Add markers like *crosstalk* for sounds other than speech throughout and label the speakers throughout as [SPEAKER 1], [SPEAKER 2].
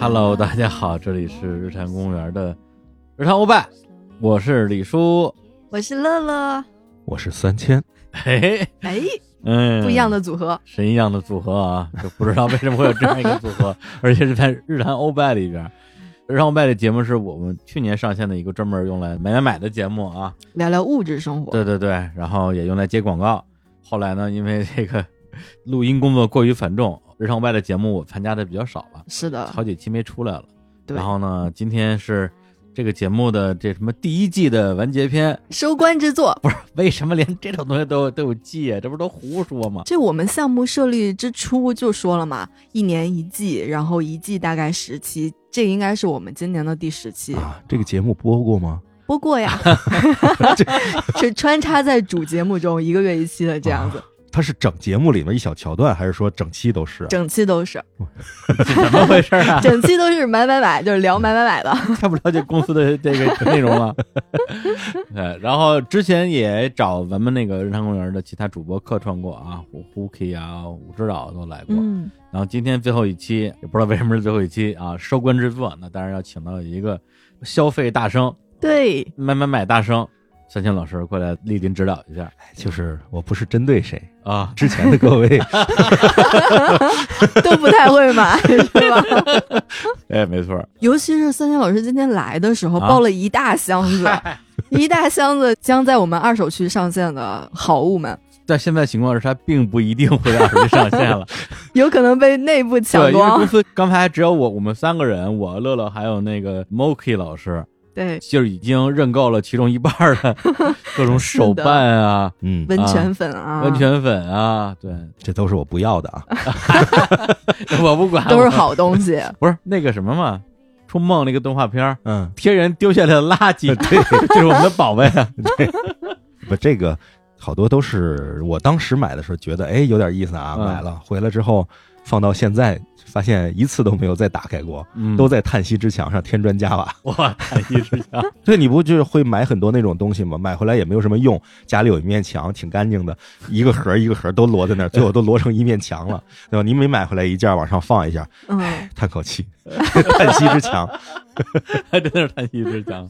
[SPEAKER 1] Hello，大家好，这里是日坛公园的日常欧拜，我是李叔。
[SPEAKER 2] 我是乐
[SPEAKER 1] *laughs*
[SPEAKER 2] 乐，
[SPEAKER 3] 我是三千，
[SPEAKER 1] 嘿，
[SPEAKER 2] 哎，
[SPEAKER 1] 嗯，
[SPEAKER 2] 不一样的组合，
[SPEAKER 1] 神一样的组合啊，就不知道为什么会有这样一个组合， *laughs* 而且是在日坛欧拜里边儿。日坛欧拜的节目是我们去年上线的一个专门用来买买买的节目啊，
[SPEAKER 2] 聊聊物质生活。
[SPEAKER 1] 对对对，然后也用来接广告。后来呢，因为这个录音工作过于繁重，日常外的节目我参加的比较少了，
[SPEAKER 2] 是的，
[SPEAKER 1] 好几期没出来了。
[SPEAKER 2] 对
[SPEAKER 1] 然后呢，今天是这个节目的这什么第一季的完结篇，
[SPEAKER 2] 收官之作。
[SPEAKER 1] 为什么连这种东西都有都有季啊？这不都胡说 *laughs* 吗？
[SPEAKER 2] 这我们项目设立之初就说了嘛，一年一季，然后一季大概十期，这应该是我们今年的第十
[SPEAKER 1] 哎
[SPEAKER 2] 期。
[SPEAKER 3] 啊，这个节目播过吗？
[SPEAKER 2] 不过
[SPEAKER 1] *laughs*
[SPEAKER 2] 呀， *laughs* 是穿插在主节目中，一个月一期的这
[SPEAKER 1] 啊
[SPEAKER 2] 样子，
[SPEAKER 3] 它是整节目里面一小桥段，还是说整期都是啊？
[SPEAKER 2] 整期都是，
[SPEAKER 1] 怎么回事 *laughs* 啊？
[SPEAKER 2] 整期都是买买买，就是聊买买买的。
[SPEAKER 1] 太不了解公司的这个内容了。 *laughs* 呃，然后之前也找咱们那个日常公园的其他主播客串过啊，胡胡 k 啊、武指导都来过。
[SPEAKER 2] 嗯，
[SPEAKER 1] 然后今天最后一期，也不知道为什么是最后一期啊，收官之作，那当然要请到一个消费大生、
[SPEAKER 2] 对，
[SPEAKER 1] 买买买大生，三千老师过来莅临指导一下
[SPEAKER 3] 就是我不是针对谁，
[SPEAKER 1] 啊。
[SPEAKER 3] 之前的
[SPEAKER 1] *laughs*
[SPEAKER 3] 各位，
[SPEAKER 2] 都不太会买，是吧？
[SPEAKER 1] 哎，没错，
[SPEAKER 2] 尤其是三千老师今天来的时候，
[SPEAKER 1] 啊
[SPEAKER 2] 抱了一大箱子，一大箱子将在我们二手区上线的好物们，
[SPEAKER 1] 在现在情况是，他并不一定会让人上线 *laughs* 了，
[SPEAKER 2] 有可能被内部抢
[SPEAKER 1] 对，因为公
[SPEAKER 2] 光。
[SPEAKER 1] 司刚才只有我我们三个人，我乐乐还有那个 Moki 老师，
[SPEAKER 2] 对，
[SPEAKER 1] 就已经认购了其中一半儿
[SPEAKER 2] *laughs*
[SPEAKER 1] 的各种手办啊、
[SPEAKER 3] 嗯，
[SPEAKER 2] 温泉粉啊，
[SPEAKER 1] 温泉粉啊，对， *laughs*
[SPEAKER 3] 这都是我不要的啊。
[SPEAKER 1] 我不管，
[SPEAKER 2] 都是
[SPEAKER 1] 我
[SPEAKER 2] 好东
[SPEAKER 1] *laughs*
[SPEAKER 2] 西。
[SPEAKER 1] 不是那个什么嘛，《冲梦》那个动画片儿，
[SPEAKER 3] 嗯，
[SPEAKER 1] 天人丢下来的垃 *laughs* 圾，
[SPEAKER 3] 对，
[SPEAKER 1] 这是我们的宝贝啊！
[SPEAKER 3] 不，这个好多都是我当时买的时候觉得，哎，有点意思啊，
[SPEAKER 1] 嗯
[SPEAKER 3] 买了，回来之后放到现在，发现一次都没有再打开过，
[SPEAKER 1] *laughs* 嗯
[SPEAKER 3] 都在叹息之墙上添砖加瓦。
[SPEAKER 1] 我叹息之下，
[SPEAKER 3] 对，你不就是会买很多那种东西吗？买回来也没有什么用，家里有一面墙，挺干净的，一个盒儿一个盒儿都摞在那儿，最后都摞成一面墙了，对吧？你每买回来一件儿往上放一下，
[SPEAKER 2] 嗯，
[SPEAKER 3] 叹口气， *laughs* 叹息之墙。
[SPEAKER 1] 还 *laughs* 真的是叹息之下。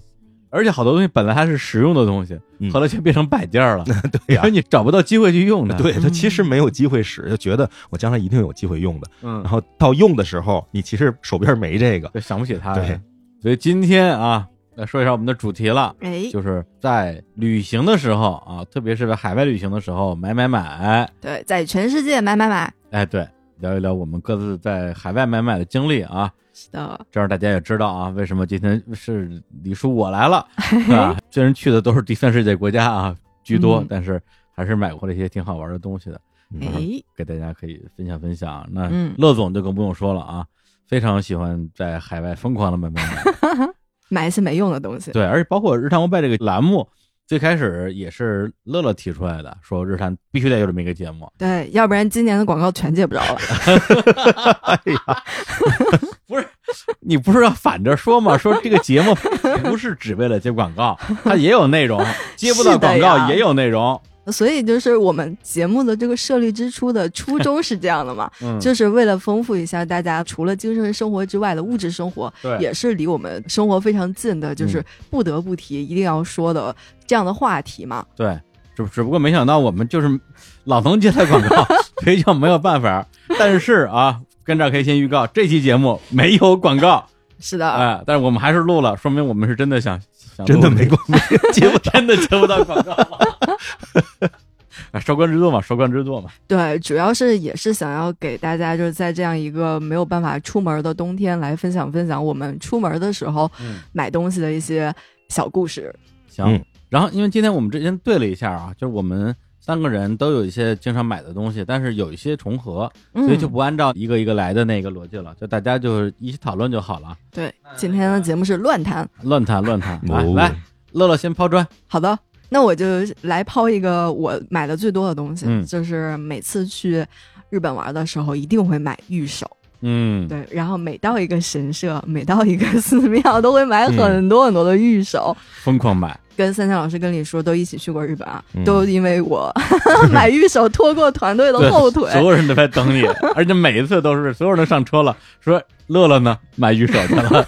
[SPEAKER 1] 而且好多东西本来还是实用的东西，
[SPEAKER 3] 嗯
[SPEAKER 1] 后来却变成摆件
[SPEAKER 3] *laughs*
[SPEAKER 1] 儿了，
[SPEAKER 3] 对呀
[SPEAKER 1] *laughs* 而你找不到机会去用它。
[SPEAKER 3] *laughs* 对，他其实没有机会使，就觉得我将来一定有机会用的，
[SPEAKER 1] 嗯
[SPEAKER 3] 然，后到用的时候，你其实手边没这个。
[SPEAKER 1] 就想不起它
[SPEAKER 3] 对
[SPEAKER 1] 了。所以今天啊，来说一下我们的主题了。
[SPEAKER 2] 哎，
[SPEAKER 1] *laughs* 就是在旅行的时候啊，特别是在海外旅行的时候，买买买，
[SPEAKER 2] 对，在全世界买买买，
[SPEAKER 1] 哎，对，聊一聊我们各自在海外买买的经历啊，
[SPEAKER 2] 是的，
[SPEAKER 1] 这样大家也知道啊，为什么今天是李叔我来
[SPEAKER 3] *laughs*
[SPEAKER 1] 了，是吧？虽然去的都是第三世界国家啊居多
[SPEAKER 2] 嗯，
[SPEAKER 1] 但是还是买过了一些挺好玩的东西的，
[SPEAKER 2] 哎，
[SPEAKER 1] 给大家可以分享分享。那
[SPEAKER 2] 嗯
[SPEAKER 1] 乐总就更不用说了啊，非常喜欢在海外疯狂的买买
[SPEAKER 2] *laughs*
[SPEAKER 1] 买，
[SPEAKER 2] 买一些没用的东西。
[SPEAKER 1] 对，而且包括日常欧拜这个栏目。最开始也是乐乐提出来的，说日坛必须得有这么一个节目，
[SPEAKER 2] 对，要不然今年的广告全借不着
[SPEAKER 1] *laughs*
[SPEAKER 2] 了。
[SPEAKER 1] 你不是要反着说吗？说这个节
[SPEAKER 2] *laughs*
[SPEAKER 1] 目不是只为了接广告，它也有内容，接不到广
[SPEAKER 2] 是的
[SPEAKER 1] 告
[SPEAKER 2] 呀
[SPEAKER 1] 也有内容。
[SPEAKER 2] 所以就是我们节目的这个设立之初的初衷是这样的嘛，
[SPEAKER 1] *laughs* 嗯，
[SPEAKER 2] 就是为了丰富一下大家除了精神生活之外的物质生活，
[SPEAKER 1] 对嗯
[SPEAKER 2] 也是离我们生活非常近的，就是不得不提、一定要说的这样的话题嘛。
[SPEAKER 1] 对，只只不过没想到我们就是老能接到广告，所以就没有办法。但是啊，跟这儿可以先预告，这期节目没有广告，
[SPEAKER 2] 是的，
[SPEAKER 1] 哎、但是我们还是录了，说明我们是真的想想录
[SPEAKER 3] 真的没过没接不
[SPEAKER 1] *laughs* 真的接不到广告了。 *laughs* 啊，收官之作嘛，收官之作嘛，
[SPEAKER 2] 对，主要是也是想要给大家就是在这样一个没有办法出门的冬天来分享分享我们出门的时候
[SPEAKER 1] 嗯，
[SPEAKER 2] 买东西的一些小故事。
[SPEAKER 1] 行。
[SPEAKER 3] 嗯
[SPEAKER 1] 然后，因为今天我们之前对了一下啊，就是我们三个人都有一些经常买的东西，但是有一些重合，所以就
[SPEAKER 2] 嗯、
[SPEAKER 1] 不按照一个一个来的那个逻辑了，就大家就是一起讨论就好了，
[SPEAKER 2] 对，今天的节目是乱谈。
[SPEAKER 1] 乱谈乱谈。 *laughs* 来
[SPEAKER 3] 哦
[SPEAKER 1] 来，乐乐先抛砖，
[SPEAKER 2] 好的，那我就来抛一个我买的最多的东西，
[SPEAKER 1] 嗯
[SPEAKER 2] 就是每次去日本玩的时候一定会买玉手。
[SPEAKER 1] 嗯，
[SPEAKER 2] 对，然后每到一
[SPEAKER 3] 嗯
[SPEAKER 2] 个神社，每到一个寺庙，都会买很多很多的玉手。
[SPEAKER 1] 疯狂买，
[SPEAKER 2] 跟三三老师跟李叔都一起去过日本啊，
[SPEAKER 3] 嗯
[SPEAKER 2] 都因为我 *laughs* 买玉手拖过团队的后腿。
[SPEAKER 1] 所有人都在等你， *laughs* 而且每一次都是所有人都上车了，说乐乐呢买玉手
[SPEAKER 2] *laughs*
[SPEAKER 1] 去了，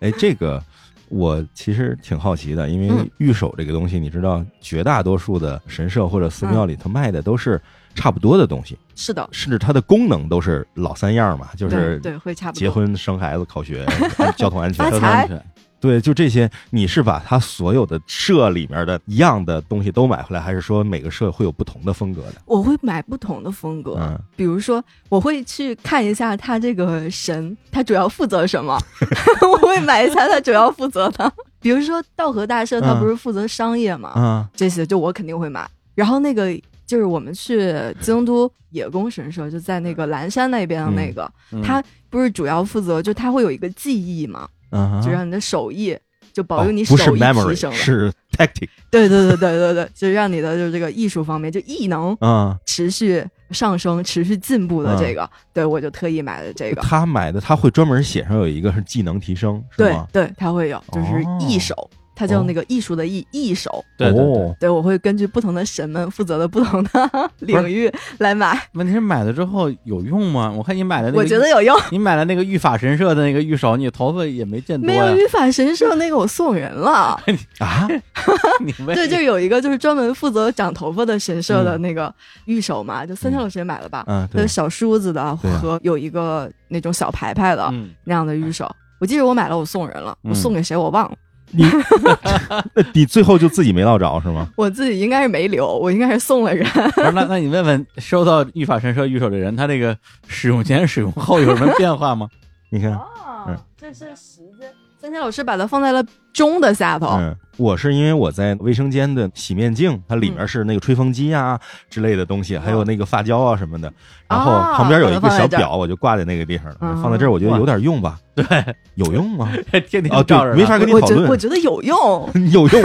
[SPEAKER 3] 哎，这个我其实挺好奇的，因为
[SPEAKER 2] 嗯
[SPEAKER 3] 玉手这个东西，你知道，绝大多数的神社或者寺庙
[SPEAKER 2] 嗯
[SPEAKER 3] 里头卖的都是差不多的东西，
[SPEAKER 2] 是的，
[SPEAKER 3] 甚至它的功能都是老三样嘛，就是
[SPEAKER 2] 对对会差不多。
[SPEAKER 3] 结婚、生孩子、考学、安交通安全
[SPEAKER 2] 发。财
[SPEAKER 3] 对，就这些，你是把它所有的社里面的一样的东西都买回来，还是说每个社会有不同的风格的？
[SPEAKER 2] 我会买不同的风格，
[SPEAKER 3] 嗯
[SPEAKER 2] 比如说我会去看一下他这个神，他主要负责什么， *laughs* 我会买一下他主要负责的。 *laughs* 比如说道和大社，他
[SPEAKER 3] 嗯
[SPEAKER 2] 不是负责商业嘛，
[SPEAKER 3] 啊，
[SPEAKER 2] 这些就我肯定会买。然后那个就是我们去京都野宫神社，就在那个岚山那边的那个，
[SPEAKER 1] 嗯
[SPEAKER 2] 他不是主要负责，就他会有一个技艺嘛，
[SPEAKER 3] 啊
[SPEAKER 2] 就让你的手艺。就保
[SPEAKER 3] 哦
[SPEAKER 2] 佑你
[SPEAKER 3] 不是
[SPEAKER 2] 手艺提升了，
[SPEAKER 3] memory 是 tactic
[SPEAKER 2] 对对对对对对，就让你的就是这个艺术方面，就艺能
[SPEAKER 3] 啊。
[SPEAKER 2] 持续上升、持续进步
[SPEAKER 3] 嗯
[SPEAKER 2] 的这个，对我就特意买的这个。
[SPEAKER 3] 他买的他会专门写上有一个是技能提升，是
[SPEAKER 2] 对
[SPEAKER 3] 吗？
[SPEAKER 2] 对，它会有，就是
[SPEAKER 3] 哦
[SPEAKER 2] 艺手，它叫那个艺术的艺，艺手。
[SPEAKER 1] 对对对
[SPEAKER 3] 哦，
[SPEAKER 2] 对，我会根据不同的神们负责的不同的 *laughs* 领域来买，
[SPEAKER 3] 哎
[SPEAKER 1] 问题是买了之后有用吗？我看你买的那个，
[SPEAKER 2] 我觉得有用。
[SPEAKER 1] 你买了那个御法神社的那个御手，你头发也没见多
[SPEAKER 2] 没
[SPEAKER 1] 呀
[SPEAKER 2] 有。语法神社那个我送人
[SPEAKER 3] *laughs*
[SPEAKER 2] 了，
[SPEAKER 3] 啊，
[SPEAKER 1] *laughs* 你为
[SPEAKER 2] 对，就有一个就是专门负责长头发的神社的那个御手嘛，就三条老师也买了吧， *laughs*
[SPEAKER 3] 嗯，
[SPEAKER 2] 它
[SPEAKER 3] 对
[SPEAKER 2] 有，小梳子的
[SPEAKER 3] 对啊
[SPEAKER 2] 和有一个那种小牌牌的
[SPEAKER 1] 嗯，
[SPEAKER 2] 那样的御手。我记得我买了，我送人了，我
[SPEAKER 1] 嗯
[SPEAKER 2] 送给谁我忘了。
[SPEAKER 3] 你 *laughs* 那你最后就自己没落着是吗？
[SPEAKER 2] 我自己应该是没留，我应该是送了人。
[SPEAKER 1] *laughs* 不是那那你问问收到御法神社御手的人，他这个使用前、使用后有什么变 *laughs* 化吗？
[SPEAKER 3] 你看，嗯
[SPEAKER 2] 哦，这是时间。三千老师把它放在了钟的下头，
[SPEAKER 3] 嗯，我是因为我在卫生间的洗面镜，它里面是那个吹风机啊之类的东西，还有那个发胶啊什么的，然后
[SPEAKER 2] 啊
[SPEAKER 3] 旁边有一
[SPEAKER 2] 把它
[SPEAKER 3] 个
[SPEAKER 2] 放
[SPEAKER 3] 小
[SPEAKER 2] 在这儿
[SPEAKER 3] 表，我就挂在那个地方了。
[SPEAKER 2] 嗯
[SPEAKER 3] 放在这儿，我觉得有点用吧？ *laughs* 对，有用吗？
[SPEAKER 1] 天天
[SPEAKER 3] 哦，
[SPEAKER 1] 照着
[SPEAKER 3] 对，没法
[SPEAKER 1] 呢
[SPEAKER 3] 跟你
[SPEAKER 2] 我
[SPEAKER 3] 讨
[SPEAKER 2] 觉得我
[SPEAKER 3] 论，
[SPEAKER 2] 觉得有用，
[SPEAKER 3] *laughs* 有用。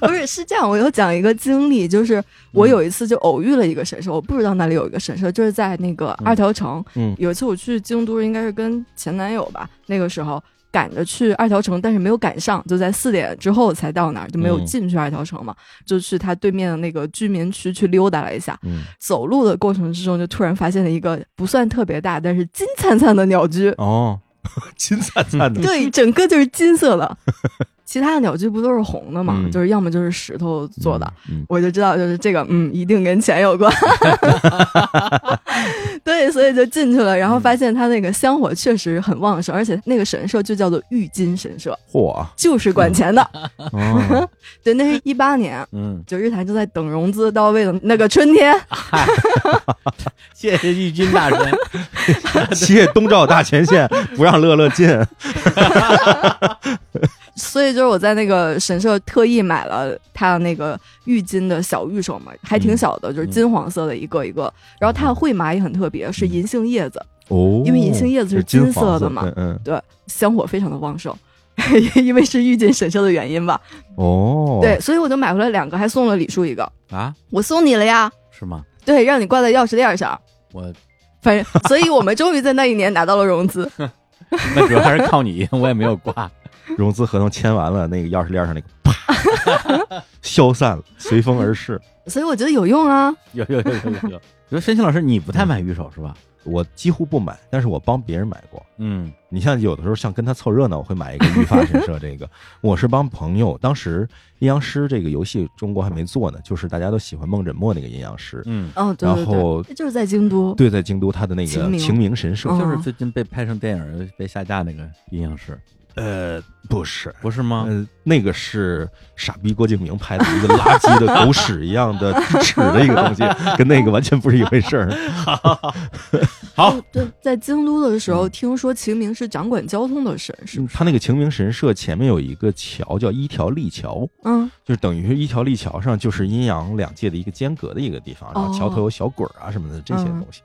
[SPEAKER 2] 不是是这样。我有讲一个经历，就是我有一次就偶遇了一个神社，我不知道那里有一个神社，就是在那个二条城。
[SPEAKER 3] 嗯
[SPEAKER 2] 有一次我去京都，应该是跟前男友吧，那个时候赶着去二条城，但是没有赶上，就在四点之后才到那儿，就没有
[SPEAKER 3] 嗯
[SPEAKER 2] 进去二条城嘛，就去他对面的那个居民区去溜达了一下。
[SPEAKER 3] 嗯，
[SPEAKER 2] 走路的过程之中，就突然发现了一个不算特别大，但是金灿灿的鸟
[SPEAKER 3] *laughs*
[SPEAKER 2] 居。
[SPEAKER 3] 哦，金灿灿的，
[SPEAKER 2] 对，整个就是金色的。其他的鸟居不都是红的嘛，
[SPEAKER 3] 嗯
[SPEAKER 2] 就是要么就是石头做的。
[SPEAKER 3] 嗯，
[SPEAKER 2] 我就知道，就是这个，嗯，一定跟钱有关。 *laughs* 对，所以就进去了，然后发现它那个香火确实很旺盛，而且那个神社就叫做玉金神社，
[SPEAKER 3] 嗯嚯，
[SPEAKER 2] 就是管钱的。 *laughs*
[SPEAKER 3] 哦
[SPEAKER 2] 对，那是一八年，
[SPEAKER 1] 嗯，
[SPEAKER 2] 就日坛正在等融资到位的那个春天，
[SPEAKER 1] 谢谢玉军大神，
[SPEAKER 3] 谢东照大前线不让乐乐进，
[SPEAKER 2] 所以就是我在那个神社特意买了它的那个玉金的小玉手嘛，还挺小的，就是金黄色的一个一个。然后它的会麻也很特别，是银杏叶子，
[SPEAKER 3] 哦
[SPEAKER 2] 因为银杏叶子是金色的嘛
[SPEAKER 3] 是金黄色嗯
[SPEAKER 2] 对，香火非常的旺盛。 *laughs* 因为是玉金神社的原因吧，
[SPEAKER 3] 嗯，哦，
[SPEAKER 2] 对，，所以我就买回来两个，还送了李叔一个，
[SPEAKER 1] *laughs* 啊，
[SPEAKER 2] 我送你了呀，
[SPEAKER 1] 是吗？
[SPEAKER 2] 对，让你挂在钥匙链上，
[SPEAKER 1] 我
[SPEAKER 2] 反
[SPEAKER 3] *laughs*
[SPEAKER 2] 正，所以我们终于在那一年拿到了融资，
[SPEAKER 1] 那主要还是靠你，我也没有挂。
[SPEAKER 3] 融资合同签完了，那个钥匙链上那个啪，消散了，随风而逝。
[SPEAKER 2] 所以我觉得有用啊，
[SPEAKER 1] 有有有有有 *laughs* 有。比如申鑫老师，你不太买玉手是吧？
[SPEAKER 3] 我几乎不买，但是我帮别人买过。
[SPEAKER 1] 嗯
[SPEAKER 3] 你像有的时候像跟他凑热闹，我会买一个语
[SPEAKER 2] *laughs*
[SPEAKER 3] 法神社这个。我是帮朋友，当时阴阳师这个游戏中国还没做呢，就是大家都喜欢孟枕墨那个阴阳师，
[SPEAKER 1] 嗯，
[SPEAKER 2] 哦，对对
[SPEAKER 3] 然后
[SPEAKER 2] 对，就是在京都，
[SPEAKER 3] 对，在京都他的那
[SPEAKER 2] 晴
[SPEAKER 3] 个
[SPEAKER 2] 明
[SPEAKER 3] 晴明神社，
[SPEAKER 2] 嗯
[SPEAKER 1] 就是最近被拍成电影被下架那个阴阳师，
[SPEAKER 3] 呃，不是，
[SPEAKER 1] 不是吗？
[SPEAKER 3] 呃，那个是傻逼郭敬明拍的一个垃圾的狗屎一样的 *laughs* 屎的一个东西，跟那个完全不是一回事儿。
[SPEAKER 1] 好，
[SPEAKER 2] 对，在京都的时
[SPEAKER 3] 嗯
[SPEAKER 2] 候，听说秦明是掌管交通的神，是不是？
[SPEAKER 3] 他那个晴明神社前面有一个桥叫一条立桥，
[SPEAKER 2] 嗯，
[SPEAKER 3] 就是等于是一条立桥上就是阴阳两界的一个间隔的一个地方，然后
[SPEAKER 2] 哦
[SPEAKER 3] 桥头有小鬼儿啊什么的这
[SPEAKER 2] 嗯
[SPEAKER 3] 些东西。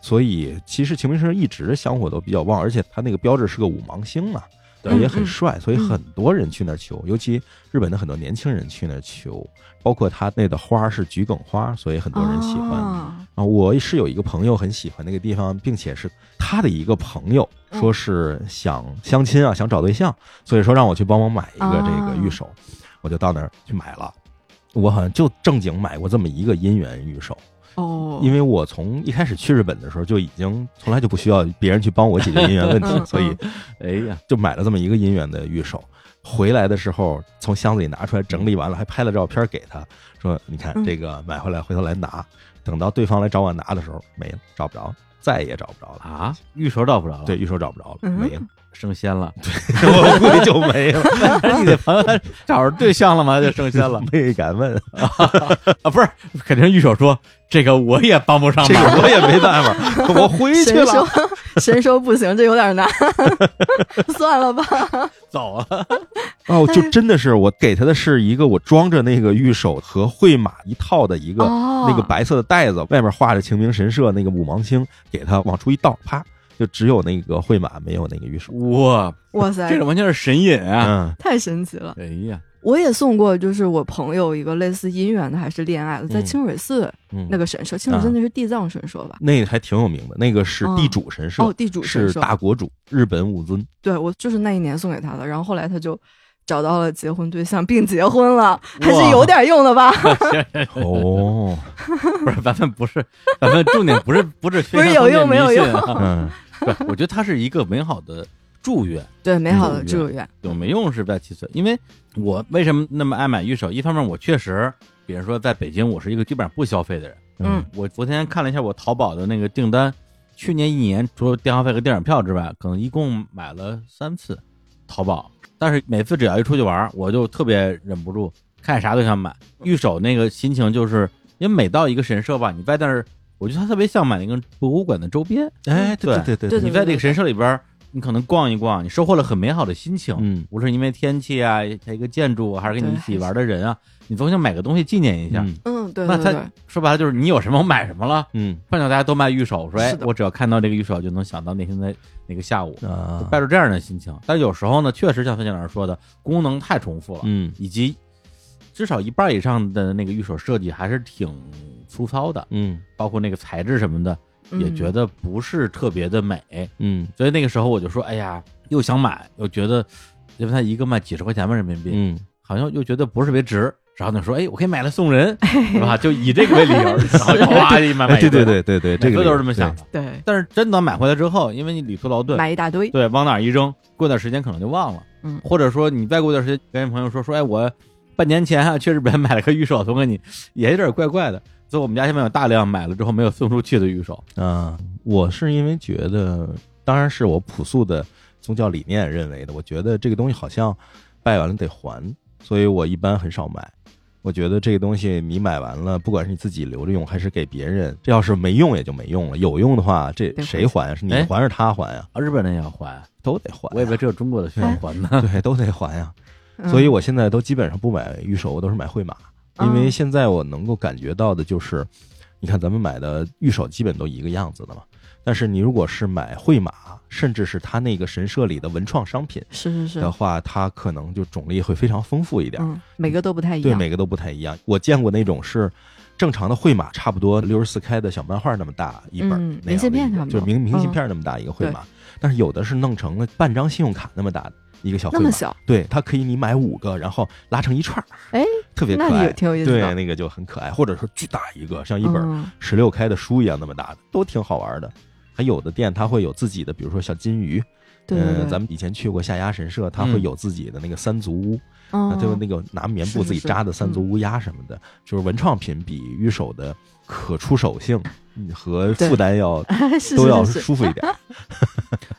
[SPEAKER 3] 所以其实晴明神社一直香火都比较旺，而且它那个标志是个五芒星嘛。然后也很
[SPEAKER 2] 嗯嗯
[SPEAKER 3] 帅，所以很多人去那儿求，尤其日本的很多年轻人去那儿求，包括他那的花儿是桔梗花，所以很多人喜欢。
[SPEAKER 2] 啊
[SPEAKER 3] 啊，我是有一个朋友很喜欢那个地方，并且是他的一个朋友，
[SPEAKER 2] 嗯
[SPEAKER 3] 说是想相亲啊，想找对象，所以说让我去帮忙买一个这个
[SPEAKER 2] 啊
[SPEAKER 3] 玉手，我就到那儿去买了。我好像就正经买过这么一个姻缘玉手，
[SPEAKER 2] 哦，
[SPEAKER 3] 因为我从一开始去日本的时候就已经从来就不需要别人去帮我解决姻缘问
[SPEAKER 2] 嗯
[SPEAKER 3] 题，
[SPEAKER 2] 嗯
[SPEAKER 3] 所以
[SPEAKER 1] 哎呀，
[SPEAKER 3] 就买了这么一个姻缘的玉手。回来的时候，从箱子里拿出来整理完了，还拍了照片给他，说：“你看
[SPEAKER 2] 嗯
[SPEAKER 3] 这个买回来，回头来拿。”等到对方来找我拿的时候，没了，找不着，再也找不着了。
[SPEAKER 1] 啊，玉手找不着了，
[SPEAKER 3] 对，，玉手找不着了，
[SPEAKER 2] 嗯
[SPEAKER 3] 没了， *laughs*
[SPEAKER 1] 升仙 *laughs* 了。
[SPEAKER 3] 我估计就没了，
[SPEAKER 1] *laughs* 你的朋友他找着对象了吗？就升仙了
[SPEAKER 3] 没敢问，
[SPEAKER 1] *laughs* 啊？不是，肯定玉手说这个我也帮不上
[SPEAKER 3] 这
[SPEAKER 1] 忙。
[SPEAKER 3] 个我也没办法，
[SPEAKER 1] *laughs*
[SPEAKER 3] 我回去
[SPEAKER 2] 神
[SPEAKER 3] 了
[SPEAKER 2] 说。神说不行，这有点难， *laughs* 算了吧。
[SPEAKER 1] 走啊了，
[SPEAKER 3] 哦，就真的是我给他的是一个我装着那个玉手和绘马一套的一个
[SPEAKER 2] 哦
[SPEAKER 3] 那个白色的袋子，外面画着清明神社那个五芒星，给他往出一倒，啪，就只有那个绘马，没有那个玉手。
[SPEAKER 1] 哇，
[SPEAKER 2] 哇塞
[SPEAKER 1] 这，个完全是神隐啊！
[SPEAKER 3] 嗯，
[SPEAKER 2] 太神奇了！
[SPEAKER 1] 哎呀，
[SPEAKER 2] 我也送过，就是我朋友一个类似姻缘的，还是恋爱的，在
[SPEAKER 3] 嗯
[SPEAKER 2] 清水寺
[SPEAKER 3] 嗯
[SPEAKER 2] 那个神社，清水寺那是地藏神社吧？
[SPEAKER 3] 那个还挺有名的，那个是地主神社，
[SPEAKER 2] 哦，地主神
[SPEAKER 3] 是
[SPEAKER 2] 社，
[SPEAKER 3] 大国主，日本武尊。
[SPEAKER 2] 对我就是那一年送给他的，然后后来他就找到了结婚对象，并结婚了，还是有点用
[SPEAKER 3] *laughs*
[SPEAKER 2] 的吧？
[SPEAKER 3] 哦，
[SPEAKER 1] 不是，咱们不是，咱们重点不是不是宣
[SPEAKER 2] 不是
[SPEAKER 1] 扬
[SPEAKER 2] 有用
[SPEAKER 1] 封建
[SPEAKER 2] 没有
[SPEAKER 1] 迷信
[SPEAKER 2] 用
[SPEAKER 1] 啊
[SPEAKER 3] *laughs*
[SPEAKER 1] *laughs* 不
[SPEAKER 3] 嗯，
[SPEAKER 1] 是，我觉得它是一个美好的祝愿。
[SPEAKER 2] 对，美好的
[SPEAKER 1] 嗯
[SPEAKER 2] 祝愿。
[SPEAKER 1] 有没用是在其次，因为我为什么那么爱买玉手？一方面，我确实，比如说在北京，我是一个基本上不消费的人。
[SPEAKER 2] 嗯，
[SPEAKER 1] 我昨天看了一下我淘宝的那个订单，去年一年除了电话费和电影票之外，可能一共买了三次淘宝。但是每次只要一出去玩，我就特别忍不住，看啥都想买。玉手那个心情就是，因为每到一个神社吧，你在那儿，我觉得它特别像买那个博物馆的周边。
[SPEAKER 3] 哎，对对对
[SPEAKER 2] 对
[SPEAKER 1] 你在这个神社里边儿，你可能逛一逛，你收获了很美好的心情。
[SPEAKER 3] 嗯
[SPEAKER 1] 无论是因为天气啊，它一个建筑啊，还是跟你一起玩的人啊，你总想买个东西纪念一下。
[SPEAKER 3] 嗯
[SPEAKER 2] 嗯，对
[SPEAKER 1] 那
[SPEAKER 2] 对
[SPEAKER 1] 他
[SPEAKER 2] 对，
[SPEAKER 1] 说白了就是你有什么我买什么了。
[SPEAKER 3] 嗯
[SPEAKER 1] 碰巧大家都卖玉手，说哎
[SPEAKER 2] 是，的
[SPEAKER 1] 我只要看到这个玉手，就能想到那天的那个下午，
[SPEAKER 2] 嗯
[SPEAKER 3] 啊，
[SPEAKER 1] 带着这样的心情。但有时候呢，确实像孙老师说的，功能太重复了，
[SPEAKER 3] 嗯
[SPEAKER 1] 以及至少一半以上的那个玉手设计还是挺粗糙的，
[SPEAKER 3] 嗯
[SPEAKER 1] 包括那个材质什么的，也
[SPEAKER 2] 嗯
[SPEAKER 1] 觉得不是特别的美。
[SPEAKER 3] 嗯
[SPEAKER 1] 所以那个时候我就说，哎呀，又想买，又觉得，因为它一个卖几十块钱吧人民币，
[SPEAKER 3] 嗯，
[SPEAKER 1] 好像又觉得不是特别值。然后呢说，哎，我可以买来
[SPEAKER 2] *laughs*
[SPEAKER 1] 送人，是吧？就以这个为理由，然后就哇一买买
[SPEAKER 3] 哎，
[SPEAKER 1] 一
[SPEAKER 3] 对对
[SPEAKER 1] 堆
[SPEAKER 3] 对对对，这
[SPEAKER 1] 每
[SPEAKER 3] 个
[SPEAKER 1] 次都是这么想
[SPEAKER 3] 的。
[SPEAKER 1] 的。
[SPEAKER 2] 对，
[SPEAKER 1] 但是真的买回来之后，因为你理出劳顿，
[SPEAKER 2] 买一大堆，
[SPEAKER 1] 对，往哪儿一扔，过段时间可能就忘了。
[SPEAKER 2] 嗯
[SPEAKER 1] 或者说你再过段时间跟朋友说说，哎，我半年前啊去日本买了个玉手送给你，也有点怪怪的。所以我们家现在有大量买了之后没有送出去的玉手。
[SPEAKER 3] 啊，我是因为觉得，当然是我朴素的宗教理念认为的，我觉得这个东西好像拜完了得还，所以我一般很少买。我觉得这个东西你买完了，不管是你自己留着用还是给别人，这要是没用也就没用了，有用的话，这
[SPEAKER 2] 得还
[SPEAKER 3] 谁还呀？是你
[SPEAKER 1] 哎
[SPEAKER 3] 还是他还呀？
[SPEAKER 1] 啊，日本人也要还，
[SPEAKER 3] 都得还呀，
[SPEAKER 1] *laughs*
[SPEAKER 3] 啊
[SPEAKER 1] 我以为只有中国的需要还
[SPEAKER 2] 哎
[SPEAKER 1] 呢。
[SPEAKER 3] 对，都得还呀。
[SPEAKER 2] 嗯
[SPEAKER 3] 所以我现在都基本上不买预售，我都是买惠马，因为
[SPEAKER 2] 嗯
[SPEAKER 3] 现在我能够感觉到的就是，你看咱们买的预售基本都一个样子的嘛。但是你如果是买惠马，甚至是它那个神社里的文创商品
[SPEAKER 2] 是是
[SPEAKER 3] 的
[SPEAKER 2] 是，
[SPEAKER 3] 话，它可能就种类会非常丰富一点，
[SPEAKER 2] 嗯，每个都不太一
[SPEAKER 3] 对
[SPEAKER 2] 样，
[SPEAKER 3] 每个都不太一样。我见过那种是。正常的惠马差不多六十四开的小漫画那么大一本儿
[SPEAKER 2] 嗯
[SPEAKER 3] 那样
[SPEAKER 2] 明信
[SPEAKER 3] 的一个，
[SPEAKER 2] 片差不多
[SPEAKER 3] 就是明明信
[SPEAKER 2] 嗯
[SPEAKER 3] 片那么大一个惠
[SPEAKER 2] 对
[SPEAKER 3] 马，但是有的是弄成了半张信用卡那么大的一个小惠
[SPEAKER 2] 那
[SPEAKER 3] 马
[SPEAKER 2] 么，小，
[SPEAKER 3] 对，它可以你买五个，然后拉成一串儿，
[SPEAKER 2] 哎，
[SPEAKER 3] 特别可
[SPEAKER 2] 那
[SPEAKER 3] 爱
[SPEAKER 2] 也，挺有意思
[SPEAKER 3] 对，
[SPEAKER 2] 的。
[SPEAKER 3] 那个就很可爱，或者说巨大一个，像一本
[SPEAKER 2] 嗯
[SPEAKER 3] 十六开的书一样那么大的，都挺好玩的。还有的店它会有自己的，比如说小金鱼，
[SPEAKER 2] 对对
[SPEAKER 3] 呃
[SPEAKER 2] 对，
[SPEAKER 3] 咱们以前去过下鸭神社，它
[SPEAKER 1] 嗯
[SPEAKER 3] 会有自己的那个三足乌，啊，
[SPEAKER 2] 们
[SPEAKER 3] 就是那个拿棉布
[SPEAKER 2] 是
[SPEAKER 3] 自己
[SPEAKER 2] 是
[SPEAKER 3] 扎的三足乌鸦什么的，就是文创品比御手的可出手性嗯和
[SPEAKER 2] 对
[SPEAKER 3] 负担要 *laughs*
[SPEAKER 2] 是
[SPEAKER 3] 都要
[SPEAKER 2] 是是是
[SPEAKER 3] 舒服一
[SPEAKER 2] *laughs*
[SPEAKER 3] 点。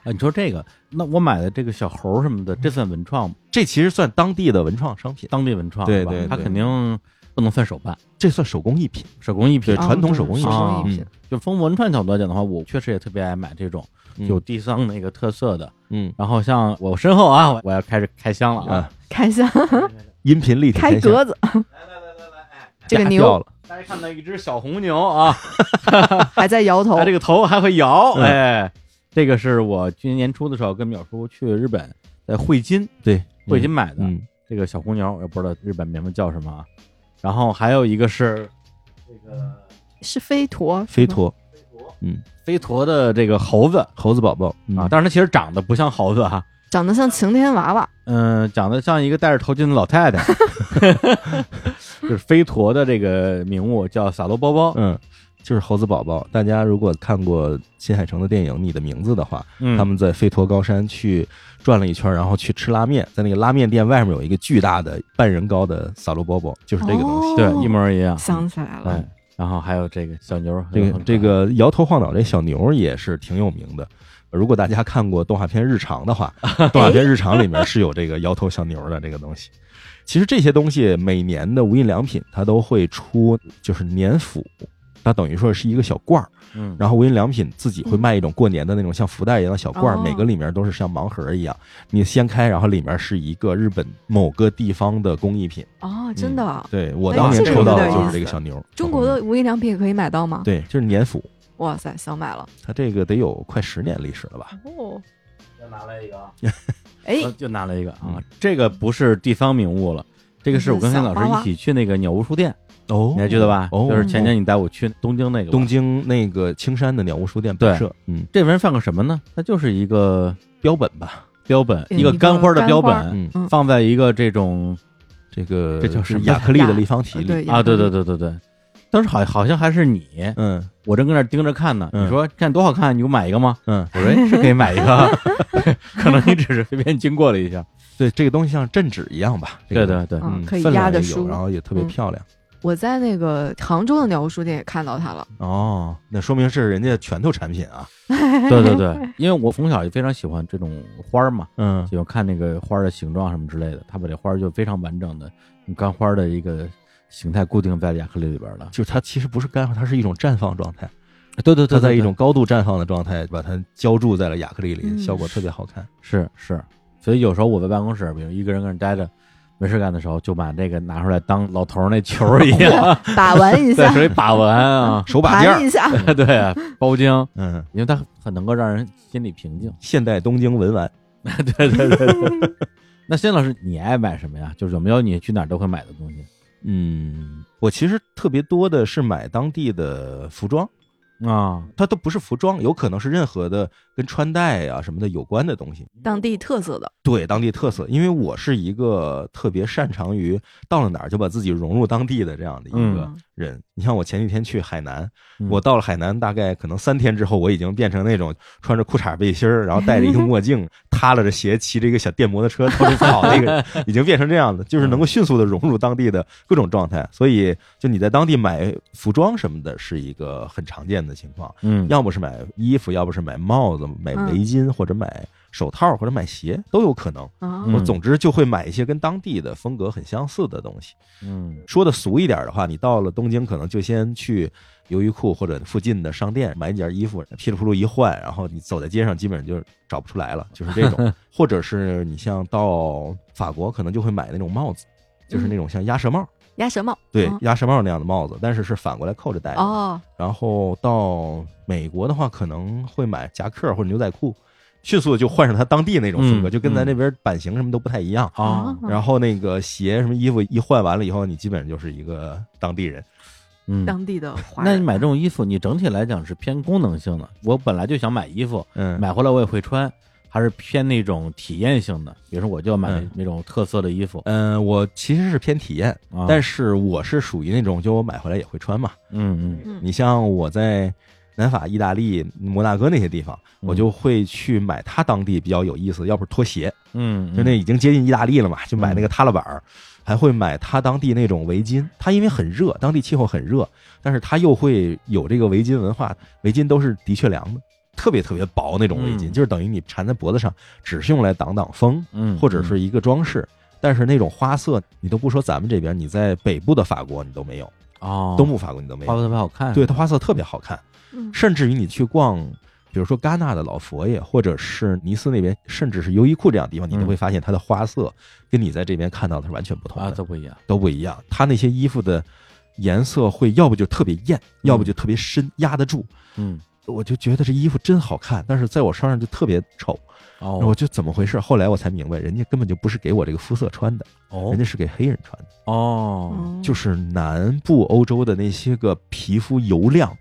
[SPEAKER 1] 啊，你说这个，那我买的这个小猴儿什么的，这算文创吗？
[SPEAKER 3] 这其实算当地的文创商品，
[SPEAKER 1] 当地文创
[SPEAKER 3] 对
[SPEAKER 1] 是吧
[SPEAKER 3] 对
[SPEAKER 1] 它
[SPEAKER 3] 对
[SPEAKER 1] 肯定不能算手办，
[SPEAKER 3] 这算手工艺品。
[SPEAKER 1] 手工艺品
[SPEAKER 3] 对。传统
[SPEAKER 2] 哦
[SPEAKER 3] 手工艺
[SPEAKER 2] 对
[SPEAKER 1] 品
[SPEAKER 2] 手工艺
[SPEAKER 3] 啊
[SPEAKER 2] 品，
[SPEAKER 1] 就从文创角度来讲的话，我确实也特别爱买这种
[SPEAKER 3] 嗯
[SPEAKER 1] 有地藏那个特色的。
[SPEAKER 3] 嗯
[SPEAKER 1] 然后像我身后啊，我我要开始开箱了啊
[SPEAKER 3] 啊，，
[SPEAKER 2] 开箱
[SPEAKER 3] 音频立
[SPEAKER 2] 嗯
[SPEAKER 3] 体
[SPEAKER 2] 开
[SPEAKER 3] 天象 *laughs*
[SPEAKER 2] 格子，这个
[SPEAKER 3] 夹
[SPEAKER 2] 牛
[SPEAKER 3] 掉了，
[SPEAKER 1] 大家看到一只小红牛啊，
[SPEAKER 2] 还在摇
[SPEAKER 3] *laughs*
[SPEAKER 2] 头
[SPEAKER 1] 它，这个头还会摇，
[SPEAKER 3] 嗯
[SPEAKER 1] 哎，这个是我今年年初的时候跟淼叔去日本在汇金
[SPEAKER 3] 对，
[SPEAKER 1] 汇金买的、
[SPEAKER 3] 嗯，嗯，
[SPEAKER 1] 这个小红牛，我也不知道日本名字叫什么啊。然后还有一个是这个
[SPEAKER 2] 是飞嗯陀，
[SPEAKER 3] 飞
[SPEAKER 2] 是吗，
[SPEAKER 3] 陀
[SPEAKER 1] 飞陀的这个猴子
[SPEAKER 3] 猴子宝宝
[SPEAKER 1] 啊，
[SPEAKER 3] 嗯
[SPEAKER 1] 但是它其实长得不像猴子哈、
[SPEAKER 2] 长得像晴天娃娃，
[SPEAKER 1] 嗯，长得像一个戴着头巾的老太太，就是飞陀的这个名物叫撒罗包包，
[SPEAKER 3] 嗯，就是猴子宝宝。大家如果看过新海诚的电影《你的名字》的话，
[SPEAKER 1] 嗯
[SPEAKER 3] 他们在飞驼高山去转了一圈，然后去吃拉面，在那个拉面店外面有一个巨大的半人高的萨罗包包，就是这个东西。
[SPEAKER 2] 哦
[SPEAKER 1] 对一模一样，
[SPEAKER 2] 想起来了
[SPEAKER 1] 哎，，然后还有这个小牛，
[SPEAKER 3] 这个
[SPEAKER 1] 很可爱
[SPEAKER 3] 这个摇头晃脑这小牛也是挺有名的。如果大家看过动画片《日常》的
[SPEAKER 1] *laughs*
[SPEAKER 3] 话，动画片《日常》里面是有这个摇头小牛的这个东西。其实这些东西每年的无印良品它都会出，就是年辅，它等于说是一个小罐儿。
[SPEAKER 1] 嗯，
[SPEAKER 3] 然后无印良品自己会卖一种过年的那种像福袋一样的小罐儿，
[SPEAKER 2] 嗯哦
[SPEAKER 3] 每个里面都是像盲盒一样，你掀开，然后里面是一个日本某个地方的工艺品。
[SPEAKER 2] 哦，
[SPEAKER 1] 嗯
[SPEAKER 2] 真的，
[SPEAKER 3] 对我
[SPEAKER 2] 哎
[SPEAKER 3] 当年
[SPEAKER 1] 这个
[SPEAKER 3] 抽
[SPEAKER 1] 有
[SPEAKER 3] 到的
[SPEAKER 1] 点
[SPEAKER 3] 就
[SPEAKER 1] 意
[SPEAKER 3] 是这个
[SPEAKER 1] 思
[SPEAKER 3] 小牛，嗯
[SPEAKER 2] 中国的无印良品也可以买到吗？
[SPEAKER 3] 对，就是年辅，
[SPEAKER 2] 哇塞，想买了
[SPEAKER 3] 它这个得有快十年历史了吧？
[SPEAKER 2] 哦，
[SPEAKER 1] 又拿来一个，啊
[SPEAKER 2] 哎，
[SPEAKER 1] 又拿了一个啊
[SPEAKER 3] 嗯，
[SPEAKER 1] 这个不是地方名物了。这个是我跟黑老
[SPEAKER 2] 小娃
[SPEAKER 1] 师
[SPEAKER 2] 娃
[SPEAKER 1] 一起去那个鸟屋书店，
[SPEAKER 3] 哦
[SPEAKER 1] 你还记得吧？
[SPEAKER 3] 哦，
[SPEAKER 1] 就是前年你带我去东京那个吧。
[SPEAKER 3] 东京那个青山的鸟屋书店本
[SPEAKER 1] 对
[SPEAKER 3] 社，嗯，
[SPEAKER 1] 这玩意儿算个什么呢？它就是一个
[SPEAKER 3] 标本吧，
[SPEAKER 1] 标本，
[SPEAKER 2] 嗯
[SPEAKER 1] 个
[SPEAKER 2] 一个
[SPEAKER 1] 干花的
[SPEAKER 2] 干
[SPEAKER 1] 标
[SPEAKER 2] 花
[SPEAKER 1] 本，
[SPEAKER 3] 嗯，
[SPEAKER 2] 嗯
[SPEAKER 1] 放在一个这种
[SPEAKER 3] 这个
[SPEAKER 1] 这叫什么
[SPEAKER 3] 亚克力的
[SPEAKER 2] 呀
[SPEAKER 3] 立方体里，
[SPEAKER 2] 对
[SPEAKER 1] 啊，对对对对对。当时好好像还是你，
[SPEAKER 3] 嗯
[SPEAKER 1] 我正跟那儿盯着看呢。
[SPEAKER 3] 嗯
[SPEAKER 1] 你说看多好看，你就买一个吗？
[SPEAKER 3] 嗯，
[SPEAKER 1] 我说哎是可以买一个， *laughs* 可能你只是随便经过了一下。对
[SPEAKER 3] 对，这个东西像镇纸一样吧？这
[SPEAKER 1] *laughs* 对
[SPEAKER 3] 个
[SPEAKER 1] 对对，
[SPEAKER 2] 嗯
[SPEAKER 3] 嗯，
[SPEAKER 2] 可以
[SPEAKER 3] 分量
[SPEAKER 2] 压着
[SPEAKER 3] 也有
[SPEAKER 2] 书
[SPEAKER 3] 然后也特别
[SPEAKER 2] 嗯
[SPEAKER 3] 漂亮。
[SPEAKER 2] 我在那个杭州的鸟屋书店也看到它了，
[SPEAKER 3] 哦，那说明是人家拳头产品啊。
[SPEAKER 1] 对对对，因为我从小就非常喜欢这种花儿嘛，
[SPEAKER 3] 嗯
[SPEAKER 1] 喜欢看那个花儿的形状什么之类的。他把这花儿就非常完整的用干花儿的一个形态固定在亚克力里边了，。
[SPEAKER 3] 就是它其实不是干花，它是一种绽放状态，
[SPEAKER 1] 啊对对
[SPEAKER 3] 它在一种高度绽放的状态，把它浇筑在了亚克力里，
[SPEAKER 2] 嗯
[SPEAKER 3] 效果特别好看。，
[SPEAKER 1] 是是，所以有时候我在办公室，比如一个人跟那待着。没事干的时候，就把这个拿出来当老头儿那球儿一 *laughs* 样，
[SPEAKER 2] 把玩一
[SPEAKER 1] 在 *laughs*
[SPEAKER 2] 下，
[SPEAKER 1] 手里把玩啊 *laughs*
[SPEAKER 3] 手把件
[SPEAKER 2] 盘
[SPEAKER 3] 儿，
[SPEAKER 2] 一下，
[SPEAKER 1] 对啊，包浆，
[SPEAKER 3] 嗯，
[SPEAKER 1] 因为它很能够让人心里平静。
[SPEAKER 3] 现代东京文玩。
[SPEAKER 1] *laughs* 对对对对。 *laughs* 那辛老师，你爱买什么呀？就是有没有你去哪儿都会买的东西
[SPEAKER 3] 嗯，我其实特别多的是买当地的服装，
[SPEAKER 1] 啊？
[SPEAKER 3] 它都不是服装，有可能是任何的跟穿戴啊什么的有关的东西。
[SPEAKER 2] 当地特色的，
[SPEAKER 3] 对当地特色，因为我是一个特别擅长于到了哪儿就把自己融入当地的这样的一个
[SPEAKER 2] 嗯
[SPEAKER 3] 人。你像我前几天去海南，
[SPEAKER 1] 嗯
[SPEAKER 3] 我到了海南大概可能三天之后，我已经变成那种穿着裤衩背心儿，然后戴着一个
[SPEAKER 1] *laughs*
[SPEAKER 3] 墨镜，塌拉着鞋，骑着一个小电摩托车到处跑那个人，已经变成这样的，就是
[SPEAKER 1] 嗯
[SPEAKER 3] 能够迅速的融入当地的各种状态。所以，就你在当地买服装什么的，是一个很常见的情况。
[SPEAKER 1] 嗯，
[SPEAKER 3] 要不是买衣服，要不是买帽子、买
[SPEAKER 2] 嗯
[SPEAKER 3] 围巾，或者买手套，或者买鞋，都有可能。
[SPEAKER 2] 啊
[SPEAKER 1] 嗯
[SPEAKER 3] 我总之就会买一些跟当地的风格很相似的东西。
[SPEAKER 1] 嗯
[SPEAKER 3] 说的俗一点的话，你到了东京，可能就先去优衣库或者附近的商店买几件衣服，噼里扑噜一换，然后你走在街上，基本上就找不出来了，就是这
[SPEAKER 1] *laughs*
[SPEAKER 3] 种。或者是你像到法国，可能就会买那种帽子，就是那种像鸭舌帽，
[SPEAKER 2] 鸭舌帽，
[SPEAKER 3] 对
[SPEAKER 1] 哦
[SPEAKER 2] 嗯，
[SPEAKER 3] 鸭舌帽那样的帽子，但是是反过来扣着戴的。
[SPEAKER 2] 哦，
[SPEAKER 3] 然后到美国的话，可能会买夹克或者牛仔裤，迅速地就换上他当地那种风格，
[SPEAKER 1] 嗯
[SPEAKER 3] 就跟咱
[SPEAKER 1] 嗯
[SPEAKER 3] 那边版型什么都不太一样。
[SPEAKER 1] 啊，
[SPEAKER 2] 嗯
[SPEAKER 3] 然后那个鞋什么衣服一换完了以后，你基本上就是一个当地人。
[SPEAKER 1] 嗯。
[SPEAKER 2] 当地的华人，
[SPEAKER 1] 那你买这种衣服，你整体来讲是偏功能性的。我本来就想买衣服，
[SPEAKER 3] 嗯，
[SPEAKER 1] 买回来我也会穿，还是偏那种体验性的。比如说，我就要买
[SPEAKER 3] 嗯
[SPEAKER 1] 那种特色的衣服，
[SPEAKER 3] 嗯，我其实是偏体验，
[SPEAKER 1] 啊
[SPEAKER 3] 但是我是属于那种就我买回来也会穿嘛。
[SPEAKER 1] 嗯嗯，
[SPEAKER 2] 嗯
[SPEAKER 3] 你像我在南法、意大利、摩纳哥那些地方，
[SPEAKER 1] 嗯
[SPEAKER 3] 我就会去买他当地比较有意思的，要不是拖鞋，
[SPEAKER 1] 嗯，
[SPEAKER 3] 就那已经接近意大利了嘛，就买那个踏拉板儿，还会买他当地那种围巾。他因为很热，当地气候很热，但是他又会有这个围巾文化，围巾都是的确凉的，特别特别薄那种围巾，
[SPEAKER 1] 嗯
[SPEAKER 3] 就是等于你缠在脖子上，只是用来挡挡风
[SPEAKER 1] 嗯，
[SPEAKER 3] 或者是一个装饰。但是那种花色，你都不说咱们这边，你在北部的法国你都没有，
[SPEAKER 1] 哦，
[SPEAKER 3] 东部法国你都没
[SPEAKER 1] 花
[SPEAKER 3] 有。
[SPEAKER 1] 色特别好看，
[SPEAKER 3] 对，它花色特别好看，
[SPEAKER 2] 嗯
[SPEAKER 3] 甚至于你去逛，比如说戛纳的老佛爷，或者是尼斯那边，甚至是优衣库这样的地方，你
[SPEAKER 1] 嗯
[SPEAKER 3] 都会发现它的花色跟你在这边看到的是完全不同
[SPEAKER 1] 啊，
[SPEAKER 3] 的，
[SPEAKER 1] 都不一样。
[SPEAKER 3] 都不一样。它那些衣服的颜色会要不就特别艳，要不就特别深，压得住。
[SPEAKER 1] 嗯
[SPEAKER 3] 我就觉得这衣服真好看，但是在我身上就特别丑。
[SPEAKER 1] 哦
[SPEAKER 3] 我就怎么回事？后来我才明白，人家根本就不是给我这个肤色穿的，
[SPEAKER 1] 哦
[SPEAKER 3] 人家是给黑人穿的，
[SPEAKER 1] 哦，
[SPEAKER 2] 嗯
[SPEAKER 3] 就是南部欧洲的那些个皮肤油亮。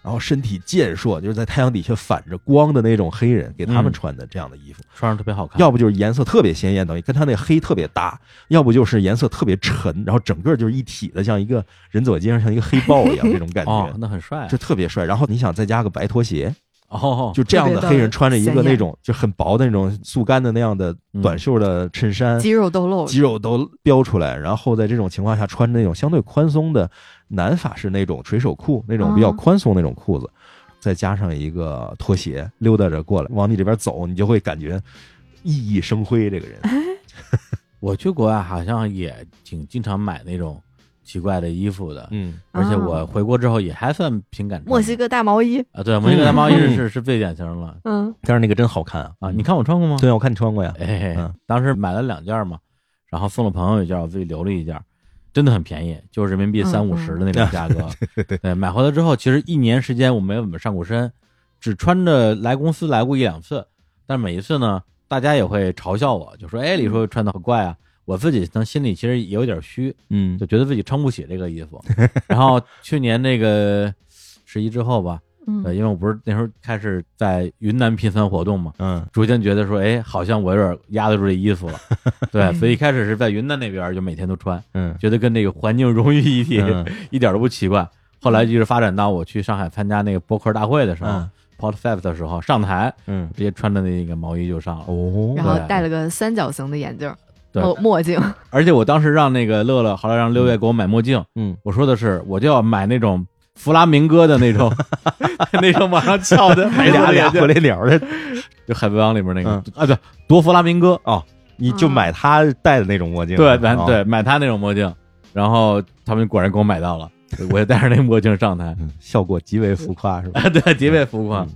[SPEAKER 3] 然后身体健硕，就是在太阳底下反着光的那种黑人，给他们
[SPEAKER 1] 嗯
[SPEAKER 3] 穿的这样的衣服，
[SPEAKER 1] 穿上特别好看，
[SPEAKER 3] 要不就是颜色特别鲜艳，等于跟他那黑特别搭；要不就是颜色特别沉，然后整个就是一体的，像一个人走在街上像一个黑豹一样这种感
[SPEAKER 1] 哦
[SPEAKER 3] 觉，，
[SPEAKER 1] 那很帅啊
[SPEAKER 3] 就，特别帅。然后你想再加个白拖鞋，
[SPEAKER 1] 哦，
[SPEAKER 3] 就这样的
[SPEAKER 2] 特别的
[SPEAKER 3] 黑人穿着一个
[SPEAKER 2] 显眼
[SPEAKER 3] 那种就很薄的那种速干的那样的
[SPEAKER 1] 嗯
[SPEAKER 2] 嗯
[SPEAKER 3] 短袖的衬衫，
[SPEAKER 2] 肌肉都露了
[SPEAKER 3] 肌。肉都飙出来，然后在这种情况下穿着那种相对宽松的南法式那种垂手裤，那种比
[SPEAKER 2] 啊
[SPEAKER 3] 较宽松那种裤子，再加上一个拖鞋，溜达着过来往你这边走，你就会感觉熠熠生辉。这个
[SPEAKER 2] *laughs*
[SPEAKER 3] 人，
[SPEAKER 1] 我去国外好像也挺经常买那种奇怪的衣服的，
[SPEAKER 3] 嗯，
[SPEAKER 1] 而且
[SPEAKER 2] 啊
[SPEAKER 1] 我回国之后也还算挺敢穿的。
[SPEAKER 2] 墨西哥大毛衣，
[SPEAKER 1] 啊，对，墨西哥大毛衣
[SPEAKER 3] 嗯
[SPEAKER 1] 是是最典型的了
[SPEAKER 2] 嗯，
[SPEAKER 3] 但是那个真好看啊！
[SPEAKER 1] 啊！你看我穿过吗？
[SPEAKER 3] 对啊，我看你穿过呀，
[SPEAKER 1] 哎，
[SPEAKER 3] 嗯
[SPEAKER 1] 当时买了两件嘛，然后送了朋友一件，我自己留了一件，真的很便宜，就是人民币
[SPEAKER 2] 嗯
[SPEAKER 1] 三五十的那种价格。对，买回来之后，其实一年时间我没有怎么上过身，只穿着来公司来过一两次，但每一次呢，大家也会嘲笑我，就说：“哎，李叔穿的好怪啊！”我自己呢心里其实也有点虚，
[SPEAKER 3] 嗯
[SPEAKER 1] 就觉得自己撑不起这个衣服。然后去年那个十一之后吧，呃，
[SPEAKER 2] 嗯，
[SPEAKER 1] 因为我不是那时候开始在云南拼团活动嘛，
[SPEAKER 3] 嗯
[SPEAKER 1] 逐渐觉得说，哎，好像我有点压得住这衣服
[SPEAKER 3] *laughs*
[SPEAKER 1] 了，对，所以一开始是在云南那边儿就每天都穿，
[SPEAKER 3] 嗯， *laughs*
[SPEAKER 1] 觉得跟这个环境融于一体，
[SPEAKER 3] 嗯
[SPEAKER 1] *laughs* 一点儿都不奇怪。后来就是发展到我去上海参加那个播客大会的时候、
[SPEAKER 3] 嗯
[SPEAKER 1] p o d f e s t 的时候，上台
[SPEAKER 3] 嗯，
[SPEAKER 1] 直接穿着那个毛衣就上了。
[SPEAKER 3] 哦
[SPEAKER 2] 然后
[SPEAKER 1] 对
[SPEAKER 2] 戴了个三角形的眼镜，
[SPEAKER 1] 对
[SPEAKER 2] 墨墨镜，
[SPEAKER 1] 而且我当时让那个乐乐，后来让六月给我买墨镜，
[SPEAKER 3] 嗯，
[SPEAKER 1] 我说的是我就要买那种弗拉明哥的那
[SPEAKER 3] *laughs*
[SPEAKER 1] 种，那种往上翘的
[SPEAKER 3] 还俩哎俩
[SPEAKER 1] 就
[SPEAKER 3] 回来聊的，
[SPEAKER 2] 嗯
[SPEAKER 1] 就海贼王里边那个、
[SPEAKER 3] 嗯
[SPEAKER 1] 啊，对，夺弗拉明哥
[SPEAKER 3] 你就买他戴的那种墨镜，
[SPEAKER 1] 对，买
[SPEAKER 3] 哦，
[SPEAKER 1] 对买他那种墨镜，然后他们果然给我买到了，我也戴着那墨镜上台 *laughs*
[SPEAKER 3] 嗯效果极为浮夸，是吧？
[SPEAKER 1] 啊，对，极为浮夸。
[SPEAKER 3] 嗯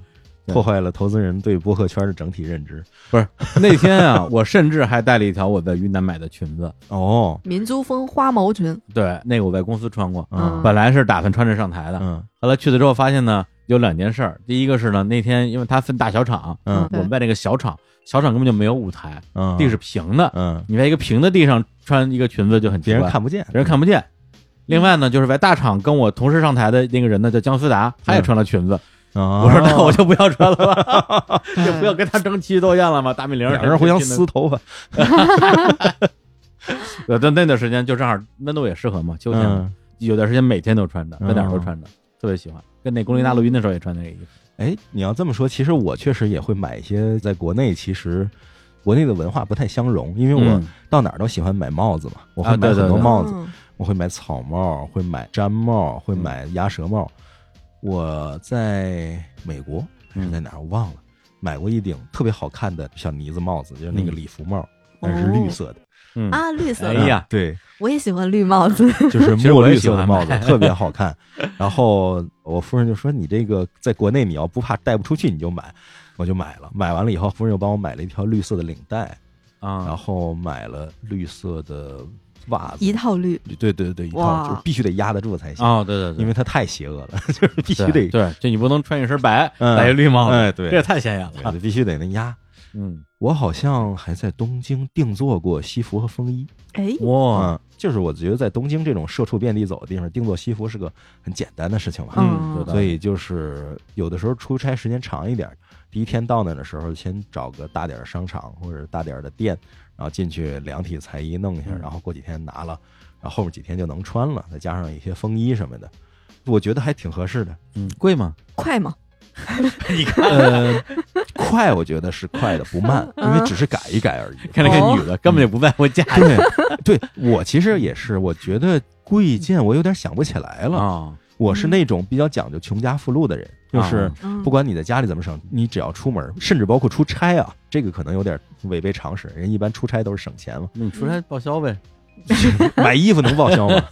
[SPEAKER 3] 破坏了投资人对播客圈的整体认知。
[SPEAKER 1] *laughs* 那天啊，我甚至还带了一条我在云南买的裙子，
[SPEAKER 3] 哦，
[SPEAKER 2] 民族风花毛裙，
[SPEAKER 1] 对，那个我在公司穿过，
[SPEAKER 2] 嗯
[SPEAKER 1] 本来是打算穿着上台的，
[SPEAKER 3] 啊嗯
[SPEAKER 1] 后来去了之后发现呢，有两件事儿，第一个是呢，那天因为它分大小场，
[SPEAKER 3] 嗯
[SPEAKER 1] 我
[SPEAKER 2] 对
[SPEAKER 1] 们在那个小场，小场根本就没有舞台，
[SPEAKER 3] 嗯，
[SPEAKER 1] 地是平的，
[SPEAKER 3] 嗯，
[SPEAKER 1] 你在一个平的地上穿一个裙子就很奇
[SPEAKER 3] 别人
[SPEAKER 1] 怪
[SPEAKER 3] 看不见，
[SPEAKER 1] 人看不见。另外呢，就是在大厂跟我同时上台的那个人呢，叫姜思达，他也穿了裙子。
[SPEAKER 3] 啊
[SPEAKER 1] 我说那我就不要穿了吧，
[SPEAKER 2] 对
[SPEAKER 1] *laughs* 不要跟他争奇斗艳了嘛。大米玲儿
[SPEAKER 3] 两人互相撕，头发，
[SPEAKER 1] 呃，但那段时间就正好温度也适合嘛，秋天嘛
[SPEAKER 3] 嗯。
[SPEAKER 1] 有段时间每天都穿着，
[SPEAKER 3] 嗯
[SPEAKER 1] 在哪儿都穿着，特别喜欢。跟那龚琳娜录音的时候也穿那个衣服。
[SPEAKER 3] 哎，你要这么说，其实我确实也会买一些在国内，其实国内的文化不太相容，因为我
[SPEAKER 1] 嗯
[SPEAKER 3] 到哪儿都喜欢买帽子嘛，我
[SPEAKER 1] 啊
[SPEAKER 3] 会买
[SPEAKER 1] 对对
[SPEAKER 3] 很多
[SPEAKER 1] 对
[SPEAKER 3] 帽子，
[SPEAKER 2] 嗯
[SPEAKER 3] 我会买草帽，会买毡帽，会买
[SPEAKER 1] 嗯
[SPEAKER 3] 鸭舌帽。我在美国还
[SPEAKER 1] 嗯
[SPEAKER 3] 是在哪儿我忘了，买过一顶特别好看的小呢子帽子，就是那个
[SPEAKER 1] 嗯
[SPEAKER 3] 礼服帽，但是绿色的。
[SPEAKER 1] 嗯，
[SPEAKER 2] 啊，绿色
[SPEAKER 1] 哎
[SPEAKER 2] 的，
[SPEAKER 1] 呀
[SPEAKER 3] 啊对，
[SPEAKER 2] 我也喜欢绿帽子， *laughs*
[SPEAKER 1] *laughs*
[SPEAKER 3] 就是
[SPEAKER 1] 其实
[SPEAKER 3] 墨
[SPEAKER 1] 我也
[SPEAKER 3] 绿
[SPEAKER 1] 喜
[SPEAKER 3] 色的
[SPEAKER 1] 欢
[SPEAKER 3] 帽子，特别好看。 *laughs* 然后我夫人就说：“你这个在国内你要不怕带不出去，你就买。”我就买了，买完了以后，夫人又帮我买了一条绿色的领带，然
[SPEAKER 1] 啊，
[SPEAKER 3] 后买了绿色的袜子
[SPEAKER 2] 一，套绿，
[SPEAKER 3] 对对对对，一套
[SPEAKER 2] 哇
[SPEAKER 3] 就是必须得压得住才行，
[SPEAKER 1] 哦，对对对，
[SPEAKER 3] 因为它太邪恶
[SPEAKER 1] *laughs*
[SPEAKER 3] 了，就是必须
[SPEAKER 1] 对
[SPEAKER 3] 得，
[SPEAKER 1] 对，就你不能穿一身白
[SPEAKER 3] 嗯
[SPEAKER 1] 戴一绿帽子，
[SPEAKER 3] 哎
[SPEAKER 1] 这
[SPEAKER 3] 对
[SPEAKER 1] 也太显眼了。
[SPEAKER 3] 对，必须得那压。
[SPEAKER 1] 嗯，
[SPEAKER 3] 我好像还在东京定做过西服和风衣，
[SPEAKER 2] 哎，
[SPEAKER 1] 哇，
[SPEAKER 3] 嗯，就是我觉得在东京这种社畜遍地走的地方，定做西服是个很简单的事情嘛。
[SPEAKER 1] 嗯，
[SPEAKER 2] 嗯
[SPEAKER 1] 有道理
[SPEAKER 3] 所以就是有的时候出差时间长一点儿，第一天到那的时候，先找个大点儿的商场或者大点儿的店，然后进去量体裁衣弄一下
[SPEAKER 1] 嗯，
[SPEAKER 3] 然后过几天拿了，然后后面几天就能穿了，再加上一些风衣什么的，我觉得还挺合适的。
[SPEAKER 1] 嗯，贵
[SPEAKER 2] *laughs*
[SPEAKER 1] 吗？
[SPEAKER 2] 快吗？
[SPEAKER 1] 你看，
[SPEAKER 3] 呃，快我觉得是快的，不慢，
[SPEAKER 1] 嗯
[SPEAKER 3] 因为只是改一改而已。
[SPEAKER 1] 看那个
[SPEAKER 2] 哦
[SPEAKER 1] 女的根本就不在乎价格
[SPEAKER 3] *laughs* 对，对我其实也是，我觉得贵贱我有点想不起来了。
[SPEAKER 1] 啊，
[SPEAKER 3] 我是那种比较讲究穷家富路的人，就是
[SPEAKER 1] 啊。，
[SPEAKER 2] 嗯
[SPEAKER 3] 不管你在家里怎么省，你只要出门，甚至包括出差啊，这个可能有点违背常识。人一般出差都是省钱嘛
[SPEAKER 1] *laughs* 那你出差报销呗。
[SPEAKER 3] 买衣服能报销吗？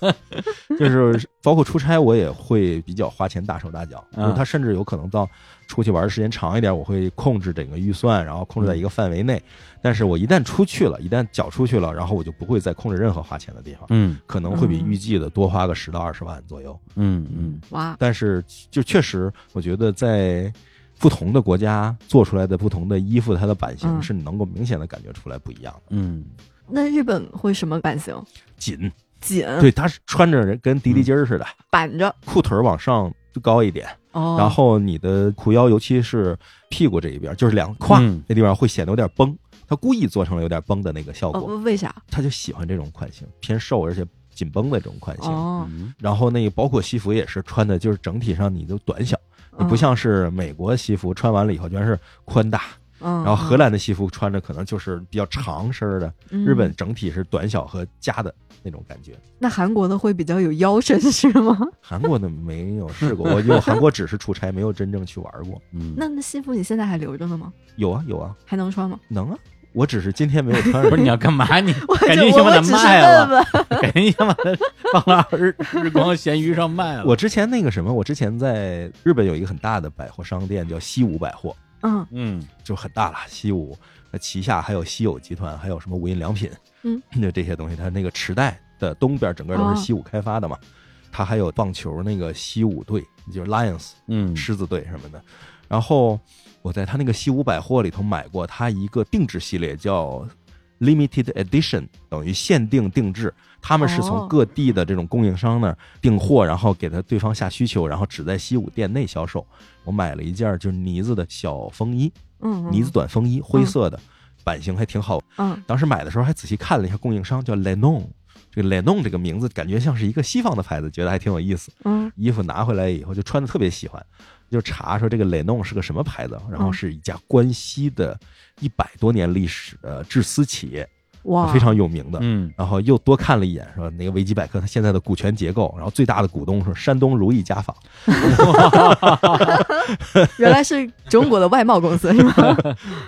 [SPEAKER 3] *laughs* 就是包括出差，我也会比较花钱大手大脚。
[SPEAKER 1] 嗯
[SPEAKER 3] 就是他甚至有可能到出去玩的时间长一点，我会控制整个预算，然后控制
[SPEAKER 1] 嗯
[SPEAKER 3] 在一个范围内。但是我一旦出去了，一旦脚出去了，然后我就不会再控制任何花钱的地方，
[SPEAKER 1] 嗯
[SPEAKER 3] 可能会比
[SPEAKER 2] 嗯
[SPEAKER 3] 预计的多花个十到二十万左右。
[SPEAKER 1] 嗯嗯
[SPEAKER 2] 哇，
[SPEAKER 3] 但是就确实，我觉得在不同的国家做出来的不同的衣服，它的版型
[SPEAKER 2] 嗯
[SPEAKER 3] 是能够明显的感觉出来不一样的。
[SPEAKER 1] 嗯，
[SPEAKER 2] 那日本会什么版型？
[SPEAKER 3] 紧，
[SPEAKER 2] 紧，
[SPEAKER 3] 对，它是穿着人跟迪丽筋儿似的，
[SPEAKER 2] 板着。
[SPEAKER 3] 裤腿儿往上就高一点，
[SPEAKER 2] 哦，
[SPEAKER 3] 然后你的裤腰，尤其是屁股这一边，就是两胯、
[SPEAKER 1] 嗯
[SPEAKER 3] 那地方会显得有点崩。他故意做成了有点崩的那个效
[SPEAKER 2] 呃
[SPEAKER 3] 果，
[SPEAKER 2] 为啥？
[SPEAKER 3] 他就喜欢这种款型，偏瘦而且紧绷的这种款型。
[SPEAKER 2] 哦，
[SPEAKER 1] 嗯
[SPEAKER 3] 然后那个包括西服也是穿的，就是整体上你都短小，你
[SPEAKER 2] 嗯
[SPEAKER 3] 不，像是美国西服穿完了以后全是宽大，
[SPEAKER 2] 然
[SPEAKER 3] 然后
[SPEAKER 2] 嗯
[SPEAKER 3] 荷兰的西服穿着可能就是比较长身儿的，日本整体是短小和夹的那种感觉。
[SPEAKER 2] 那韩国的会比较有腰身是吗？ *laughs*
[SPEAKER 3] 韩国的没有试过，我因为我韩国只是出差，没有真正去玩过。
[SPEAKER 1] 嗯，
[SPEAKER 2] 那那西服你现在还留着呢吗？
[SPEAKER 3] 有啊有啊，
[SPEAKER 2] 还能穿吗？
[SPEAKER 3] 能啊，我只是今天没有穿
[SPEAKER 1] 不
[SPEAKER 3] 而
[SPEAKER 1] 是
[SPEAKER 3] 已。
[SPEAKER 1] 你要干嘛？ *laughs* 你
[SPEAKER 2] 我
[SPEAKER 1] 感
[SPEAKER 2] 就
[SPEAKER 1] 觉你
[SPEAKER 2] 我
[SPEAKER 1] 想把
[SPEAKER 2] 我
[SPEAKER 1] 它
[SPEAKER 2] 只是
[SPEAKER 1] 卖
[SPEAKER 2] 问
[SPEAKER 1] 了， *laughs*
[SPEAKER 2] 问，
[SPEAKER 1] 感觉你想把它放到日日光闲鱼上卖了。
[SPEAKER 3] *laughs* 我之前那个什么，我之前在日本有一个很大的百货商店叫西武百货，
[SPEAKER 2] 嗯
[SPEAKER 1] 嗯
[SPEAKER 3] 就很大了。西武呃旗下还有西友集团，还有什么无印良品，
[SPEAKER 2] 嗯，
[SPEAKER 3] *clears throat* 就这些东西。它那个池袋的东边整个都
[SPEAKER 2] 哦
[SPEAKER 3] 是西武开发的嘛。它还有棒球那个西武队，就是 Lions
[SPEAKER 1] 嗯
[SPEAKER 3] 狮子队什么的。然后我在他那个西武百货里头买过他一个定制系列，叫 Limited Edition，等于限定定制。他们是从
[SPEAKER 2] 哦
[SPEAKER 3] 各地的这种供应商那儿订货，然后给他对方下需求，然后只在西武店内销售。我买了一件就是呢子的小风衣，
[SPEAKER 2] 嗯，
[SPEAKER 3] 呢子短风衣，灰色的，版型还挺好。
[SPEAKER 2] 嗯
[SPEAKER 3] 当时买的时候还仔细看了一下供应商，叫 Lenon。这个 Lenon 这个名字感觉像是一个西方的牌子，觉得还挺有意思。
[SPEAKER 2] 嗯
[SPEAKER 3] 衣服拿回来以后就穿的特别喜欢，就查说这个雷弄是个什么牌子，然后
[SPEAKER 2] 嗯
[SPEAKER 3] 是一家关西的一百多年历史的制丝企业，
[SPEAKER 2] 哇，
[SPEAKER 3] 非常有名的。
[SPEAKER 1] 嗯
[SPEAKER 3] 然后又多看了一眼，说那个维基百科它现在的股权结构，然后最大的股东是山东如意
[SPEAKER 2] *laughs*
[SPEAKER 3] 家纺，
[SPEAKER 2] 原来是中国的外贸公
[SPEAKER 3] *laughs*
[SPEAKER 2] 司是吗？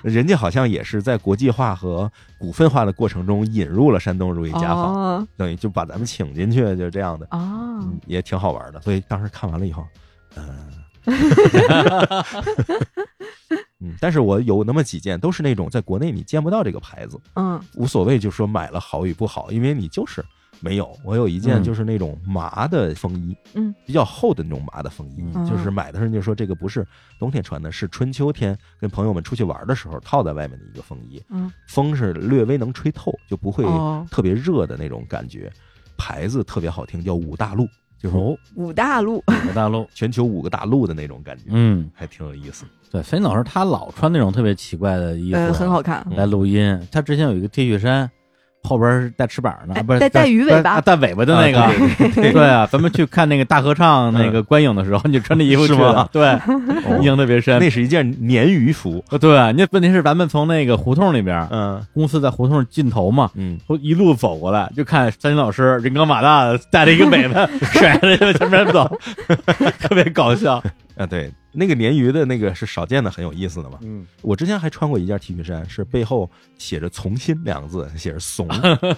[SPEAKER 3] 人家好像也是在国际化和股份化的过程中引入了山东如意家纺，
[SPEAKER 2] 哦
[SPEAKER 3] 等于就把咱们请进去，就这样的。
[SPEAKER 2] 哦
[SPEAKER 3] 嗯，也挺好玩的。所以当时看完了以后，
[SPEAKER 2] *laughs*
[SPEAKER 3] 嗯、嗯，但是我有那么几件都是那种在国内你见不到这个牌子，
[SPEAKER 2] 嗯
[SPEAKER 3] 无所谓，就说买了好与不好，因为你就是没有。我有一件
[SPEAKER 1] 嗯
[SPEAKER 3] 就是那种麻的风衣，
[SPEAKER 2] 嗯，
[SPEAKER 3] 比较厚的那种麻的风衣，
[SPEAKER 1] 嗯
[SPEAKER 3] 就是买的时候就说这个不是冬天穿的，是春秋天跟朋友们出去玩的时候套在外面的一个风衣，
[SPEAKER 2] 嗯，
[SPEAKER 3] 风是略微能吹透，就不会
[SPEAKER 2] 哦，
[SPEAKER 3] 特别热的那种感觉。牌子特别好听，叫五大陆，就是
[SPEAKER 1] 哦，
[SPEAKER 2] 五大陆，
[SPEAKER 1] 五个大陆，
[SPEAKER 3] 全球五个大陆的那种感觉，
[SPEAKER 1] 嗯，
[SPEAKER 3] 还挺有意思。
[SPEAKER 1] 对，飞老师他老穿那种特别奇怪的衣服啊，
[SPEAKER 2] 呃，很好看。
[SPEAKER 1] 来录音。他之前有一个 T 恤衫，后边是带翅膀的，
[SPEAKER 2] 哎
[SPEAKER 1] 啊不是
[SPEAKER 2] 带带鱼尾巴
[SPEAKER 1] 啊带尾巴的那个。
[SPEAKER 3] 啊对对对
[SPEAKER 1] 对嗯啊，咱们去看那个大合唱那个观影的时候，你就穿这衣服去
[SPEAKER 3] 是吗
[SPEAKER 1] 的，对，印象特别深。
[SPEAKER 3] 那是一件鲶鱼服，
[SPEAKER 1] 呃对，那问题是咱们从那个胡同里边，
[SPEAKER 3] 嗯
[SPEAKER 1] 公司在胡同尽头嘛，
[SPEAKER 3] 嗯，
[SPEAKER 1] 都一路走过来，就看三星老师人高马大的 *laughs* 带着一个尾巴甩着在前面走， *laughs* 特别搞笑。
[SPEAKER 3] 啊对，那个鲶鱼的那个是少见的，很有意思的嘛。
[SPEAKER 1] 嗯，
[SPEAKER 3] 我之前还穿过一件 T 恤衫，是背后写着“从心”两个字，写着
[SPEAKER 1] *laughs*
[SPEAKER 3] “怂”，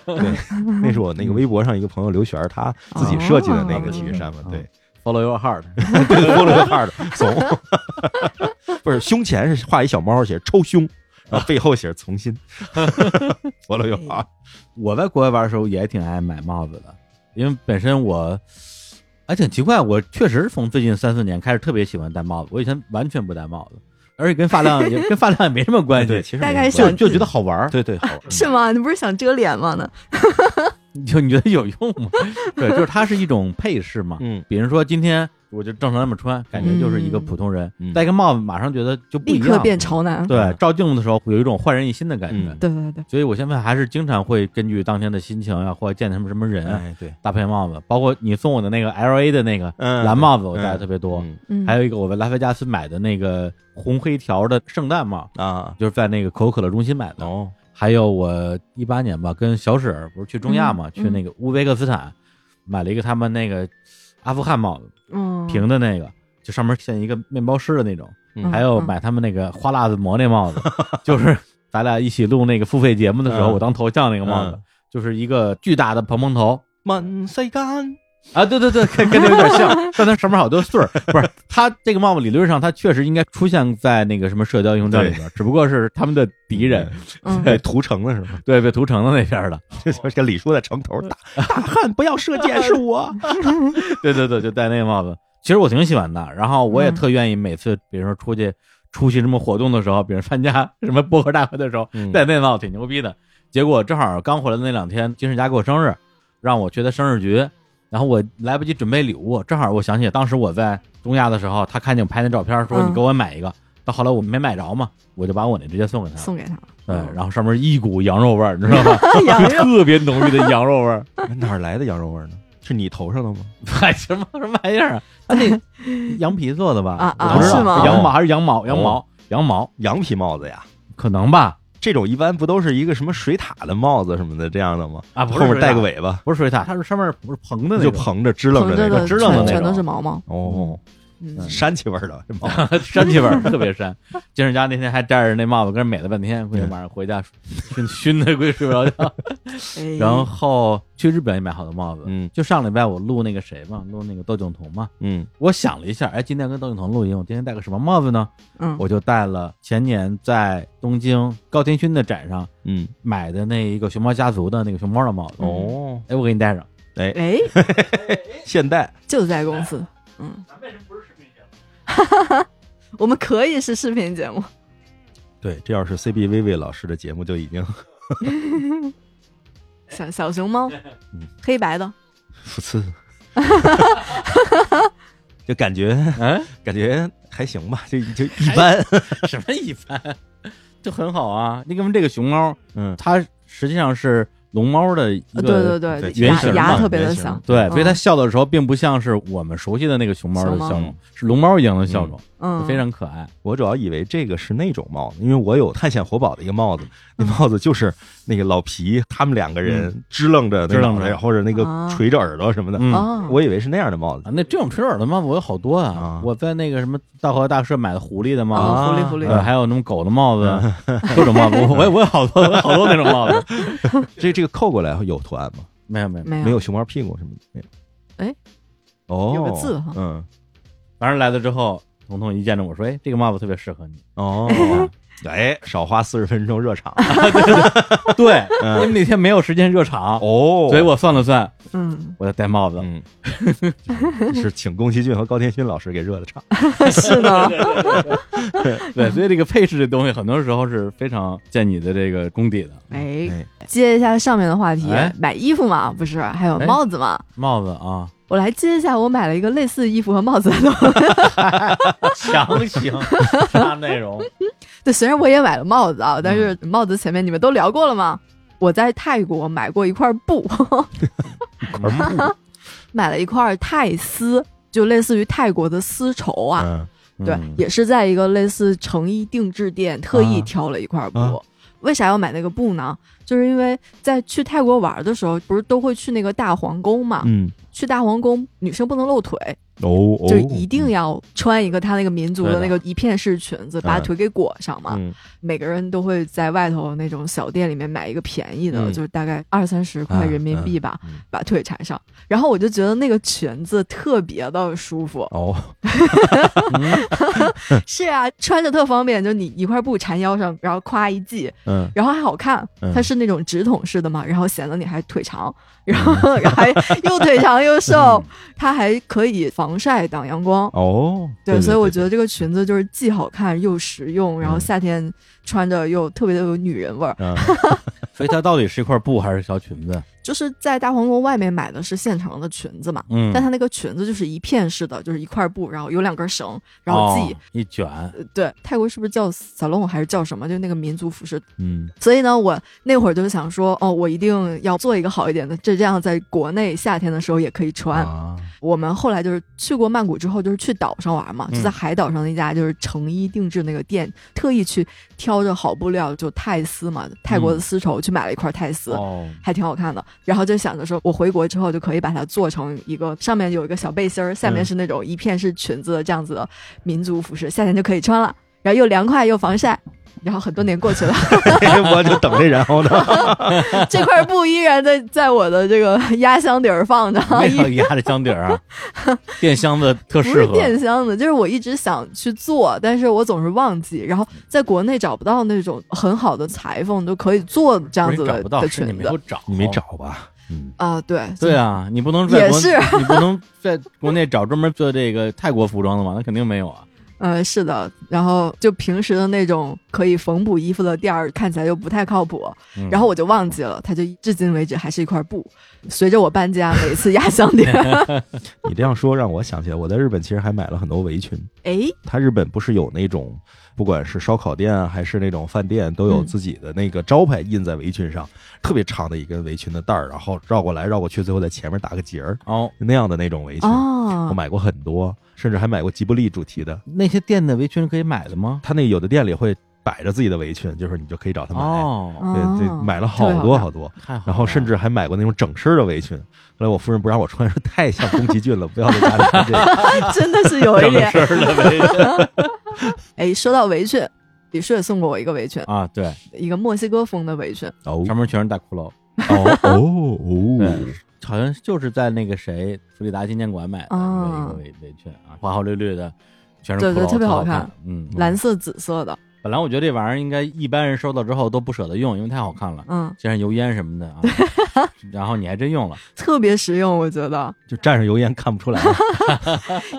[SPEAKER 3] 对，那是我那个微博上一个朋友刘璇儿他自己设计的
[SPEAKER 1] 哦
[SPEAKER 3] 那个 T 恤衫嘛，对，
[SPEAKER 1] *laughs* follow your heart， *laughs*
[SPEAKER 3] *laughs* 对，多了个 heart，怂， *laughs* 不是胸前是画一小猫，写着“抽胸”，然后背后写着“从心”， *laughs* 多了个 heart，
[SPEAKER 1] 我在国外玩的时候也挺爱买帽子的，因为本身我还挺奇怪，我确实从最近三四年开始特别喜欢戴帽子，我以前完全不戴帽子，而且跟发量也 *laughs* 跟发量也没什么关
[SPEAKER 3] 哎对，
[SPEAKER 1] 系，
[SPEAKER 3] 其实
[SPEAKER 2] 大
[SPEAKER 3] 没
[SPEAKER 2] 概
[SPEAKER 3] 有
[SPEAKER 2] 是
[SPEAKER 1] 就就觉得好玩儿，
[SPEAKER 3] 对对好
[SPEAKER 1] *laughs*
[SPEAKER 3] 玩。
[SPEAKER 2] 是吗？你不是想遮脸吗？呢，
[SPEAKER 1] 就你觉得有用
[SPEAKER 3] *laughs*
[SPEAKER 1] 吗？对，就是它是一种配饰嘛。
[SPEAKER 3] 嗯，
[SPEAKER 1] 比如说今天我就正常那么穿，感觉就是一个普通人，
[SPEAKER 3] 嗯
[SPEAKER 1] 戴个帽子马上觉得就不一
[SPEAKER 2] 立
[SPEAKER 1] 样，
[SPEAKER 2] 刻变潮男。
[SPEAKER 1] 对，照镜子的时候有一种焕然一新的感觉。
[SPEAKER 3] 嗯
[SPEAKER 2] 对对对，
[SPEAKER 1] 所以我现在还是经常会根据当天的心情呀、或者见什么什么人啊，
[SPEAKER 3] 哎，对，
[SPEAKER 1] 搭配帽子。包括你送我的那个 L A 的那个
[SPEAKER 3] 嗯
[SPEAKER 1] 蓝帽子，我戴的特别多。
[SPEAKER 3] 嗯
[SPEAKER 2] 嗯，
[SPEAKER 1] 还有一个我在拉菲加斯买的那个红黑条的圣诞帽，
[SPEAKER 3] 啊，
[SPEAKER 1] 就是在那个可口可乐中心买的。
[SPEAKER 3] 哦，
[SPEAKER 1] 还有我一八年吧，跟小史儿不是去中亚嘛，
[SPEAKER 2] 嗯
[SPEAKER 1] 去那个乌兹别克斯坦，买了一个他们那个阿富汗帽子，
[SPEAKER 2] 嗯，
[SPEAKER 1] 平的那个，就上面像一个面包师的那种。
[SPEAKER 3] 嗯
[SPEAKER 1] 还有买他们那个花辣子馍那帽 *laughs* 子，就是咱俩一起录那个付费节目的时候，
[SPEAKER 3] 嗯
[SPEAKER 1] 我当头像那个帽子，就是一个巨大的蓬蓬头。
[SPEAKER 3] 满塞干，
[SPEAKER 1] 啊，对对对，跟跟这有点 *laughs* 像，但它上面好多穗儿。不是，它这个帽子理论上它确实应该出现在那个什么《射雕英雄传》里边，只不过是他们的敌人，
[SPEAKER 2] 嗯，
[SPEAKER 3] 对，屠城了是吧？ *laughs*
[SPEAKER 1] 对，被屠城的那边儿的。
[SPEAKER 3] 这就是跟李叔在城头
[SPEAKER 1] *laughs*
[SPEAKER 3] 大大汉不要射箭，是我。
[SPEAKER 1] 对对对，就戴那个帽子。其实我挺喜欢的，然后我也
[SPEAKER 2] 嗯
[SPEAKER 1] 特愿意每次，比如说出去出席什么活动的时候，比如参加 *laughs* 什么薄荷大会的时候， *laughs*
[SPEAKER 3] 嗯
[SPEAKER 1] 在那闹挺牛逼的。结果正好刚回来的那两天，金世佳过生日，让我去他生日局，然后我来不及准备礼物，正好我想起当时我在东亚的时候，他看见我拍那照片，说
[SPEAKER 2] 嗯
[SPEAKER 1] 你给我买一个。到后来我没买着嘛，我就把我那直接送给他了，
[SPEAKER 2] 送给他。
[SPEAKER 1] 对，然后上面一股羊肉味儿，你知道吗？
[SPEAKER 2] *laughs* 羊肉
[SPEAKER 1] *laughs* 特别浓郁的羊肉味儿，
[SPEAKER 3] 哪儿来的羊肉味儿呢？是你头上的吗？
[SPEAKER 1] 嗨，什么什么玩意儿啊？他那 *laughs* 羊皮做的吧？
[SPEAKER 2] 啊
[SPEAKER 1] 我
[SPEAKER 2] 啊
[SPEAKER 1] 不知道
[SPEAKER 2] 是吗
[SPEAKER 1] 羊毛还是羊毛？
[SPEAKER 3] 哦
[SPEAKER 1] 羊毛？羊毛？
[SPEAKER 3] 羊皮帽子呀，
[SPEAKER 1] 可能吧？
[SPEAKER 3] 这种一般不都是一个什么水獭的帽子什么的这样的吗？
[SPEAKER 1] 啊，不是
[SPEAKER 3] 后面
[SPEAKER 1] 水獭
[SPEAKER 3] 带个，尾巴，
[SPEAKER 1] 不是水獭，它是上面不是 *laughs* 蓬的那
[SPEAKER 3] 就
[SPEAKER 1] 种，
[SPEAKER 3] 蓬着支棱
[SPEAKER 2] 横着
[SPEAKER 3] 着那
[SPEAKER 2] 的
[SPEAKER 3] 个
[SPEAKER 1] 知道的
[SPEAKER 2] 全
[SPEAKER 1] 那
[SPEAKER 2] 全
[SPEAKER 1] 种
[SPEAKER 2] 都是毛毛，
[SPEAKER 3] 哦，
[SPEAKER 2] 嗯，
[SPEAKER 3] 膻气味儿的这帽子。
[SPEAKER 1] 膻气味 *laughs* 儿特别膻。金世佳那天还戴着那帽子跟人美了半天，估计晚上回家熏熏的，估计睡不着 *laughs* 觉。
[SPEAKER 2] 哎
[SPEAKER 1] 然后去日本也买好多帽子，
[SPEAKER 3] *laughs* 嗯
[SPEAKER 1] 就上礼拜我录那个谁嘛，录那个窦靖童嘛，
[SPEAKER 3] 嗯
[SPEAKER 1] 我想了一下，哎，今天跟窦靖童录音，我今天戴个什么帽子呢？
[SPEAKER 2] 嗯，
[SPEAKER 1] 我就戴了前年在东京高天勋的展上
[SPEAKER 3] 嗯
[SPEAKER 1] 买的那一个熊猫家族的那个熊猫的帽子。
[SPEAKER 3] 哦，
[SPEAKER 1] 哎，我给你戴上。
[SPEAKER 2] 哎，
[SPEAKER 3] 现代
[SPEAKER 2] 就在公司，嗯， *laughs* 我们可以是视频节目，
[SPEAKER 3] 对，这要是 C B V V 老师的节目就
[SPEAKER 1] *laughs*
[SPEAKER 3] 已经 *laughs*
[SPEAKER 2] 小小熊猫
[SPEAKER 3] 嗯，
[SPEAKER 2] 黑白的，
[SPEAKER 3] 复次，就感觉
[SPEAKER 1] 嗯，哎
[SPEAKER 3] 感觉还行吧，就就一般。
[SPEAKER 1] *laughs* 什么一般，就很好啊。那个这个熊猫，
[SPEAKER 3] 嗯，
[SPEAKER 1] 它实际上是龙猫的一
[SPEAKER 2] 呃
[SPEAKER 1] 个
[SPEAKER 2] 对对对
[SPEAKER 3] 对，
[SPEAKER 1] 原
[SPEAKER 2] 牙
[SPEAKER 1] 型嘛
[SPEAKER 2] 牙特别
[SPEAKER 3] 原
[SPEAKER 2] 的
[SPEAKER 3] 型
[SPEAKER 2] 小，
[SPEAKER 1] 对所以它
[SPEAKER 2] 嗯
[SPEAKER 1] 笑的时候，并不像是我们熟悉的那个熊猫的
[SPEAKER 2] 小猫
[SPEAKER 1] 笑容，是龙猫一样的笑容，
[SPEAKER 2] 嗯，
[SPEAKER 1] 非常可爱。
[SPEAKER 3] 我主要以为这个是那种帽子，因为我有探险活宝的一个帽
[SPEAKER 1] 嗯
[SPEAKER 3] 子，那帽子就是那个老皮他们两个人支棱着那
[SPEAKER 1] 嗯支棱
[SPEAKER 3] 脑袋，
[SPEAKER 1] 着
[SPEAKER 3] 或者那个
[SPEAKER 2] 啊
[SPEAKER 3] 垂着耳朵什么的，
[SPEAKER 1] 嗯
[SPEAKER 2] 哦，
[SPEAKER 3] 我以为是那样的帽子
[SPEAKER 1] 啊，那这种垂耳的帽子我有好多啊
[SPEAKER 3] 啊！
[SPEAKER 1] 我在那个什么大河大社买的狐狸的帽子，
[SPEAKER 2] 啊狐狸狐狸
[SPEAKER 1] 呃，还有那种狗的帽子，各种帽子，我我我有好多我有好多那种帽子。
[SPEAKER 2] *laughs*
[SPEAKER 3] 这这个扣过来有图案吗？
[SPEAKER 1] 没有没有，
[SPEAKER 2] 没
[SPEAKER 3] 没有熊猫屁股什么的，没有。
[SPEAKER 2] 哎，
[SPEAKER 3] 哦，
[SPEAKER 2] 有个字哈
[SPEAKER 3] 嗯，
[SPEAKER 1] 反正来了之后，彤彤一见着我说：“哎，这个帽子特别适合你。
[SPEAKER 2] *laughs*
[SPEAKER 3] 哦，哎，少花四十分钟热场 *laughs*
[SPEAKER 1] 对”
[SPEAKER 3] 嗯
[SPEAKER 1] 因为那天没有时间热场，
[SPEAKER 3] 哦
[SPEAKER 1] 所以我算了算，
[SPEAKER 2] 嗯，
[SPEAKER 1] 我要戴帽子。
[SPEAKER 3] 嗯， *laughs* 是请宫崎骏和高天勋老师给热的场。
[SPEAKER 2] 是呢，
[SPEAKER 1] *laughs* 对，所以这个配饰这东西，很多时候是非常见你的这个功底的。
[SPEAKER 2] 哎，
[SPEAKER 3] 哎，
[SPEAKER 2] 接一下上面的话题
[SPEAKER 1] 哎，
[SPEAKER 2] 买衣服嘛，不是还有
[SPEAKER 1] 哎
[SPEAKER 2] 帽子嘛？
[SPEAKER 1] 帽子啊，
[SPEAKER 2] 我来接一下，我买了一个类似衣服和帽子的东西。*laughs*
[SPEAKER 1] *laughs* 强行拉内容，
[SPEAKER 2] 对，虽然我也买了帽子
[SPEAKER 3] 嗯
[SPEAKER 2] 啊，但是帽子前面你们都聊过了吗？我在泰国买过一块布， *laughs* 买了一块泰丝，就类似于泰国的丝绸啊。
[SPEAKER 3] 嗯，
[SPEAKER 2] 对，也是在一个类似成衣定制店特意挑了一块布。
[SPEAKER 3] 啊
[SPEAKER 2] 为啥要买那个布呢？就是因为在去泰国玩的时候，不是都会去那个大皇宫嘛？
[SPEAKER 3] 嗯，
[SPEAKER 2] 去大皇宫，女生不能露腿，
[SPEAKER 3] 哦，哦
[SPEAKER 2] 就一定要穿一个她那个民族的那个一片式裙子，把
[SPEAKER 3] 嗯
[SPEAKER 2] 腿给裹上嘛。
[SPEAKER 3] 嗯
[SPEAKER 2] 每个人都会在外头那种小店里面买一个便宜的，
[SPEAKER 3] 嗯
[SPEAKER 2] 就是大概二三十块人民币吧，
[SPEAKER 3] 嗯嗯，
[SPEAKER 2] 把腿缠上。然后我就觉得那个裙子特别的舒服
[SPEAKER 3] 哦，
[SPEAKER 2] 是啊，穿着特方便，就你一块布缠腰上，然后夸一系，
[SPEAKER 3] 嗯，
[SPEAKER 2] 然后还好看
[SPEAKER 3] 嗯，
[SPEAKER 2] 它是那种直筒式的嘛，然后显得你还腿长，
[SPEAKER 3] 嗯
[SPEAKER 2] 然后 *laughs* 还又腿长又瘦，它还可以防晒挡阳光。
[SPEAKER 3] 哦，
[SPEAKER 2] 对，所以
[SPEAKER 3] *laughs*
[SPEAKER 2] 我觉
[SPEAKER 3] 得，
[SPEAKER 2] 得这个裙子就是既好看又实用，然后
[SPEAKER 3] 嗯
[SPEAKER 2] 夏天穿着又特别的有女人味儿。
[SPEAKER 3] 嗯，
[SPEAKER 1] 所以它到底是一块布还是条裙子？
[SPEAKER 2] 就是在大皇宫外面买的是现成的裙子嘛，
[SPEAKER 1] 嗯
[SPEAKER 2] 但它那个裙子就是一片式的，就是一块布，然后有两根绳，然后系。
[SPEAKER 1] 哦一卷，
[SPEAKER 2] 呃对，泰国是不是叫小龙还是叫什么？就那个民族服饰。
[SPEAKER 3] 嗯，
[SPEAKER 2] 所以呢，我那会儿就想说，哦，我一定要做一个好一点的，这这样在国内夏天的时候也可以穿。
[SPEAKER 3] 啊，
[SPEAKER 2] 我们后来就是去过曼谷之后，就是去岛上玩嘛，
[SPEAKER 1] 嗯
[SPEAKER 2] 就在海岛上那家就是成衣定制那个店，特意去挑着好布料，就泰丝嘛，泰国的丝绸，去买了一块泰丝。
[SPEAKER 1] 嗯哦，
[SPEAKER 2] 还挺好看的，然后就想着说，我回国之后就可以把它做成一个上面有一个小背心儿，下面
[SPEAKER 1] 嗯
[SPEAKER 2] 是那种一片是裙子的这样子的民族服饰，夏天就可以穿了，然后又凉快又防晒，然后很多年过去了， *laughs*
[SPEAKER 3] 哎我就等这然后呢，
[SPEAKER 2] 这块布依然在在我的这个压箱底儿放着， *laughs*
[SPEAKER 1] 为
[SPEAKER 2] 一
[SPEAKER 1] 啥压着箱底儿啊？
[SPEAKER 2] *laughs*
[SPEAKER 1] 电箱子特
[SPEAKER 2] 不
[SPEAKER 1] 适
[SPEAKER 2] 是
[SPEAKER 1] 合，
[SPEAKER 2] 电箱子，就是我一直想去做，但是我总是忘记，然后在国内找不到那种很好的裁缝都可以做这样
[SPEAKER 1] 不是
[SPEAKER 2] 子
[SPEAKER 1] 你找
[SPEAKER 2] 的
[SPEAKER 1] 不到，
[SPEAKER 2] 的
[SPEAKER 1] 是你
[SPEAKER 2] 裙
[SPEAKER 1] 没
[SPEAKER 2] 子
[SPEAKER 1] 有找，
[SPEAKER 3] *laughs* 你没。找吧？嗯，
[SPEAKER 2] 啊，对
[SPEAKER 1] *laughs* 对，啊，你不能在国
[SPEAKER 2] 也是
[SPEAKER 1] 你不能在国内找专门做这个泰国服装的嘛？那肯定没有啊。
[SPEAKER 2] 呃，是的，然后就平时的那种可以缝补衣服的店儿，看起来就不太靠谱。
[SPEAKER 1] 嗯
[SPEAKER 2] 然后我就忘记了，它就至今为止还是一块布。随着我搬家，每次压箱
[SPEAKER 1] *laughs*
[SPEAKER 2] 底，
[SPEAKER 3] *laughs* 你这样说让我想起来，我在日本其实还买了很多围裙。
[SPEAKER 2] 哎，
[SPEAKER 3] 它日本不是有那种，不管是烧烤店啊，还是那种饭店，都有
[SPEAKER 2] 嗯
[SPEAKER 3] 自己的那个招牌印在围裙上，特别长的一根围裙的带儿，然后绕过来绕过去，最后在前面打个结儿，
[SPEAKER 1] 哦，
[SPEAKER 3] 那样的那种围裙，我
[SPEAKER 2] 哦，
[SPEAKER 3] 买过很多，甚至还买过吉卜力主题的。
[SPEAKER 1] 那些店的围裙可以买的吗？
[SPEAKER 3] 他那有的店里会摆着自己的围裙，就是你就可以找他买。
[SPEAKER 1] 哦，
[SPEAKER 2] 哦
[SPEAKER 3] 对对，买了好
[SPEAKER 2] 特别
[SPEAKER 3] 多
[SPEAKER 2] 好
[SPEAKER 1] *laughs*
[SPEAKER 3] 好多，
[SPEAKER 1] 太好了。
[SPEAKER 3] 然后甚至还买过那种整身的围裙。后来我夫人不让我穿， *laughs* 说太像宫崎骏了，不要在家里穿这个。
[SPEAKER 2] 真的是有一点。
[SPEAKER 1] 整身的围裙
[SPEAKER 2] 哎，说到围裙，李叔也送过我一个围裙，
[SPEAKER 1] 啊，对，
[SPEAKER 2] 一个墨西哥风的围裙。 *laughs*
[SPEAKER 3] 哦
[SPEAKER 1] 上面全是大骷髅，
[SPEAKER 3] 哦哦哦！
[SPEAKER 1] 对好像就是在那个谁弗里达纪念馆买的那
[SPEAKER 2] 啊
[SPEAKER 1] 个围围裙啊，花花绿绿的，全
[SPEAKER 2] 对
[SPEAKER 1] 是骷
[SPEAKER 2] 对
[SPEAKER 1] 髅，
[SPEAKER 2] 特别
[SPEAKER 1] 好
[SPEAKER 2] 好
[SPEAKER 1] 看
[SPEAKER 2] 看。
[SPEAKER 1] 嗯，
[SPEAKER 2] 蓝色、紫色的，
[SPEAKER 1] 本来我觉得这玩意儿应该一般人收到之后都不舍得用，因为太好看
[SPEAKER 2] *laughs*
[SPEAKER 1] 了，
[SPEAKER 2] 嗯，
[SPEAKER 1] 加上油烟什么
[SPEAKER 2] *laughs*
[SPEAKER 1] 的啊。然后你还真用了，
[SPEAKER 2] 特别实用，我觉
[SPEAKER 1] *laughs*
[SPEAKER 2] 得
[SPEAKER 3] 就蘸上油烟看不出来。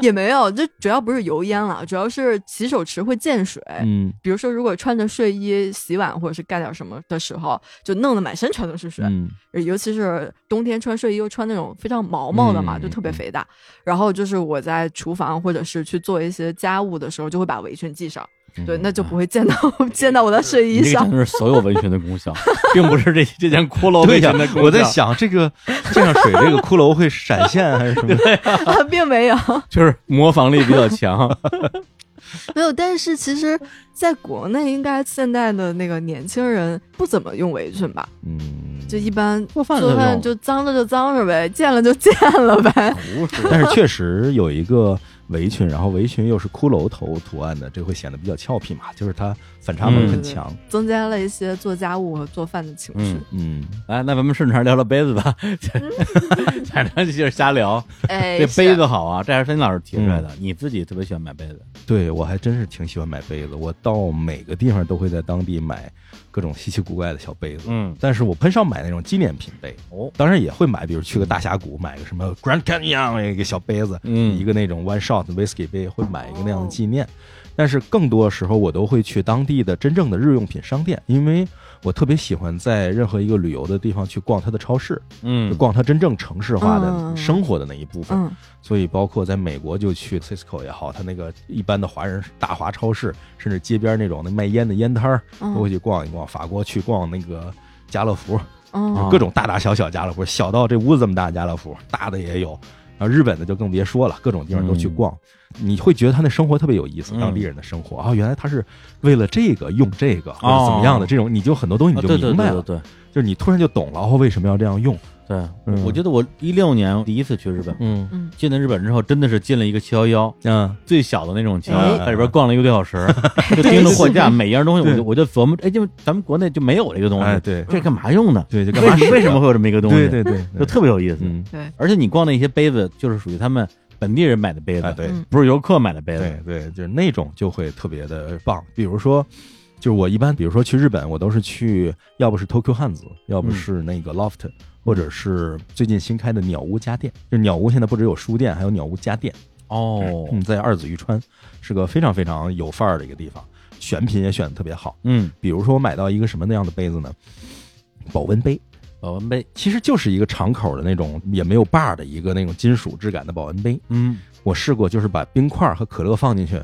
[SPEAKER 2] 也没有，这主要不是油烟了，主要是洗手池会溅水。
[SPEAKER 3] 嗯，
[SPEAKER 2] 比如说，如果穿着睡衣洗碗或者是干点什么的时候，就弄得满身全都是水，
[SPEAKER 1] 嗯，
[SPEAKER 2] 尤其是冬天穿睡衣又穿那种非常毛毛的嘛，
[SPEAKER 1] 嗯
[SPEAKER 2] 就特别肥大。然后就是我在厨房或者是去做一些家务的时候，就会把围裙系上，对，那就不会溅到 *laughs* 溅到我的睡衣
[SPEAKER 1] 嗯啊你这个
[SPEAKER 2] 上
[SPEAKER 1] 真。的是所有围裙的功效， *laughs* 并不是这这件骷髅
[SPEAKER 3] *laughs* 对
[SPEAKER 1] 围裙
[SPEAKER 3] 呀
[SPEAKER 1] 的功效。
[SPEAKER 3] 我在想这 *laughs* 个溅上水，这个骷髅会闪现还是什么？
[SPEAKER 2] 啊， *laughs* 并没有，
[SPEAKER 1] 就是模仿力比较 *laughs* 强，
[SPEAKER 2] *laughs* 没有。但是其实，在国内应该现在的那个年轻人不怎么用围裙吧，
[SPEAKER 3] 嗯， *laughs*
[SPEAKER 2] 就一般做
[SPEAKER 1] 饭的时候
[SPEAKER 2] 做饭就脏了就脏了呗，见了就见了呗。
[SPEAKER 1] 不是 *laughs*
[SPEAKER 3] 但是确实有一个围裙，然后围裙又是骷髅头图案的，这会显得比较俏皮嘛，就是它反差萌
[SPEAKER 1] 嗯
[SPEAKER 3] 很强。
[SPEAKER 2] 增加了一些做家务和做饭的情绪。
[SPEAKER 3] 嗯，
[SPEAKER 1] 来，哎那咱们顺茬聊聊杯子 *laughs* 吧，反正就是瞎聊。
[SPEAKER 2] 哎，
[SPEAKER 1] 这杯
[SPEAKER 2] 是
[SPEAKER 1] 子好啊，这还是芬嗯老师提出来的。你自己特别喜欢买杯子，
[SPEAKER 3] 对我还真是挺喜欢买杯子，我到每个地方都会在当地买各种稀奇古怪的小杯子。
[SPEAKER 1] 嗯，
[SPEAKER 3] 但是我很少买那种纪念品杯，
[SPEAKER 1] 哦，
[SPEAKER 3] 当然也会买，比如去个大峡谷买个什么 Grand Canyon 一个小杯子，
[SPEAKER 1] 嗯
[SPEAKER 3] 一个那种 one shot whisky 杯，会买一个那
[SPEAKER 2] 哦
[SPEAKER 3] 样的纪念。但是更多时候我都会去当地的真正的日用品商店，因为我特别喜欢在任何一个旅游的地方去逛它的超市，就
[SPEAKER 1] 嗯，
[SPEAKER 3] 逛它真正城市化的
[SPEAKER 2] 嗯
[SPEAKER 3] 生活的那一部分。
[SPEAKER 2] 嗯，
[SPEAKER 3] 所以包括在美国就去 Cisco 也好，它那个一般的华人大华超市，甚至街边那种那卖烟的烟摊儿，
[SPEAKER 2] 嗯
[SPEAKER 3] 都会去逛一逛。法国去逛那个家乐福，
[SPEAKER 2] 嗯
[SPEAKER 1] 啊
[SPEAKER 3] 各种大大小小家乐福，小到这屋子这么大的家乐福，大的也有。然后日本的就更别说了，各种地方都去逛，你会觉得他那生活特别有意思，
[SPEAKER 1] 嗯
[SPEAKER 3] 当地人的生活啊、原来他是为了这个用这个或者怎么样的，
[SPEAKER 1] 哦
[SPEAKER 3] 这种你就很多东西
[SPEAKER 1] 啊
[SPEAKER 3] 你就
[SPEAKER 1] 对对
[SPEAKER 3] 明白
[SPEAKER 1] 对
[SPEAKER 3] 了，
[SPEAKER 1] 对对
[SPEAKER 3] 就是你突然就懂了哦，为什么要这样用？
[SPEAKER 1] 对，
[SPEAKER 3] 嗯
[SPEAKER 1] 我觉得我一六年第一次去日本，
[SPEAKER 3] 嗯
[SPEAKER 2] 嗯
[SPEAKER 1] 进了日本之后，真的是进了一个七幺幺。
[SPEAKER 3] 嗯，
[SPEAKER 1] 最小的那种七幺幺，
[SPEAKER 3] 哎
[SPEAKER 1] 在里边逛了一个多小
[SPEAKER 3] *laughs*
[SPEAKER 1] 时，就盯着货架，每样东西我
[SPEAKER 3] 对
[SPEAKER 1] 就我就琢磨，哎，就咱们国内就没有这个东
[SPEAKER 3] 哎
[SPEAKER 1] 西，
[SPEAKER 3] 对
[SPEAKER 1] 这干嘛用的？
[SPEAKER 3] 对，就干
[SPEAKER 1] *laughs* 为
[SPEAKER 3] 嘛啊
[SPEAKER 1] 什么为什么会有这么一个东西？
[SPEAKER 3] 对对对，
[SPEAKER 1] 就
[SPEAKER 3] 对
[SPEAKER 1] 特别有意思。
[SPEAKER 3] 嗯
[SPEAKER 1] 而且你逛那些杯子，就是属于他们本地人买的杯
[SPEAKER 3] 哎
[SPEAKER 1] 子，
[SPEAKER 3] 对
[SPEAKER 2] 嗯
[SPEAKER 1] 不是游客买的杯
[SPEAKER 3] 对
[SPEAKER 1] 子。
[SPEAKER 3] 对，就是那种就会特别的棒。比如说，就是我一般比如说去日本，我都是去要不是 Tokyo 汉子，要不
[SPEAKER 1] 嗯
[SPEAKER 3] 是那个 Loft，、或者是最近新开的鸟屋家电。就是鸟屋现在不只有书店，还有鸟屋家电。
[SPEAKER 1] 哦，
[SPEAKER 3] 嗯，在二子玉川是个非常非常有范儿的一个地方，选品也选的特别好。
[SPEAKER 1] 嗯，
[SPEAKER 3] 比如说我买到一个什么那样的杯子呢？保温杯，
[SPEAKER 1] 保温杯，
[SPEAKER 3] 其实就是一个敞口的那种，也没有把儿的一个那种金属质感的保温杯。
[SPEAKER 1] 嗯
[SPEAKER 3] 我试过，就是把冰块和可乐放进去，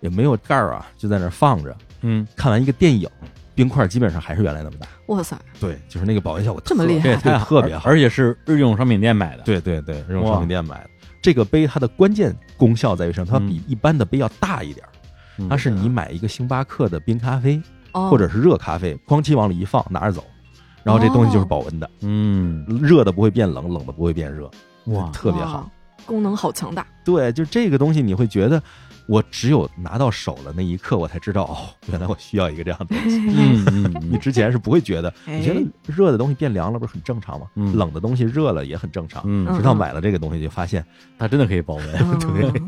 [SPEAKER 3] 也没有盖儿啊，就在那儿放着。
[SPEAKER 1] 嗯，
[SPEAKER 3] 看完一个电影，冰块基本上还是原来那么大。
[SPEAKER 2] 哇塞，
[SPEAKER 3] 对，就是那个保温效果
[SPEAKER 2] 这么厉害
[SPEAKER 1] 这也哎太好
[SPEAKER 3] 特别好。
[SPEAKER 1] 而且是日用商品店买的。，
[SPEAKER 3] 对对对，这种
[SPEAKER 1] 哇
[SPEAKER 3] 商品店买的这个杯，它的关键功效在于什么？它
[SPEAKER 1] 嗯
[SPEAKER 3] 比一般的杯要大一点儿。
[SPEAKER 1] 嗯
[SPEAKER 3] 它是你买一个星巴克的冰咖啡
[SPEAKER 2] 哦，
[SPEAKER 3] 或者是热咖啡，哐叽往里一放，拿着走，然后这东西就是
[SPEAKER 2] 哦
[SPEAKER 3] 保温的，
[SPEAKER 1] 嗯，
[SPEAKER 3] 热的不会变冷，冷的不会变热，
[SPEAKER 1] 哇，
[SPEAKER 3] 特别好
[SPEAKER 2] 哇。，功能好强大。
[SPEAKER 3] 对，就这个东西，你会觉得我只有拿到手的那一刻，我才知道哦，原来我需要一个这样的东西。
[SPEAKER 1] 嗯嗯
[SPEAKER 3] 你
[SPEAKER 1] 嗯
[SPEAKER 3] 之前是不会觉得，你觉得
[SPEAKER 2] 哎
[SPEAKER 3] 热的东西变凉了不是很正常吗？
[SPEAKER 1] 嗯
[SPEAKER 3] 冷的东西热了也很正常。
[SPEAKER 1] 嗯，嗯
[SPEAKER 3] 直到买了这个东西，就发现
[SPEAKER 1] 它真的可以保温。
[SPEAKER 3] *laughs*
[SPEAKER 2] 嗯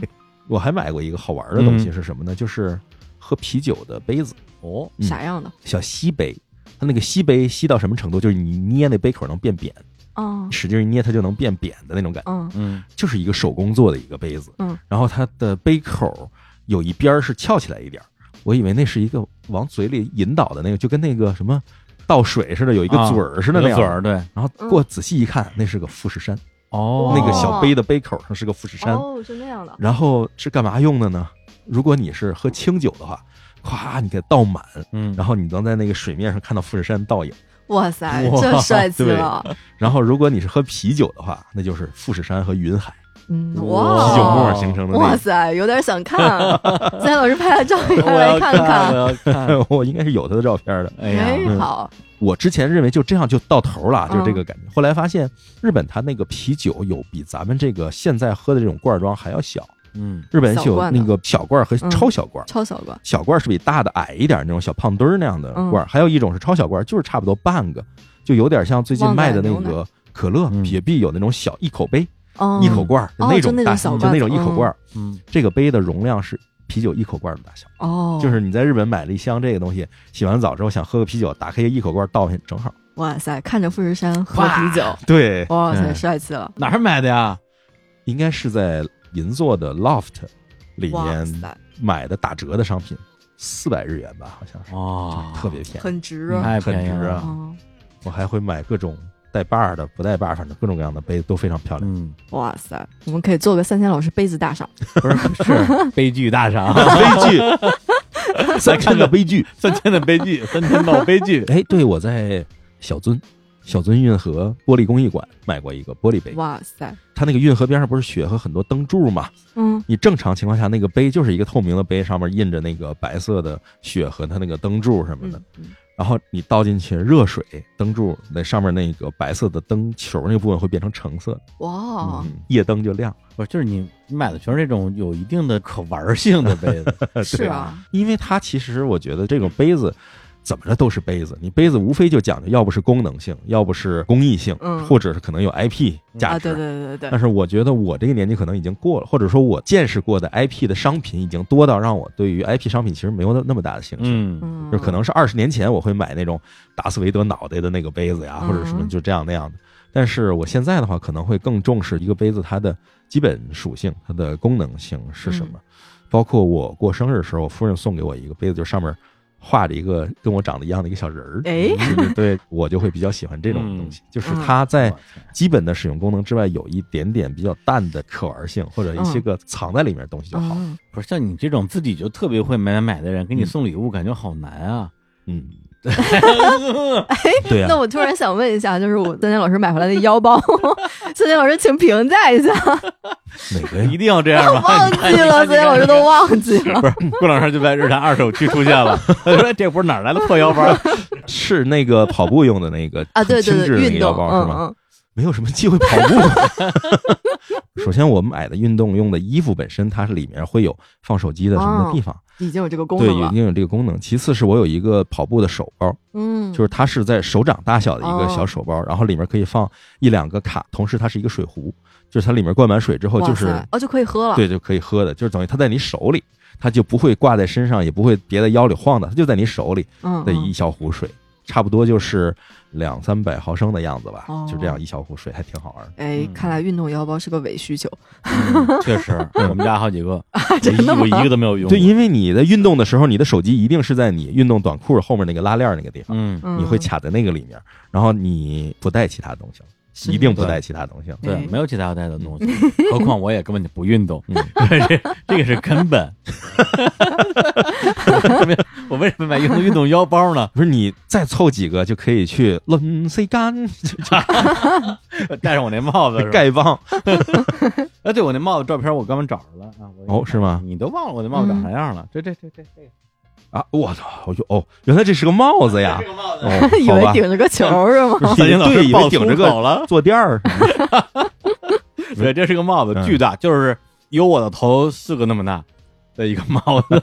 [SPEAKER 3] 我还买过一个好玩的东西
[SPEAKER 1] 嗯
[SPEAKER 3] 是什么呢？就是喝啤酒的杯子，
[SPEAKER 1] 哦，
[SPEAKER 3] 嗯
[SPEAKER 2] 啥样的
[SPEAKER 3] 小吸杯。它那个吸杯吸到什么程度？就是你捏那杯口能变扁，
[SPEAKER 2] 啊？
[SPEAKER 3] 使劲一捏它就能变扁的那种感觉。
[SPEAKER 2] 嗯
[SPEAKER 1] 嗯
[SPEAKER 3] 就是一个手工做的一个杯子，
[SPEAKER 2] 嗯，
[SPEAKER 3] 然后它的杯口有一边儿是翘起来一点儿，我以为那是一个往嘴里引导的那个，就跟那个什么倒水似的，有一个
[SPEAKER 1] 啊
[SPEAKER 3] 嘴儿似的
[SPEAKER 1] 有
[SPEAKER 3] 那样。
[SPEAKER 1] 嘴儿，对，
[SPEAKER 3] 然后过仔细一看，那是个富士山，
[SPEAKER 1] 哦
[SPEAKER 3] 那个小
[SPEAKER 2] 哦
[SPEAKER 3] 杯的杯口上是个富士山。
[SPEAKER 2] 哦，是那样的，
[SPEAKER 3] 然后是干嘛用的呢？如果你是喝清酒的话，咵，你给它倒满，
[SPEAKER 1] 嗯，
[SPEAKER 3] 然后你能在那个水面上看到富士山倒影。
[SPEAKER 2] 哇塞，
[SPEAKER 1] 哇
[SPEAKER 2] 这帅气
[SPEAKER 3] 对
[SPEAKER 2] 了，
[SPEAKER 3] 然后如果你是喝啤酒的话，那就是富士山和云海，
[SPEAKER 2] 嗯，
[SPEAKER 1] 哦
[SPEAKER 3] 啤酒沫
[SPEAKER 2] 哇
[SPEAKER 3] 儿，形成的
[SPEAKER 2] 哇
[SPEAKER 3] 那
[SPEAKER 2] 塞，有点想看，三老师拍了照片
[SPEAKER 1] *laughs* 我
[SPEAKER 2] 来
[SPEAKER 1] 要
[SPEAKER 2] 看 *laughs*
[SPEAKER 1] 看，我要看，
[SPEAKER 3] 个， *laughs* 我应该是有他的照片的。
[SPEAKER 1] *laughs* 哎
[SPEAKER 2] 哎
[SPEAKER 1] 呀，，
[SPEAKER 2] 好，
[SPEAKER 3] 我之前认为就这样就到头了，啊
[SPEAKER 2] 嗯
[SPEAKER 3] 就这个感觉。后来发现日本它那个啤酒有比咱们这个现在喝的这种罐装还要小，
[SPEAKER 1] 嗯，
[SPEAKER 3] 日本是
[SPEAKER 2] 小
[SPEAKER 3] 有
[SPEAKER 2] 罐的
[SPEAKER 3] 那个小罐儿和
[SPEAKER 2] 嗯
[SPEAKER 3] 超小罐儿，
[SPEAKER 2] 超小个，
[SPEAKER 3] 小罐儿是比大的矮一点儿那种小胖墩儿那样的
[SPEAKER 2] 嗯
[SPEAKER 3] 罐儿，还有一种是超小罐儿，就是差不多半个，就有点像最近
[SPEAKER 2] 旺仔
[SPEAKER 3] 卖的那
[SPEAKER 2] 牛
[SPEAKER 3] 个可乐
[SPEAKER 1] 嗯
[SPEAKER 3] 雪碧有那种小一口杯、
[SPEAKER 2] 嗯
[SPEAKER 3] 一口罐儿
[SPEAKER 2] 哦
[SPEAKER 3] 那
[SPEAKER 2] 就
[SPEAKER 3] 种
[SPEAKER 2] 那
[SPEAKER 3] 大
[SPEAKER 2] 种
[SPEAKER 3] 小，
[SPEAKER 2] 小
[SPEAKER 3] 就
[SPEAKER 2] 罐
[SPEAKER 3] 那
[SPEAKER 2] 子
[SPEAKER 3] 种一口
[SPEAKER 2] 嗯
[SPEAKER 3] 罐儿，
[SPEAKER 1] 嗯，
[SPEAKER 3] 这个杯的容量是啤酒一口罐儿的大小。
[SPEAKER 2] 哦，
[SPEAKER 3] 就是你在日本买了一箱这个东西，洗完澡之后想喝个啤酒，打开一口罐儿倒进去正好。
[SPEAKER 2] 哇塞，看着富士山喝啤
[SPEAKER 3] 哎
[SPEAKER 2] 酒，
[SPEAKER 3] 对，
[SPEAKER 2] 哇塞，
[SPEAKER 3] 嗯
[SPEAKER 2] 帅气了，
[SPEAKER 1] 哪儿买的呀？
[SPEAKER 3] 应该是在银座的 Loft 里
[SPEAKER 2] 哇
[SPEAKER 3] 面
[SPEAKER 2] 塞，
[SPEAKER 3] 买的打折的商品，四百日元吧，好像是，
[SPEAKER 1] 哦，
[SPEAKER 3] 特别便宜。
[SPEAKER 2] 很值
[SPEAKER 3] 嗯
[SPEAKER 2] 啊，
[SPEAKER 1] 太
[SPEAKER 3] 很
[SPEAKER 1] 便宜
[SPEAKER 3] 值
[SPEAKER 1] 了
[SPEAKER 3] 啊，
[SPEAKER 2] 嗯，
[SPEAKER 3] 我还会买各种带把儿的、不带把儿，反正各种各样的杯子都非常漂亮。
[SPEAKER 1] 嗯，
[SPEAKER 2] 哇塞，我们可以做个三千老师杯子大赏，
[SPEAKER 1] 不是
[SPEAKER 2] *laughs*
[SPEAKER 1] 是悲剧大 *laughs* 赏，
[SPEAKER 3] 悲 *laughs* 剧，三千的悲剧。，
[SPEAKER 1] *laughs* 三千的悲剧，三千闹悲剧
[SPEAKER 3] 哎，对，我在小樽。小樽运河玻璃工艺馆买过一个玻璃杯，
[SPEAKER 2] 哇塞，
[SPEAKER 3] 它那个运河边上不是雪和很多灯柱嘛？
[SPEAKER 2] 嗯，
[SPEAKER 3] 你正常情况下，那个杯就是一个透明的杯，上面印着那个白色的雪和它那个灯柱什么的。
[SPEAKER 2] 嗯嗯
[SPEAKER 3] 然后你倒进去热水，灯柱那上面那个白色的灯球那部分会变成橙色，
[SPEAKER 2] 哇，
[SPEAKER 3] 嗯，夜灯就亮。
[SPEAKER 1] 不是就是你你买的全是这种有一定的可玩性的杯子，
[SPEAKER 3] 嗯
[SPEAKER 2] 是啊，
[SPEAKER 3] 因为它其实我觉得这种杯子怎么着都是杯子，你杯子无非就讲究要不是功能性，要不是公益性，
[SPEAKER 2] 嗯
[SPEAKER 3] 或者是可能有 IP 价
[SPEAKER 2] 啊，
[SPEAKER 3] 值。
[SPEAKER 2] 对对对对
[SPEAKER 3] 但
[SPEAKER 2] 对，
[SPEAKER 3] 是我觉得我这个年纪可能已经过了，或者说我见识过的 IP 的商品已经多到让我对于 IP 商品其实没有那么大的兴趣。
[SPEAKER 1] 嗯
[SPEAKER 2] 嗯，
[SPEAKER 3] 就可能是二十年前我会买那种达斯维德脑袋的那个杯子呀，
[SPEAKER 2] 嗯
[SPEAKER 3] 或者什么就这样那样的。但是我现在的话，可能会更重视一个杯子它的基本属性、它的功能性是
[SPEAKER 2] 嗯
[SPEAKER 3] 什么。包括我过生日的时候，我夫人送给我一个杯子，就上面画着一个跟我长得一样的一个小人儿。嗯
[SPEAKER 2] 哎
[SPEAKER 3] 就是对我就会比较喜欢这种东西，就是
[SPEAKER 2] 嗯
[SPEAKER 3] 它在
[SPEAKER 1] 我天
[SPEAKER 3] 基本的使用功能之外，有一点点比较淡的可玩性，或者一些
[SPEAKER 2] 嗯
[SPEAKER 3] 个藏在里面的东西就好。
[SPEAKER 2] 嗯
[SPEAKER 1] 不是像你这种自己就特别会买买买的人，给你
[SPEAKER 3] 嗯
[SPEAKER 1] 送礼物感觉好难啊。
[SPEAKER 2] *laughs*
[SPEAKER 3] 嗯， *laughs* 对呀、啊
[SPEAKER 2] 那我突然想问一下，就是我三千老师买回来的腰包， *laughs* 三千老师请评价一下，
[SPEAKER 3] 哪个呀
[SPEAKER 1] 嗯一？定要这 *laughs* 样吗？
[SPEAKER 2] *laughs* 忘
[SPEAKER 1] 你
[SPEAKER 2] 记
[SPEAKER 1] 看
[SPEAKER 2] 了，三千老师都。忘记
[SPEAKER 1] 你看你看你看
[SPEAKER 2] 了。
[SPEAKER 1] 不 *laughs* 是，过两天就在日坛二手区出现
[SPEAKER 3] *laughs*
[SPEAKER 1] 了。他说：“哎这不是哪儿来的破腰包？
[SPEAKER 3] 是那个跑步用的那个
[SPEAKER 2] 啊，对对
[SPEAKER 3] 很轻质
[SPEAKER 2] 对，
[SPEAKER 3] 的那个
[SPEAKER 2] 运
[SPEAKER 3] 腰
[SPEAKER 2] 动，
[SPEAKER 3] 包是
[SPEAKER 2] 嗯
[SPEAKER 3] 吗？
[SPEAKER 2] 嗯，
[SPEAKER 3] 没有什么机会跑步。啊 *laughs* 首先，我们买的运动用的衣服本身，它是里面会有放手机的什么的地方，
[SPEAKER 2] 已经有这个哦功
[SPEAKER 3] 对，
[SPEAKER 2] 能
[SPEAKER 3] 已
[SPEAKER 2] 了，
[SPEAKER 3] 经有这个功能。其次是我有一个跑步的手包，
[SPEAKER 2] 嗯，哦
[SPEAKER 3] 就是它是在手掌大小的一个小手包，然后里面可以放一两个卡，同时它是一个水壶，就是它里面灌满水之后
[SPEAKER 2] 哇
[SPEAKER 3] 就是
[SPEAKER 2] 塞哦就可以喝了，
[SPEAKER 3] 对就可以喝的，就是等于它在你手里，它就不会挂在身上，也不会别在腰里晃的，它就在你手里。
[SPEAKER 2] 嗯，
[SPEAKER 3] 的
[SPEAKER 2] 嗯
[SPEAKER 3] 一小壶水，差不多就是两三百毫升的样子吧，
[SPEAKER 2] 哦
[SPEAKER 3] 就这样一小壶水还挺好玩的。
[SPEAKER 2] 哎，看来运动腰包是个伪需求，
[SPEAKER 1] 嗯确实，我们家好几个，
[SPEAKER 2] *laughs* 真的
[SPEAKER 1] 我
[SPEAKER 2] 吗
[SPEAKER 1] 一我一个都没有用过。
[SPEAKER 3] 对，因为你在运动的时候，你的手机一定是在你运动短裤后面那个拉链那个地方，
[SPEAKER 1] 嗯，
[SPEAKER 2] 嗯
[SPEAKER 3] 你会卡在那个里面，然后你不带其他东西了，一定不带其他东西了。
[SPEAKER 1] 对
[SPEAKER 2] 哎，
[SPEAKER 1] 没有其他要带的东西，何况我也根本就不运动，这 *laughs* 这个是根本。 *laughs* 我为我为什么买运动运动腰包呢？
[SPEAKER 3] 不是你再凑几个就可以去抡 C *laughs* 杆
[SPEAKER 2] 哎
[SPEAKER 1] 戴上我那帽子是吧，
[SPEAKER 3] 丐帮，
[SPEAKER 1] 哎，对我那帽子照片我刚刚找着了啊！我
[SPEAKER 3] 哦是吗？
[SPEAKER 1] 你都忘了我那帽子长啥样了？这这这这这个
[SPEAKER 3] 啊，我操！我就哦，原来这是个帽子呀
[SPEAKER 1] 这！个帽子
[SPEAKER 2] *laughs* *laughs*
[SPEAKER 3] 哦，
[SPEAKER 2] 以
[SPEAKER 3] 好
[SPEAKER 2] 为
[SPEAKER 3] 吧，
[SPEAKER 2] 顶着个球是吗？
[SPEAKER 3] 不
[SPEAKER 1] *laughs*
[SPEAKER 3] 是
[SPEAKER 1] 三星老
[SPEAKER 3] 对
[SPEAKER 1] 师
[SPEAKER 3] 以
[SPEAKER 1] 抱
[SPEAKER 3] 为顶着
[SPEAKER 1] 粗口
[SPEAKER 3] 个嗯
[SPEAKER 1] 了，
[SPEAKER 3] *laughs* 坐垫儿什么的，
[SPEAKER 1] 对，这是个帽子，
[SPEAKER 3] 嗯
[SPEAKER 1] 巨大，就是有我的头四个那么大的一个帽子。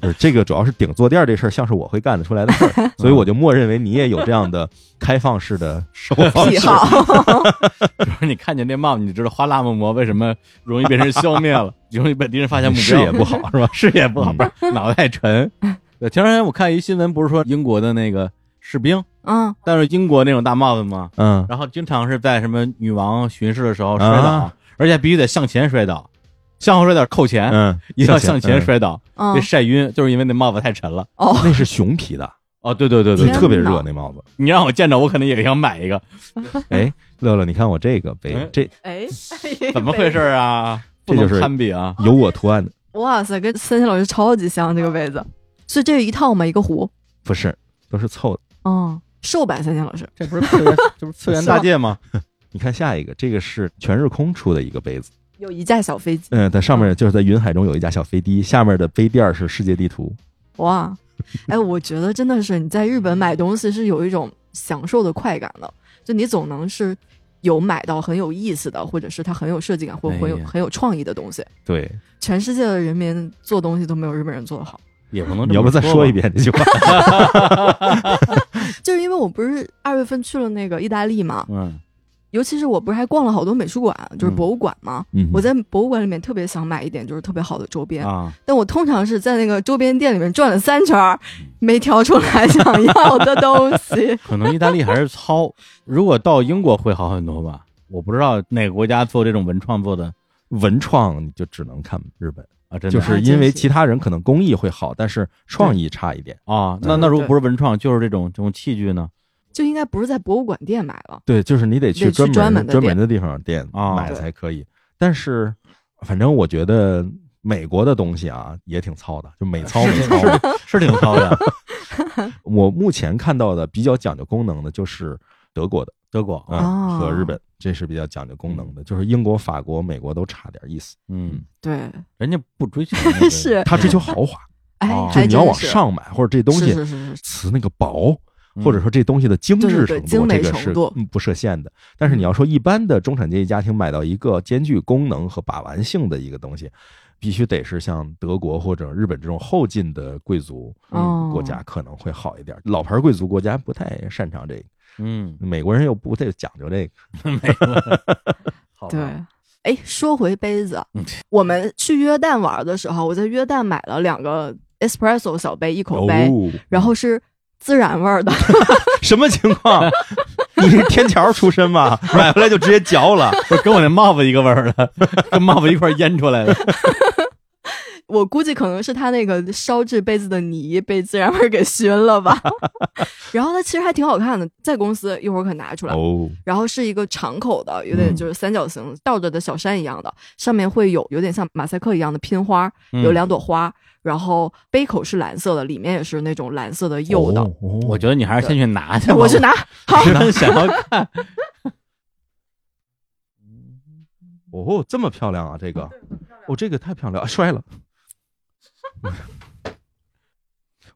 [SPEAKER 3] 不是 *laughs* 这个，主要是顶坐垫儿这事儿，像是我会干得出来的
[SPEAKER 1] *laughs*
[SPEAKER 3] 事儿，所以我就默认为你也有这样的开放式的生活方
[SPEAKER 2] 癖
[SPEAKER 3] 式。
[SPEAKER 2] 好，
[SPEAKER 1] 就是你看见这帽子，你就知道花剌木魔为什么容易被人消灭
[SPEAKER 3] *laughs*
[SPEAKER 1] 了，容易被敌人发现目标，
[SPEAKER 3] 视野不好是吧？
[SPEAKER 1] *laughs* 视野不好，
[SPEAKER 3] 嗯
[SPEAKER 1] 不是脑袋沉。对，前两天我看一新闻，不是说英国的那个士兵
[SPEAKER 2] *laughs* 嗯，
[SPEAKER 1] 戴着英国那种大帽子吗？
[SPEAKER 3] 嗯，
[SPEAKER 1] 哦然后经常是在什么女王巡视的时候摔倒，
[SPEAKER 3] 啊
[SPEAKER 1] 而且必须得向前摔倒，向后摔倒扣钱，
[SPEAKER 3] 嗯，
[SPEAKER 1] 哎一定要向前摔倒，
[SPEAKER 2] 嗯
[SPEAKER 1] 被，晒晕，就是因为那帽子太沉了。
[SPEAKER 3] 嗯，那是熊皮的，
[SPEAKER 1] 哦，对对对
[SPEAKER 3] 就
[SPEAKER 1] 对，
[SPEAKER 2] 天
[SPEAKER 3] 特别
[SPEAKER 2] 哪
[SPEAKER 3] 热那帽
[SPEAKER 1] *laughs*
[SPEAKER 3] 子。
[SPEAKER 1] 你让我见着，我可能也想买一个，
[SPEAKER 3] 哎，乐乐，你看我这个
[SPEAKER 1] 哎
[SPEAKER 3] 杯，这
[SPEAKER 2] 哎， *laughs*
[SPEAKER 1] 怎么回事？啊？不
[SPEAKER 3] 这
[SPEAKER 1] 能
[SPEAKER 3] 就是
[SPEAKER 1] 攀比啊！
[SPEAKER 3] 有我图案的，
[SPEAKER 2] 哇塞，跟森森老师超级像这个杯子，所以这一套嘛，一个壶，
[SPEAKER 3] 不是，都是凑的。
[SPEAKER 2] 嗯，瘦版森森老师，
[SPEAKER 1] 这不是次元，这不是次
[SPEAKER 3] *laughs*
[SPEAKER 2] 元大
[SPEAKER 1] 界吗？
[SPEAKER 3] 你看下一个，这个是全日空出的一个杯子，
[SPEAKER 2] 有一架小飞机，
[SPEAKER 3] 嗯，它上面就是在云海中有一架小飞机，下面的杯垫儿是世界地图，
[SPEAKER 2] 哇，哎，我觉得真的是你在日本买东西是有一种享受的快感的，就你总能是有买到很有意思的，或者是它很有设计感，或者很有
[SPEAKER 1] 哎呀
[SPEAKER 2] 很有创意的东西。
[SPEAKER 3] 对，
[SPEAKER 1] 哦
[SPEAKER 2] 全世界的人民做东西都没有日本人做的好，
[SPEAKER 1] 也不能
[SPEAKER 3] 你要不再
[SPEAKER 1] 说
[SPEAKER 3] 说一遍这句话？
[SPEAKER 2] 就是因为我不是二月份去了那个意大利嘛，
[SPEAKER 1] 吧？嗯，
[SPEAKER 2] 尤其是我不是还逛了好多美术馆，就是博物馆嘛。
[SPEAKER 3] 嗯，
[SPEAKER 2] 我在博物馆里面特别想买一点就是特别好的周边，
[SPEAKER 1] 啊，。
[SPEAKER 2] 但我通常是在那个周边店里面转了三圈儿，没挑出来想要的东西
[SPEAKER 1] 可能意大利还是糙，如果到英国会好很多吧。我不知道哪个国家做这种文创做的
[SPEAKER 3] 文创你就只能看日本，
[SPEAKER 1] 啊，真的
[SPEAKER 3] 就是因为其他人可能工艺会好，但是创意差一点。
[SPEAKER 1] 啊，那
[SPEAKER 2] 对
[SPEAKER 1] 那如果
[SPEAKER 2] 对
[SPEAKER 1] 不是文创，就是这种这种器具呢？
[SPEAKER 2] 就应该不是在博物馆店买了。
[SPEAKER 3] 对，就是你得
[SPEAKER 2] 得
[SPEAKER 3] 去
[SPEAKER 2] 去
[SPEAKER 3] 专
[SPEAKER 2] 专门
[SPEAKER 3] 门
[SPEAKER 2] 的
[SPEAKER 3] 专门的地方店
[SPEAKER 1] 啊
[SPEAKER 3] 买
[SPEAKER 2] 对
[SPEAKER 3] 才可以。但是，反正我觉得美国的东西啊也挺糙的，就美 *laughs* 糙美糙的。
[SPEAKER 1] 是挺糙的，
[SPEAKER 3] 我目前看到的比较讲究功能的就是德国嗯的
[SPEAKER 1] 德国，
[SPEAKER 3] 啊、
[SPEAKER 2] 哦
[SPEAKER 3] 和日本，这是比较讲究功能的。就是英国、法国、美国都差点意思，
[SPEAKER 1] 嗯，
[SPEAKER 2] 对，
[SPEAKER 1] 人家不追求那
[SPEAKER 2] *laughs*
[SPEAKER 1] 个
[SPEAKER 2] 是
[SPEAKER 3] 他追求豪华，
[SPEAKER 2] 哎，
[SPEAKER 1] 哦
[SPEAKER 3] 就
[SPEAKER 2] 还
[SPEAKER 3] 是你要
[SPEAKER 2] 真
[SPEAKER 3] 往
[SPEAKER 2] 是
[SPEAKER 3] 上买，或者这东西
[SPEAKER 2] 是是是是，
[SPEAKER 3] 瓷那个薄，
[SPEAKER 1] 嗯
[SPEAKER 3] 或者说这东西的精致
[SPEAKER 2] 对对
[SPEAKER 3] 程
[SPEAKER 2] 对
[SPEAKER 3] 度，
[SPEAKER 2] 精美
[SPEAKER 3] 这个
[SPEAKER 2] 程
[SPEAKER 3] 是
[SPEAKER 2] 度
[SPEAKER 3] 嗯不设限的。但是你要说一般的中产阶级家庭买到一个兼具功能和把玩性的一个东西，必须得是像德国或者日本这种后进的贵族
[SPEAKER 2] 哦
[SPEAKER 3] 国嗯家可能会好一点，老牌贵族国家不太擅长这个，
[SPEAKER 1] 嗯，
[SPEAKER 3] 美国人又不太讲究这个。
[SPEAKER 1] 美国，好吧
[SPEAKER 2] 对，。哎，说回杯子，
[SPEAKER 1] 嗯
[SPEAKER 2] 我们去约旦玩的时候，我在约旦买了两个 espresso 小杯，一口杯，
[SPEAKER 3] 哦，
[SPEAKER 2] 然后是孜然味儿的， *laughs*
[SPEAKER 3] 什么情况？ *laughs* 你是天桥出身吗？买回来就直接
[SPEAKER 2] *laughs*
[SPEAKER 3] 嚼了？
[SPEAKER 1] 不是跟我那帽子一个味儿的， *laughs* 跟帽子一块儿腌出来
[SPEAKER 3] *laughs*
[SPEAKER 1] 的。
[SPEAKER 2] 我估计可能是它那个烧制杯子的泥被孜然味儿给熏了吧。 *laughs* 然后它其实还挺好看的，在公司一会儿可拿出来。
[SPEAKER 3] 哦，
[SPEAKER 2] 然后是一个长口的，有
[SPEAKER 3] 嗯
[SPEAKER 2] 点就是三角形、倒着的小山一样的，上面会有有点像马赛克一样的拼花，
[SPEAKER 3] 嗯
[SPEAKER 2] 有两朵花，然后杯口是蓝色的，里面也是那种蓝色的釉的。
[SPEAKER 3] 哦，
[SPEAKER 1] 我
[SPEAKER 3] 我
[SPEAKER 1] 觉得你还是先去拿去吧，
[SPEAKER 2] 我去拿，好，
[SPEAKER 1] *laughs* 我想要看。
[SPEAKER 3] 哦，这么漂亮啊，这个，哦，这个太漂亮，啊摔了，我、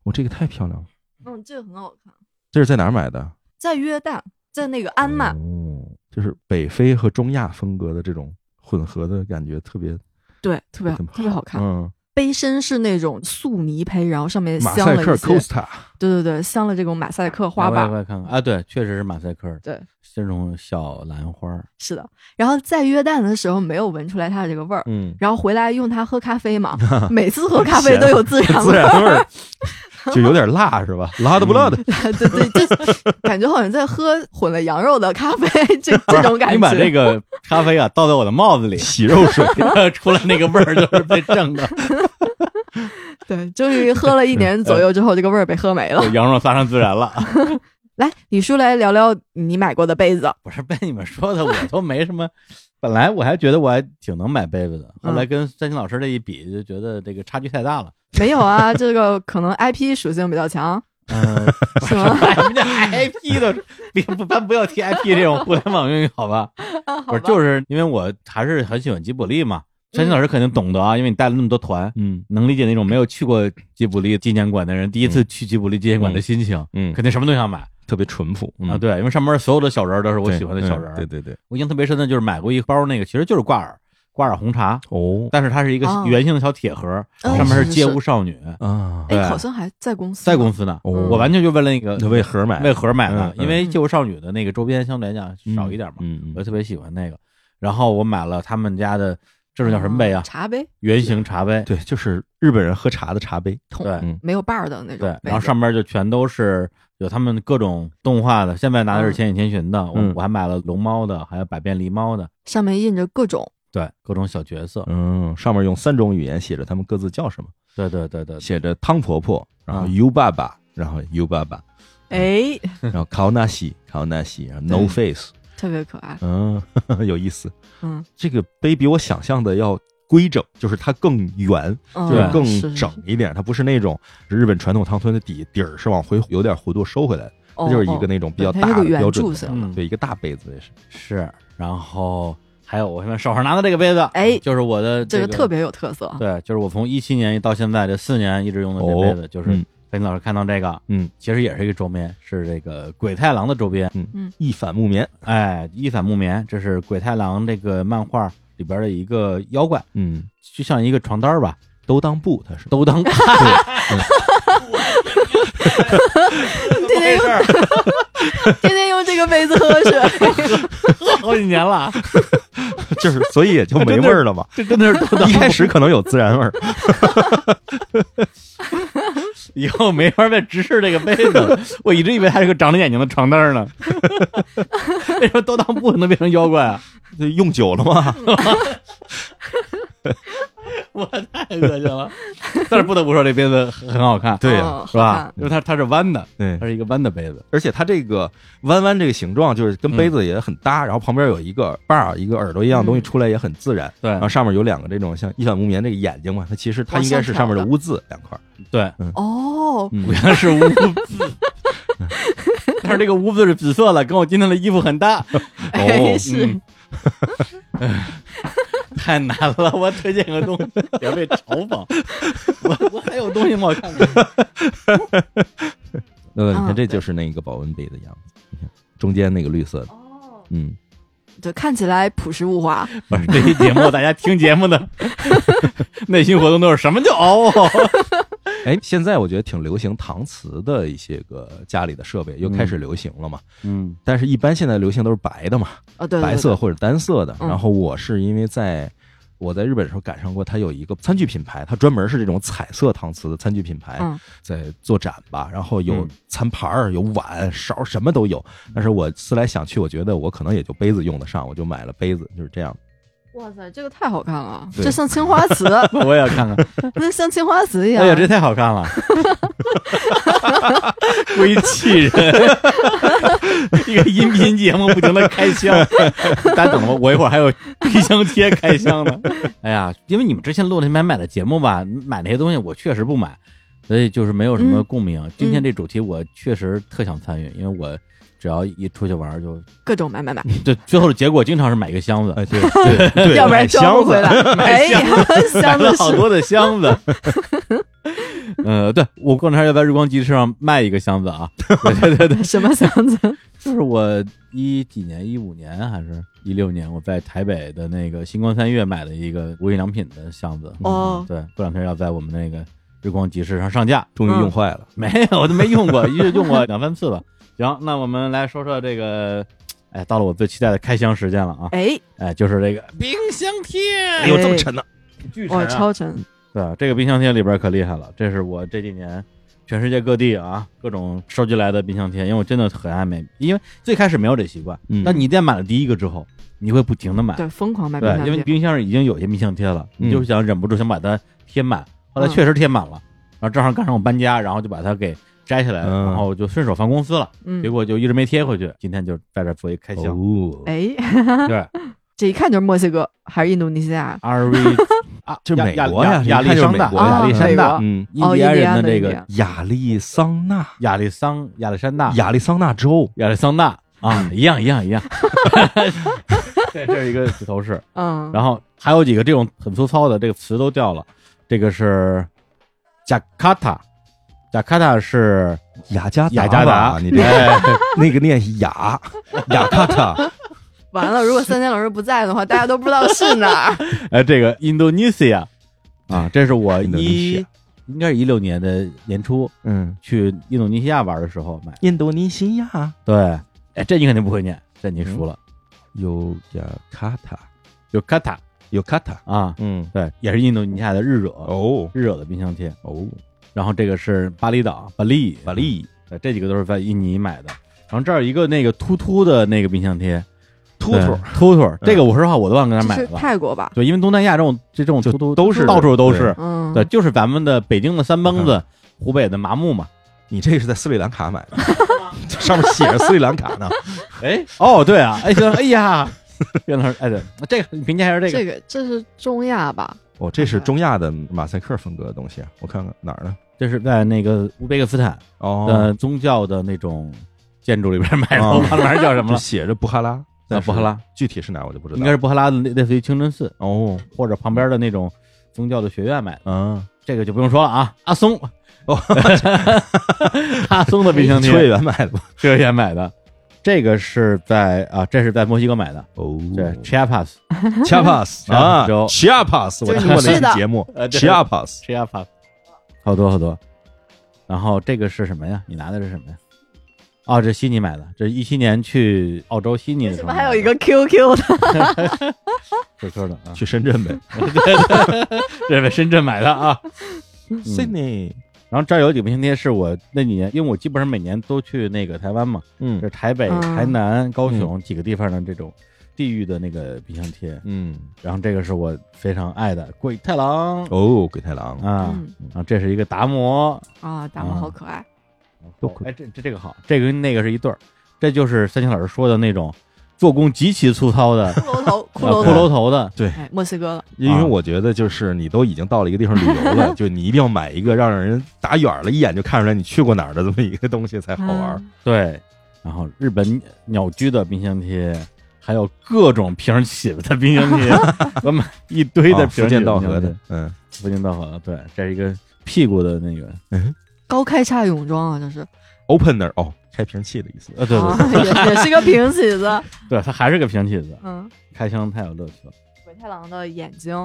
[SPEAKER 3] 哦这个太漂亮了，
[SPEAKER 2] *laughs* 嗯，这个很好看，
[SPEAKER 3] 这是在哪儿买的？
[SPEAKER 2] 在约旦，在那个安曼，
[SPEAKER 3] 哦，就是北非和中亚风格的这种混合的感觉，特别
[SPEAKER 2] 对，特别特别好看。
[SPEAKER 3] 嗯，
[SPEAKER 2] 杯身是那种素泥胚，然后上面
[SPEAKER 3] 马
[SPEAKER 2] 镶
[SPEAKER 3] 赛
[SPEAKER 2] 了
[SPEAKER 3] 克
[SPEAKER 2] 一些， *laughs*
[SPEAKER 3] Costa，
[SPEAKER 2] 对对对，镶了这种马赛克花
[SPEAKER 1] 来
[SPEAKER 2] 瓣。
[SPEAKER 1] 快看看啊！对，确实是马赛克的，
[SPEAKER 2] 对，
[SPEAKER 1] 这种小兰花儿。
[SPEAKER 2] 是的。然后在约旦的时候没有闻出来它的这个味儿，
[SPEAKER 3] 嗯，
[SPEAKER 2] 然后回来用它喝咖啡
[SPEAKER 3] *laughs*
[SPEAKER 2] 嘛，每次喝咖啡都有孜然
[SPEAKER 3] 孜
[SPEAKER 2] 味儿。
[SPEAKER 3] 然味
[SPEAKER 2] *laughs*
[SPEAKER 3] 儿，就有点辣是吧？辣的不辣的，
[SPEAKER 2] 对对，就感觉好像在喝混了羊肉的咖啡， *laughs*
[SPEAKER 1] *laughs*
[SPEAKER 2] 这这种感觉。
[SPEAKER 1] 你把这个咖啡啊倒在我的帽子里，
[SPEAKER 3] 洗肉
[SPEAKER 2] *laughs*
[SPEAKER 3] 水，
[SPEAKER 1] 出来那个味儿就是被正的，
[SPEAKER 2] 对，终于喝了一年左右之后，这个味儿被喝没了
[SPEAKER 1] *laughs* 有。羊肉撒上孜然了。
[SPEAKER 2] 来，李叔来聊聊你买过的杯子。
[SPEAKER 1] 不是被你们说的，我都没什么。本来我还觉得我还挺能买杯子的，后来跟三星老师这一比，就觉得这个差距太大了。 *laughs*
[SPEAKER 2] 没有啊，这个可能 IP 属性比较强，
[SPEAKER 1] 嗯，
[SPEAKER 2] *laughs* 是吗？
[SPEAKER 1] 哎你这 IP 都是别不咱不要提 IP 这种互联网用语，好吧？不是，就是因为我还是很喜欢吉卜力嘛。三星老师肯定懂得啊，因为你带了那么多团，
[SPEAKER 3] 嗯
[SPEAKER 1] 能理解那种没有去过吉卜力纪念馆的人，第一次去吉卜力纪念馆的心情，
[SPEAKER 3] 嗯，
[SPEAKER 1] 肯定什么都想买
[SPEAKER 3] 特别淳朴
[SPEAKER 1] 啊。，对，因为上面所有的小人儿都是我喜欢的小人
[SPEAKER 3] 嗯
[SPEAKER 1] 儿。
[SPEAKER 3] 对对对，
[SPEAKER 1] 我印象特别深的就是买过一包那个，其实就是挂耳挂耳红茶，
[SPEAKER 3] 哦
[SPEAKER 1] 但是它是一个
[SPEAKER 2] 哦
[SPEAKER 1] 圆形的小铁盒，
[SPEAKER 2] 嗯
[SPEAKER 1] 上面
[SPEAKER 2] 是
[SPEAKER 1] 是
[SPEAKER 2] 是
[SPEAKER 1] 街
[SPEAKER 2] 是
[SPEAKER 1] 舞少女，
[SPEAKER 3] 啊，
[SPEAKER 1] 对
[SPEAKER 2] 哎，嗯好像还在公司，
[SPEAKER 1] 在公司呢。
[SPEAKER 3] 哦
[SPEAKER 1] 我完全就为了那个
[SPEAKER 3] 那为盒买，
[SPEAKER 1] 为盒买的，
[SPEAKER 3] 嗯嗯
[SPEAKER 1] 因为街舞少女的那个周边相对来讲
[SPEAKER 3] 嗯
[SPEAKER 1] 少一点嘛，
[SPEAKER 3] 嗯
[SPEAKER 1] 我就
[SPEAKER 3] 嗯，
[SPEAKER 1] 特别喜欢那个。然后我买了他们家的这种叫什么杯啊？
[SPEAKER 2] 嗯茶杯
[SPEAKER 1] 圆形茶
[SPEAKER 2] 哎
[SPEAKER 1] 杯。
[SPEAKER 3] 对，就是日本人喝茶的茶杯，
[SPEAKER 2] 桶
[SPEAKER 1] 对，
[SPEAKER 3] 嗯
[SPEAKER 2] 没有把儿的那种
[SPEAKER 1] 对
[SPEAKER 2] 杯，子。
[SPEAKER 1] 然后上面就全都是有他们各种动画的，现在拿的是
[SPEAKER 2] 嗯
[SPEAKER 1] 《千与千寻》的，我
[SPEAKER 3] 嗯
[SPEAKER 1] 我还买了龙猫的，还有百变狸猫的，
[SPEAKER 2] 上面印着各种
[SPEAKER 1] 对各种小角
[SPEAKER 2] 哦
[SPEAKER 1] 色，
[SPEAKER 3] 嗯，上面用三种语言写着他们各自叫什么，
[SPEAKER 1] 对对对对，对
[SPEAKER 3] 写着汤婆婆，然
[SPEAKER 2] 啊
[SPEAKER 3] 后
[SPEAKER 1] 嗯
[SPEAKER 3] U 爸爸，然后 U
[SPEAKER 2] *laughs*
[SPEAKER 3] 爸爸，
[SPEAKER 2] 哎，
[SPEAKER 3] 然后考纳西，考纳西，然后 No
[SPEAKER 1] 对
[SPEAKER 3] Face，
[SPEAKER 2] 特别可爱。
[SPEAKER 3] 嗯， *laughs* 有意思。
[SPEAKER 2] 嗯，
[SPEAKER 3] 这个杯比我想象的要规整，就是它更圆，
[SPEAKER 2] 嗯
[SPEAKER 3] 就是
[SPEAKER 1] 对
[SPEAKER 2] 是
[SPEAKER 3] 更
[SPEAKER 2] 是
[SPEAKER 3] 整一点，它不是那种日本传统汤村的底底儿是往回有点弧度收回来的，
[SPEAKER 2] 哦
[SPEAKER 3] 它就是一个那种比较
[SPEAKER 2] 哦对
[SPEAKER 3] 大
[SPEAKER 2] 它是
[SPEAKER 3] 的
[SPEAKER 2] 个圆
[SPEAKER 3] 标准
[SPEAKER 2] 柱
[SPEAKER 3] 的
[SPEAKER 2] 形
[SPEAKER 1] 的嗯
[SPEAKER 3] 对，一个大杯子也是。
[SPEAKER 1] 是，然后还有我现在手上拿的这个杯子，
[SPEAKER 2] 哎
[SPEAKER 1] 就是我的
[SPEAKER 2] 这
[SPEAKER 1] 个
[SPEAKER 2] 个特别有特色。
[SPEAKER 1] 对，就是我从一七年到现在这四年一直用的这杯子，就是
[SPEAKER 3] 嗯
[SPEAKER 1] 跟老师看到这个，
[SPEAKER 3] 嗯，
[SPEAKER 1] 其实也是一个周边，是这个鬼太郎的周边，
[SPEAKER 3] 一反木棉，
[SPEAKER 1] 哎，一反木棉，这是鬼太郎这个漫画里边的一个妖怪，
[SPEAKER 3] 嗯，
[SPEAKER 1] 就像一个床单儿吧，
[SPEAKER 3] 都当布，它是 *laughs*
[SPEAKER 1] 都当 *laughs*
[SPEAKER 2] 天天用， *laughs* 天天用这个杯子喝
[SPEAKER 1] *laughs*
[SPEAKER 2] 水。
[SPEAKER 1] 好几年了，
[SPEAKER 3] 就是，所以也
[SPEAKER 2] *laughs*
[SPEAKER 3] 就没味儿了嘛。
[SPEAKER 1] 这真的是都当
[SPEAKER 3] *laughs* 一开始可能有孜然味儿，
[SPEAKER 1] 以后没法再直视这个杯子，我一直以为它是个长着眼睛的床单儿呢， *laughs* 为什么都当布能变成妖怪啊？
[SPEAKER 3] 就用久了嘛。
[SPEAKER 1] *laughs* 我太恶心了，但是不得不说这杯子很很好 *laughs* 看，
[SPEAKER 3] 对呀
[SPEAKER 2] 哦
[SPEAKER 1] 是
[SPEAKER 2] 好
[SPEAKER 1] 吧
[SPEAKER 2] 看？
[SPEAKER 1] 因为它它是弯的，
[SPEAKER 3] 对
[SPEAKER 1] 它，是一个弯的杯子，
[SPEAKER 3] 而且它这个弯弯这个形状，就是跟杯子也很搭，然后旁边有一个把儿，一个耳朵一样的东西
[SPEAKER 2] 嗯
[SPEAKER 3] 出来也很自然。
[SPEAKER 1] 对
[SPEAKER 3] 然后上面有两个这种像一反木棉这个眼睛嘛，它其实它
[SPEAKER 2] 往
[SPEAKER 3] 应该
[SPEAKER 2] 上
[SPEAKER 3] 是
[SPEAKER 2] 挑
[SPEAKER 3] 上面的
[SPEAKER 2] 哦的
[SPEAKER 3] 污渍两块儿。
[SPEAKER 1] 对，
[SPEAKER 2] 哦，
[SPEAKER 3] 嗯
[SPEAKER 1] 原来是污渍， *laughs* 但是这个污渍是紫色的，跟我今天的衣服很搭， *laughs*
[SPEAKER 2] 哎是
[SPEAKER 1] 嗯，太难了，我推荐个东 *laughs* 西，别被嘲讽， *laughs* 我我还有东西吗？我 *laughs* 看看，
[SPEAKER 3] 呃，你看
[SPEAKER 2] 啊
[SPEAKER 3] 这就是那个保温杯的样子，你看中间那个绿色的，
[SPEAKER 2] 哦，
[SPEAKER 3] 嗯，
[SPEAKER 2] 对，看起来朴实无华。
[SPEAKER 1] 不是这期节目，大家听节目的 *laughs* 内心活动都是什么叫哦？
[SPEAKER 3] 哎，现在我觉得挺流行搪瓷的一些个家里的设备又开始流行了嘛，
[SPEAKER 1] *laughs* 嗯
[SPEAKER 3] 但是一般现在流行都是白的嘛，
[SPEAKER 2] 哦，对，对
[SPEAKER 3] 白色，或者单色的。
[SPEAKER 2] 嗯
[SPEAKER 3] 然后我是因为在我在日本的时候赶上过，它有一个餐具品牌，它专门是这种彩色搪瓷的餐具品牌
[SPEAKER 2] 嗯
[SPEAKER 3] 在做展吧。然后有
[SPEAKER 1] 嗯
[SPEAKER 3] 餐盘儿、有碗、勺，什么都有。但是我思来想去，我觉得我可能也就杯子用得上，我就买了杯子，就是这
[SPEAKER 2] *laughs*
[SPEAKER 3] 样。
[SPEAKER 2] 对哇塞，这个太好看了，
[SPEAKER 3] 对
[SPEAKER 2] 这像青花
[SPEAKER 1] *laughs*
[SPEAKER 2] 瓷，
[SPEAKER 1] 我也要看看，
[SPEAKER 2] 那像青花瓷一样。
[SPEAKER 1] 哎呀，这太好
[SPEAKER 3] *laughs*
[SPEAKER 1] 看了，故意气
[SPEAKER 3] *laughs*
[SPEAKER 1] 人，一个音频节目不停的开箱，大家等着我，我一会儿还有冰箱贴开箱
[SPEAKER 3] *laughs*
[SPEAKER 1] 呢。哎呀，因为你们之前录那买买的节目吧，买那些东西我确实不买，所以就是没有什
[SPEAKER 3] 嗯
[SPEAKER 1] 么共鸣。今天这主题我确实特想参与，因为我。只要一出去玩儿就，
[SPEAKER 2] 各种买买买，
[SPEAKER 1] 就最后的结果经常是买一个箱子，
[SPEAKER 3] 哎，对对对，
[SPEAKER 2] 要不然
[SPEAKER 3] 买
[SPEAKER 2] 装
[SPEAKER 3] 箱
[SPEAKER 2] 不
[SPEAKER 3] 子
[SPEAKER 2] 回来。哎呀，
[SPEAKER 1] *laughs* 买
[SPEAKER 2] 箱
[SPEAKER 1] 了
[SPEAKER 2] 子
[SPEAKER 1] 好
[SPEAKER 2] 是
[SPEAKER 1] 多的箱
[SPEAKER 3] *laughs*
[SPEAKER 1] 子。呃，对我过两天要在日光集市上卖一个箱子
[SPEAKER 3] *laughs*
[SPEAKER 1] 啊，对对对
[SPEAKER 2] *laughs*
[SPEAKER 1] 对，
[SPEAKER 2] 什么箱子？
[SPEAKER 1] 就是我一几年，一五年还是一六年，我在台北的那个星光三月买的一个无印良品的箱子，
[SPEAKER 2] 哦，
[SPEAKER 1] 对，过两天要在我们那个日光集市上上架，嗯
[SPEAKER 3] 终于用坏了，
[SPEAKER 1] 没有，我都没用过，一直用过两三次吧。行，那我们来说说这个，哎，到了我最期待的开箱时间了啊，
[SPEAKER 2] 哎，
[SPEAKER 1] 哎，就是这个冰箱贴，
[SPEAKER 3] 哎呦，这么沉呢、
[SPEAKER 1] 巨
[SPEAKER 2] 哇，
[SPEAKER 1] 沉啊
[SPEAKER 2] 超沉，
[SPEAKER 1] 对，这个冰箱贴里边可厉害了，这是我这几年全世界各地啊各种收集来的冰箱贴，因为我真的很爱美，因为最开始没有这习惯，
[SPEAKER 3] 嗯
[SPEAKER 1] 但你一旦买了第一个之后，你会不停的买，
[SPEAKER 2] 对，疯狂买冰
[SPEAKER 1] 对，
[SPEAKER 2] 箱
[SPEAKER 1] 因为
[SPEAKER 2] 贴。
[SPEAKER 1] 冰箱里已经有些冰箱贴了，
[SPEAKER 3] 嗯
[SPEAKER 1] 你就是想忍不住想把它贴满，后来
[SPEAKER 2] 嗯
[SPEAKER 1] 确实贴满了，然后正好赶上我搬家，然后就把它给摘下来，
[SPEAKER 3] 嗯
[SPEAKER 1] 然后就顺手放公司了，
[SPEAKER 2] 嗯
[SPEAKER 1] 结，果就一直没贴回去，今天就在这儿做一开箱，
[SPEAKER 3] 哦，
[SPEAKER 2] 哎，
[SPEAKER 3] *laughs*
[SPEAKER 1] 对
[SPEAKER 2] 这一看就是墨西哥还是印度尼西亚？
[SPEAKER 1] ，RV 啊，
[SPEAKER 3] 这
[SPEAKER 1] 亚
[SPEAKER 3] 美
[SPEAKER 1] 亚
[SPEAKER 3] 国
[SPEAKER 1] 亚
[SPEAKER 3] 呀这一
[SPEAKER 1] 亚历
[SPEAKER 3] 看就是
[SPEAKER 1] 山
[SPEAKER 3] 美
[SPEAKER 1] 大，
[SPEAKER 3] 国
[SPEAKER 2] 呀
[SPEAKER 1] 亚历山
[SPEAKER 2] 啊
[SPEAKER 1] 大，
[SPEAKER 3] 嗯，
[SPEAKER 1] 印第
[SPEAKER 2] 哦
[SPEAKER 1] 安人的这
[SPEAKER 2] 印第安的印第
[SPEAKER 1] 个
[SPEAKER 2] 安
[SPEAKER 3] 亚利桑那，
[SPEAKER 1] 亚利桑亚历山大
[SPEAKER 3] 亚利桑那州，
[SPEAKER 1] 亚历桑那啊，一样一样一样。对，这是一个头饰，
[SPEAKER 2] 嗯，
[SPEAKER 1] 然后还有几个这种很粗糙的，这个词都掉了。这个是贾卡塔，贾卡塔是
[SPEAKER 3] 雅加
[SPEAKER 1] 雅加达
[SPEAKER 3] 啊吧，你这 *laughs* 个
[SPEAKER 1] 哎
[SPEAKER 3] 那个念雅雅卡塔，
[SPEAKER 2] 完了，如果三千老师不在的话，大家都不知道是哪
[SPEAKER 1] *laughs*
[SPEAKER 2] 儿。
[SPEAKER 1] 哎，这个 Indonesia 啊，这是我
[SPEAKER 3] Indonesia
[SPEAKER 1] 一应该是一六年的年初
[SPEAKER 3] 嗯，
[SPEAKER 1] 去印度尼西亚玩的时候买的。
[SPEAKER 3] 印度尼西亚
[SPEAKER 1] 对，哎，这你肯定不会念，这你熟了，
[SPEAKER 3] 有雅卡塔，
[SPEAKER 1] 就卡塔
[SPEAKER 3] 有卡塔，
[SPEAKER 1] 啊，
[SPEAKER 3] 嗯，
[SPEAKER 1] 对，也是印度尼西亚的日惹，
[SPEAKER 3] 哦
[SPEAKER 1] 日惹的冰箱贴。
[SPEAKER 3] 哦，
[SPEAKER 1] 然后这个是巴厘岛，巴厘，
[SPEAKER 3] 巴厘
[SPEAKER 1] 嗯对，这几个都是在印尼买的。然后这儿有一个那个突突的那个冰箱贴，
[SPEAKER 3] 秃
[SPEAKER 1] 对
[SPEAKER 3] 秃，
[SPEAKER 1] 秃秃，这个我说实话我都忘给他买
[SPEAKER 2] 是
[SPEAKER 1] 了。
[SPEAKER 2] 泰国吧？
[SPEAKER 1] 对，因为东南亚这种这种
[SPEAKER 3] 就
[SPEAKER 1] 秃秃
[SPEAKER 3] 都是
[SPEAKER 1] 到处都是，
[SPEAKER 2] 嗯，
[SPEAKER 1] 对，就是咱们的北京的三蹦子，湖北的麻木嘛。
[SPEAKER 3] 你这个是在斯里兰
[SPEAKER 2] *laughs*
[SPEAKER 3] 卡买的，上面写着斯里兰卡呢。
[SPEAKER 1] 哎，哦，对啊，哎，哎呀，原来是哎对，这个评价一下这个，
[SPEAKER 2] 这个这是中亚吧？
[SPEAKER 3] 哦，这是中亚的马赛克风格的东西啊，我看看哪儿呢？
[SPEAKER 1] 这是在那个乌兹别克斯坦
[SPEAKER 3] 哦，
[SPEAKER 1] 的宗教的那种建筑里边买的，
[SPEAKER 3] 哦
[SPEAKER 1] 我忘了叫什么
[SPEAKER 3] 就 *laughs*
[SPEAKER 1] 了，
[SPEAKER 3] 写着布哈拉，但是
[SPEAKER 1] 呃布哈拉
[SPEAKER 3] 具体是哪儿我就不知道。
[SPEAKER 1] 应该是布哈拉的类类似于清真寺
[SPEAKER 3] 哦，
[SPEAKER 1] 或者旁边的那种宗教的学院买的，
[SPEAKER 3] 嗯，
[SPEAKER 1] 这个就不用说了啊。阿松，
[SPEAKER 3] 哦，
[SPEAKER 1] 阿松的冰箱
[SPEAKER 3] 秋叶
[SPEAKER 1] 贴，
[SPEAKER 3] 原买的吧？
[SPEAKER 1] 秋叶原买的，这个是在啊，这是在墨西哥买的，
[SPEAKER 3] 哦，
[SPEAKER 1] 对，Chiapas，
[SPEAKER 3] ，Chiapas 啊
[SPEAKER 1] 州
[SPEAKER 3] ，Chiapas，我
[SPEAKER 2] 就是你
[SPEAKER 3] 听过那
[SPEAKER 2] 吃
[SPEAKER 3] 期
[SPEAKER 2] 的
[SPEAKER 3] 节目
[SPEAKER 1] 呃对
[SPEAKER 3] ，Chiapas，
[SPEAKER 1] Chiapas，好多好多。然后这个是什么呀？你拿的是什么呀？哦，这悉尼买的，这一七年去澳洲悉尼的
[SPEAKER 2] 为
[SPEAKER 1] 时
[SPEAKER 2] 什
[SPEAKER 1] 候
[SPEAKER 2] 么
[SPEAKER 1] 买的。
[SPEAKER 2] 还有一个 QQ 的？
[SPEAKER 1] QQ 的啊？
[SPEAKER 3] 去深圳呗
[SPEAKER 1] 这是在深圳买的啊。
[SPEAKER 3] ，Sydney，
[SPEAKER 1] 然后这儿有几个明信片是我那几年，因为我基本上每年都去那个台湾嘛，
[SPEAKER 3] 嗯
[SPEAKER 1] 就是台北、
[SPEAKER 2] 嗯
[SPEAKER 1] 台南、高雄几个地方的这种地域的那个冰箱贴。
[SPEAKER 3] 嗯，
[SPEAKER 1] 然后这个是我非常爱的鬼太郎
[SPEAKER 3] 哦，鬼太郎，
[SPEAKER 1] 啊，
[SPEAKER 2] 嗯
[SPEAKER 1] 然后这是一个达摩，
[SPEAKER 2] 啊，大猫好可爱。
[SPEAKER 3] 都哦可以
[SPEAKER 1] 哎，这这这个好，这个跟那个是一对儿，这就是三星老师说的那种做工极其粗糙的
[SPEAKER 2] 骷髅头， *laughs* 骷
[SPEAKER 1] 呃
[SPEAKER 2] 髅
[SPEAKER 1] 骷
[SPEAKER 2] 头，
[SPEAKER 1] 髅头的，
[SPEAKER 2] 哎，墨西哥了，
[SPEAKER 3] 因为
[SPEAKER 1] 啊
[SPEAKER 3] 我觉得就是你都已经到了一个地方旅游 *laughs* 了，就你一定要买一个让人打远了一眼就看出来你去过哪儿的这么一个东西
[SPEAKER 1] 哎
[SPEAKER 3] 才好玩儿。
[SPEAKER 2] 嗯。
[SPEAKER 1] 对。然后日本鸟居的冰箱贴，还有各种瓶儿起子的冰箱
[SPEAKER 2] *laughs*
[SPEAKER 1] 贴，我买一堆的
[SPEAKER 3] 啊
[SPEAKER 1] 瓶
[SPEAKER 3] 福
[SPEAKER 1] 儿起
[SPEAKER 3] 建
[SPEAKER 1] 子
[SPEAKER 3] 道
[SPEAKER 1] 冰箱
[SPEAKER 3] 河
[SPEAKER 1] 贴
[SPEAKER 3] 的，，嗯，
[SPEAKER 1] 福建道河，对，这是一个屁股的
[SPEAKER 3] *laughs*
[SPEAKER 1] 那个，啊
[SPEAKER 2] 高开叉泳装啊，这是，
[SPEAKER 3] opener 哦，开瓶器的意思。
[SPEAKER 1] 呃，对对
[SPEAKER 2] 啊也也是个平起
[SPEAKER 1] *laughs*
[SPEAKER 2] 子，
[SPEAKER 1] 对，它还是个瓶起子，
[SPEAKER 2] 嗯，
[SPEAKER 1] 开箱太有乐趣了。
[SPEAKER 2] 鬼太狼的眼睛，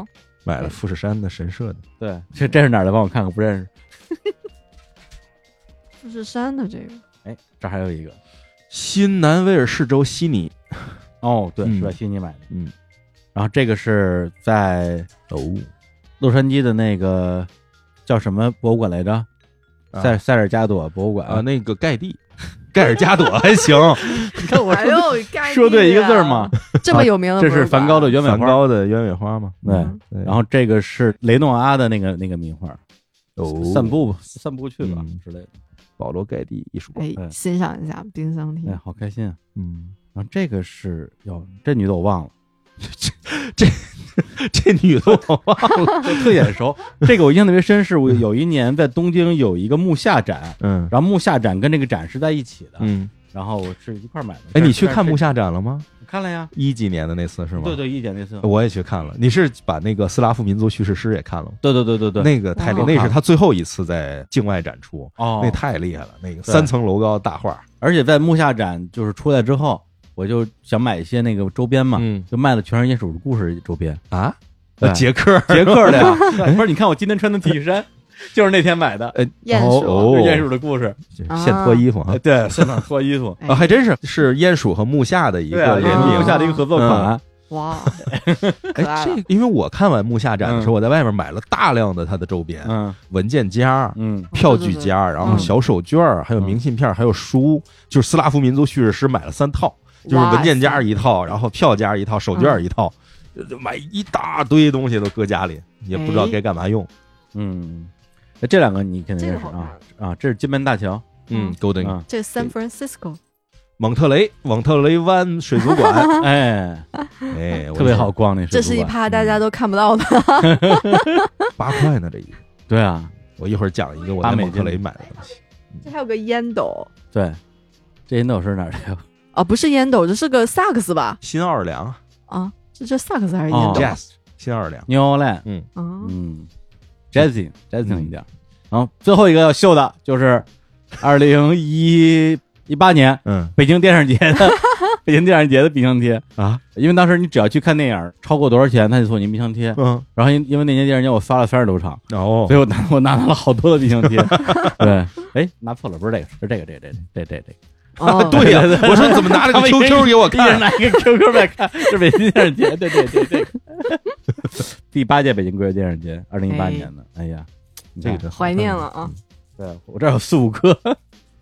[SPEAKER 3] 买了富士山的神社的，
[SPEAKER 1] 对，这这是哪儿的？帮我看看，不认识。
[SPEAKER 2] 富士山的这个，
[SPEAKER 1] 哎，这还有一个，
[SPEAKER 3] 新南威尔士州悉尼，
[SPEAKER 1] 哦，对，
[SPEAKER 3] 嗯
[SPEAKER 1] 是在悉尼买的，
[SPEAKER 3] 嗯，
[SPEAKER 1] 然后这个是在
[SPEAKER 3] 哦，
[SPEAKER 1] 洛杉矶的那个叫什么博物馆来着？
[SPEAKER 3] 啊
[SPEAKER 1] 塞塞尔加朵博物馆
[SPEAKER 3] 啊，那个盖蒂，盖尔加朵还 *laughs* 行，
[SPEAKER 1] 看我
[SPEAKER 2] 哎呦，盖蒂啊
[SPEAKER 1] 说对一个字儿嘛，啊
[SPEAKER 2] 这么有名的，
[SPEAKER 1] 这是梵高的，鸢尾
[SPEAKER 3] 梵
[SPEAKER 1] 花，
[SPEAKER 3] 高的鸢尾花嘛。
[SPEAKER 1] 对。
[SPEAKER 2] 嗯
[SPEAKER 3] 对
[SPEAKER 1] 然后这个是雷诺阿的那个那个名画，
[SPEAKER 3] 哦，
[SPEAKER 1] 散步吧，散步去吧
[SPEAKER 3] 嗯
[SPEAKER 1] 之类的。
[SPEAKER 3] 保罗盖蒂艺术馆，
[SPEAKER 2] 哎
[SPEAKER 1] 对，
[SPEAKER 2] 欣赏一下冰箱贴
[SPEAKER 1] 嗯哎，，好开心啊！
[SPEAKER 3] 嗯，
[SPEAKER 1] 然后这个是哟，这女的我忘了，
[SPEAKER 3] *laughs* 这女的我
[SPEAKER 1] *laughs*
[SPEAKER 3] 忘了，
[SPEAKER 1] 就特眼熟。这个我印象特别深，是我有一年在东京有一个木下展，
[SPEAKER 3] *laughs* 嗯
[SPEAKER 1] 然后木下展跟这个展是在一起的，
[SPEAKER 3] 嗯，
[SPEAKER 1] 然后我是一块儿买的。
[SPEAKER 3] 哎，你去看木
[SPEAKER 1] 下
[SPEAKER 3] 下展了吗？
[SPEAKER 1] 看了呀？
[SPEAKER 3] 一几年的那次是吗？
[SPEAKER 1] 对对，一点那次，
[SPEAKER 3] 我也去看了。你是把那个斯拉夫民族叙事诗也看了吗？
[SPEAKER 1] 对对对对对，
[SPEAKER 3] 那个太厉
[SPEAKER 2] 哦
[SPEAKER 3] 那是他最后一次在境外展出，
[SPEAKER 1] 哦，
[SPEAKER 3] 那太厉害了。那个
[SPEAKER 1] 对
[SPEAKER 3] 三层楼高大画，
[SPEAKER 1] 而且在木下展就是出来之后，我就想买一些那个周边嘛，
[SPEAKER 3] 嗯
[SPEAKER 1] 就卖的全是鼹鼠的故事周 *laughs* 边，
[SPEAKER 3] 啊，
[SPEAKER 1] 对
[SPEAKER 3] 呃捷克
[SPEAKER 1] *laughs* 杰克的呀。对不是，你看我今天穿的 T 恤衫， *laughs* 就是那天买的，
[SPEAKER 3] 呃
[SPEAKER 2] 鼹鼠
[SPEAKER 1] 就
[SPEAKER 3] 哦
[SPEAKER 1] 是鼹鼠的 *laughs* 故事。
[SPEAKER 3] 现脱衣服啊
[SPEAKER 1] 哎，对， *laughs* 现场脱衣服，
[SPEAKER 2] 哎
[SPEAKER 3] 啊，还真是是鼹鼠和木下的一
[SPEAKER 1] 对啊，
[SPEAKER 3] 个
[SPEAKER 1] 也
[SPEAKER 3] 联
[SPEAKER 1] 是
[SPEAKER 3] 名
[SPEAKER 1] 木。下的一个合作款。 *laughs*
[SPEAKER 2] 哇，可爱
[SPEAKER 3] 哎，
[SPEAKER 2] 了
[SPEAKER 3] 这个因为我看完木下展的时候，我在外面买了大量的他的周边，
[SPEAKER 1] 嗯
[SPEAKER 3] 文件夹、
[SPEAKER 1] 嗯，
[SPEAKER 3] 票据夹，然后
[SPEAKER 2] 嗯
[SPEAKER 3] 小手绢儿，还有明信片，还有书，就是斯拉夫民族叙事诗买了三套，就是文件夹一套，然后票夹一套，手绢
[SPEAKER 1] 嗯
[SPEAKER 3] 儿一套，就买一大堆东西都搁家里，也不知
[SPEAKER 1] 哎
[SPEAKER 3] 道该干嘛用。
[SPEAKER 1] 嗯，哎这两个你肯定认识
[SPEAKER 2] 这个好
[SPEAKER 1] 啊啊！这是金门大桥
[SPEAKER 3] 嗯
[SPEAKER 2] 嗯
[SPEAKER 3] ，Golden
[SPEAKER 1] 啊，
[SPEAKER 2] 这 San Francisco
[SPEAKER 3] 蒙特雷蒙特雷湾水族馆，
[SPEAKER 1] *laughs* 哎，
[SPEAKER 3] 哎，
[SPEAKER 1] 特别好，逛那水
[SPEAKER 2] 啊这
[SPEAKER 1] 族
[SPEAKER 2] 是一
[SPEAKER 1] 馆
[SPEAKER 2] 趴大家都
[SPEAKER 1] 嗯
[SPEAKER 2] 看不到的，
[SPEAKER 3] 八块呢这一个。
[SPEAKER 1] 对啊，
[SPEAKER 3] 我一会儿讲一个我
[SPEAKER 1] 八
[SPEAKER 3] 在
[SPEAKER 1] 美
[SPEAKER 3] 蒙特雷
[SPEAKER 1] 金
[SPEAKER 3] 买的东西，
[SPEAKER 2] 这还有个烟斗
[SPEAKER 1] 对，这烟斗是哪儿的 *laughs* 呀？
[SPEAKER 2] 啊，不是烟斗，这是个萨克斯吧？
[SPEAKER 3] 新奥尔良啊
[SPEAKER 2] 啊，这这萨克斯还是烟
[SPEAKER 1] 哦
[SPEAKER 2] 斗
[SPEAKER 3] Jazz，新奥尔良，
[SPEAKER 1] New Orleans，
[SPEAKER 2] 啊？
[SPEAKER 1] 嗯，Jazzy Jazzy 一点儿。然后最后一个要秀的就是二零一一八年
[SPEAKER 3] 嗯
[SPEAKER 1] 北京电视节
[SPEAKER 2] *laughs*
[SPEAKER 1] 的北京电视节的冰箱贴，
[SPEAKER 3] 啊，
[SPEAKER 1] 因为当时你只要去看电影，超过多少钱他就送你冰箱贴。
[SPEAKER 3] 嗯，哦
[SPEAKER 1] 然后因因为那年电视节我刷了三十多场，
[SPEAKER 3] 然后
[SPEAKER 1] 所以我拿我拿到了好多的冰箱 *laughs* 贴。对，哎，拿错了，不是这个，是这个，这个，这个，这个这个这个。 *laughs*
[SPEAKER 2] 哦
[SPEAKER 3] 对呀，我说你怎么拿了个
[SPEAKER 1] 他们一人
[SPEAKER 3] QQ 给我
[SPEAKER 1] 一人
[SPEAKER 3] 看？
[SPEAKER 1] 拿一个 QQ 在看，是北京电视 *laughs* 节，对对对对。第八届北京国际电视节，二零一八
[SPEAKER 2] 哎
[SPEAKER 1] 年的，哎呀，你
[SPEAKER 3] 这个
[SPEAKER 1] 看
[SPEAKER 3] 真
[SPEAKER 2] *laughs*
[SPEAKER 3] 好嗯
[SPEAKER 2] 怀念了啊！
[SPEAKER 1] 对我这儿有四五个， *laughs*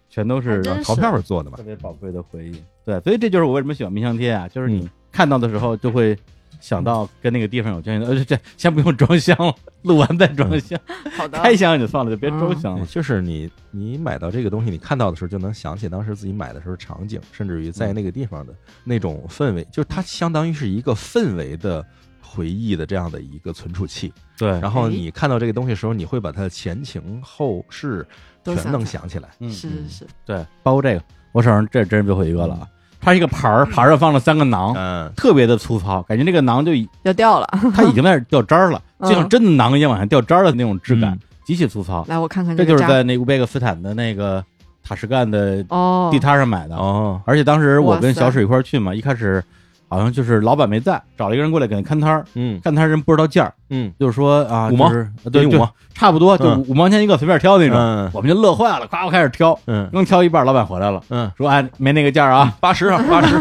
[SPEAKER 1] 全都是
[SPEAKER 2] 还真
[SPEAKER 1] 嗯
[SPEAKER 3] 陶片儿做的嘛
[SPEAKER 1] 特，别宝贵的回忆。对，所以这就是我为什么喜欢冰箱贴啊，就是你看到的时候就会想到跟那个地方有关系的。呃，这这先不用装箱了，录完再装箱，
[SPEAKER 2] 好的，
[SPEAKER 1] 开箱就算了，就别装箱
[SPEAKER 3] 对
[SPEAKER 1] 了。
[SPEAKER 3] 啊就是你你买到这个东西，你看到的时候就能想起当时自己买的时候场景，甚至于在那个地方的那种氛围，就是它相当于是一个氛围的回忆的这样的一个存储器。
[SPEAKER 1] 对，然
[SPEAKER 3] 然后你看到这个东西的时候，你会把它的前情后事
[SPEAKER 2] 都
[SPEAKER 3] 全能
[SPEAKER 2] 起来。
[SPEAKER 3] 想起来。
[SPEAKER 1] 嗯
[SPEAKER 2] 是是是，
[SPEAKER 1] 对，包括这个，我手上这真就会一个了啊，它是一个盘儿，盘儿上放了三个囊。
[SPEAKER 3] 嗯，
[SPEAKER 1] 特别的粗糙，感觉那个囊就已
[SPEAKER 2] 要掉了。 *laughs*
[SPEAKER 1] 它已经在那儿掉渣儿了，就
[SPEAKER 2] 嗯
[SPEAKER 1] 像真的囊一样往下掉渣儿的那种质感
[SPEAKER 3] 嗯，
[SPEAKER 1] 极其粗糙。
[SPEAKER 2] 来，我看看
[SPEAKER 1] 这
[SPEAKER 2] 个
[SPEAKER 1] 就是
[SPEAKER 2] 渣
[SPEAKER 1] 在那乌贝克斯坦的那个塔什干的
[SPEAKER 2] 哦
[SPEAKER 1] 地摊上买的，
[SPEAKER 3] 哦，
[SPEAKER 1] 而且当时我跟
[SPEAKER 2] 哇塞
[SPEAKER 1] 小史一块儿去嘛，一开始好像就是老板没在，找了一个人过来给他看摊儿，
[SPEAKER 3] 嗯
[SPEAKER 1] 看摊儿人不知道价儿，
[SPEAKER 3] 嗯，
[SPEAKER 1] 就是说啊，
[SPEAKER 3] 五毛
[SPEAKER 1] 就是，呃对，
[SPEAKER 3] 五
[SPEAKER 1] 就
[SPEAKER 3] 毛，
[SPEAKER 1] 差不多就
[SPEAKER 3] 嗯
[SPEAKER 1] 五五毛钱一个，随便挑那种，
[SPEAKER 3] 嗯
[SPEAKER 1] 我们就乐坏了，夸我开始挑，
[SPEAKER 3] 嗯
[SPEAKER 1] 刚挑一半，老板回来了，
[SPEAKER 3] 嗯，
[SPEAKER 1] 说哎没那个价儿啊，*laughs*
[SPEAKER 3] 八十啊，八十，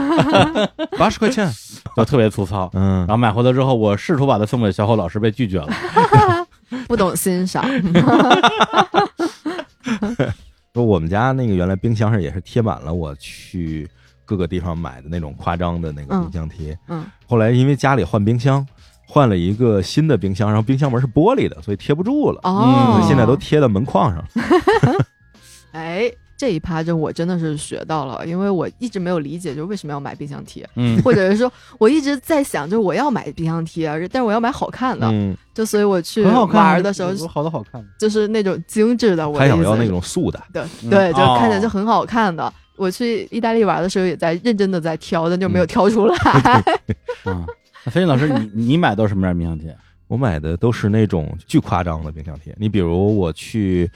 [SPEAKER 3] 八十块钱。
[SPEAKER 1] 就特别粗糙。
[SPEAKER 3] 嗯
[SPEAKER 1] 然，后买回来之后，我试图把它送给小侯老师，被拒绝了。
[SPEAKER 2] 不懂欣
[SPEAKER 1] *laughs*
[SPEAKER 2] 赏，
[SPEAKER 3] 说我们家那个原来冰箱上也是贴满了我去各个地方买的那种夸张的那个冰箱贴。
[SPEAKER 2] 嗯，
[SPEAKER 3] 后来因为家里换冰箱，换了一个新的冰箱，然后冰箱门是玻璃的，所以贴不住了，
[SPEAKER 2] 哦
[SPEAKER 1] 嗯
[SPEAKER 3] 所以，现在都贴到门框上了。
[SPEAKER 2] 哎。这一趴就我真的是学到了，因为我一直没有理解，就为什么要买冰箱贴，
[SPEAKER 1] 嗯，
[SPEAKER 2] 或者是
[SPEAKER 1] *laughs*
[SPEAKER 2] 说我一直在想，就我要买冰箱贴，但是我要买好看的，
[SPEAKER 3] 嗯，
[SPEAKER 2] 就所以我去
[SPEAKER 1] 很好看啊，
[SPEAKER 2] 玩的时候
[SPEAKER 1] 有好多好看的。
[SPEAKER 2] 就是那种精致的，我的
[SPEAKER 3] 还
[SPEAKER 2] 意
[SPEAKER 3] 想
[SPEAKER 2] 思
[SPEAKER 3] 要那
[SPEAKER 2] 是
[SPEAKER 3] 种素的。
[SPEAKER 2] 对
[SPEAKER 1] 嗯
[SPEAKER 2] 对，就
[SPEAKER 1] 哦
[SPEAKER 2] 看起来就很好看的。我去意大利玩的时候也在认真的在挑，但就没有挑出 *laughs* 来。
[SPEAKER 1] 啊，那飞云老师，你你买到什么样的冰箱贴？
[SPEAKER 3] 我买的都是那种巨夸张的冰箱贴。你比如我去，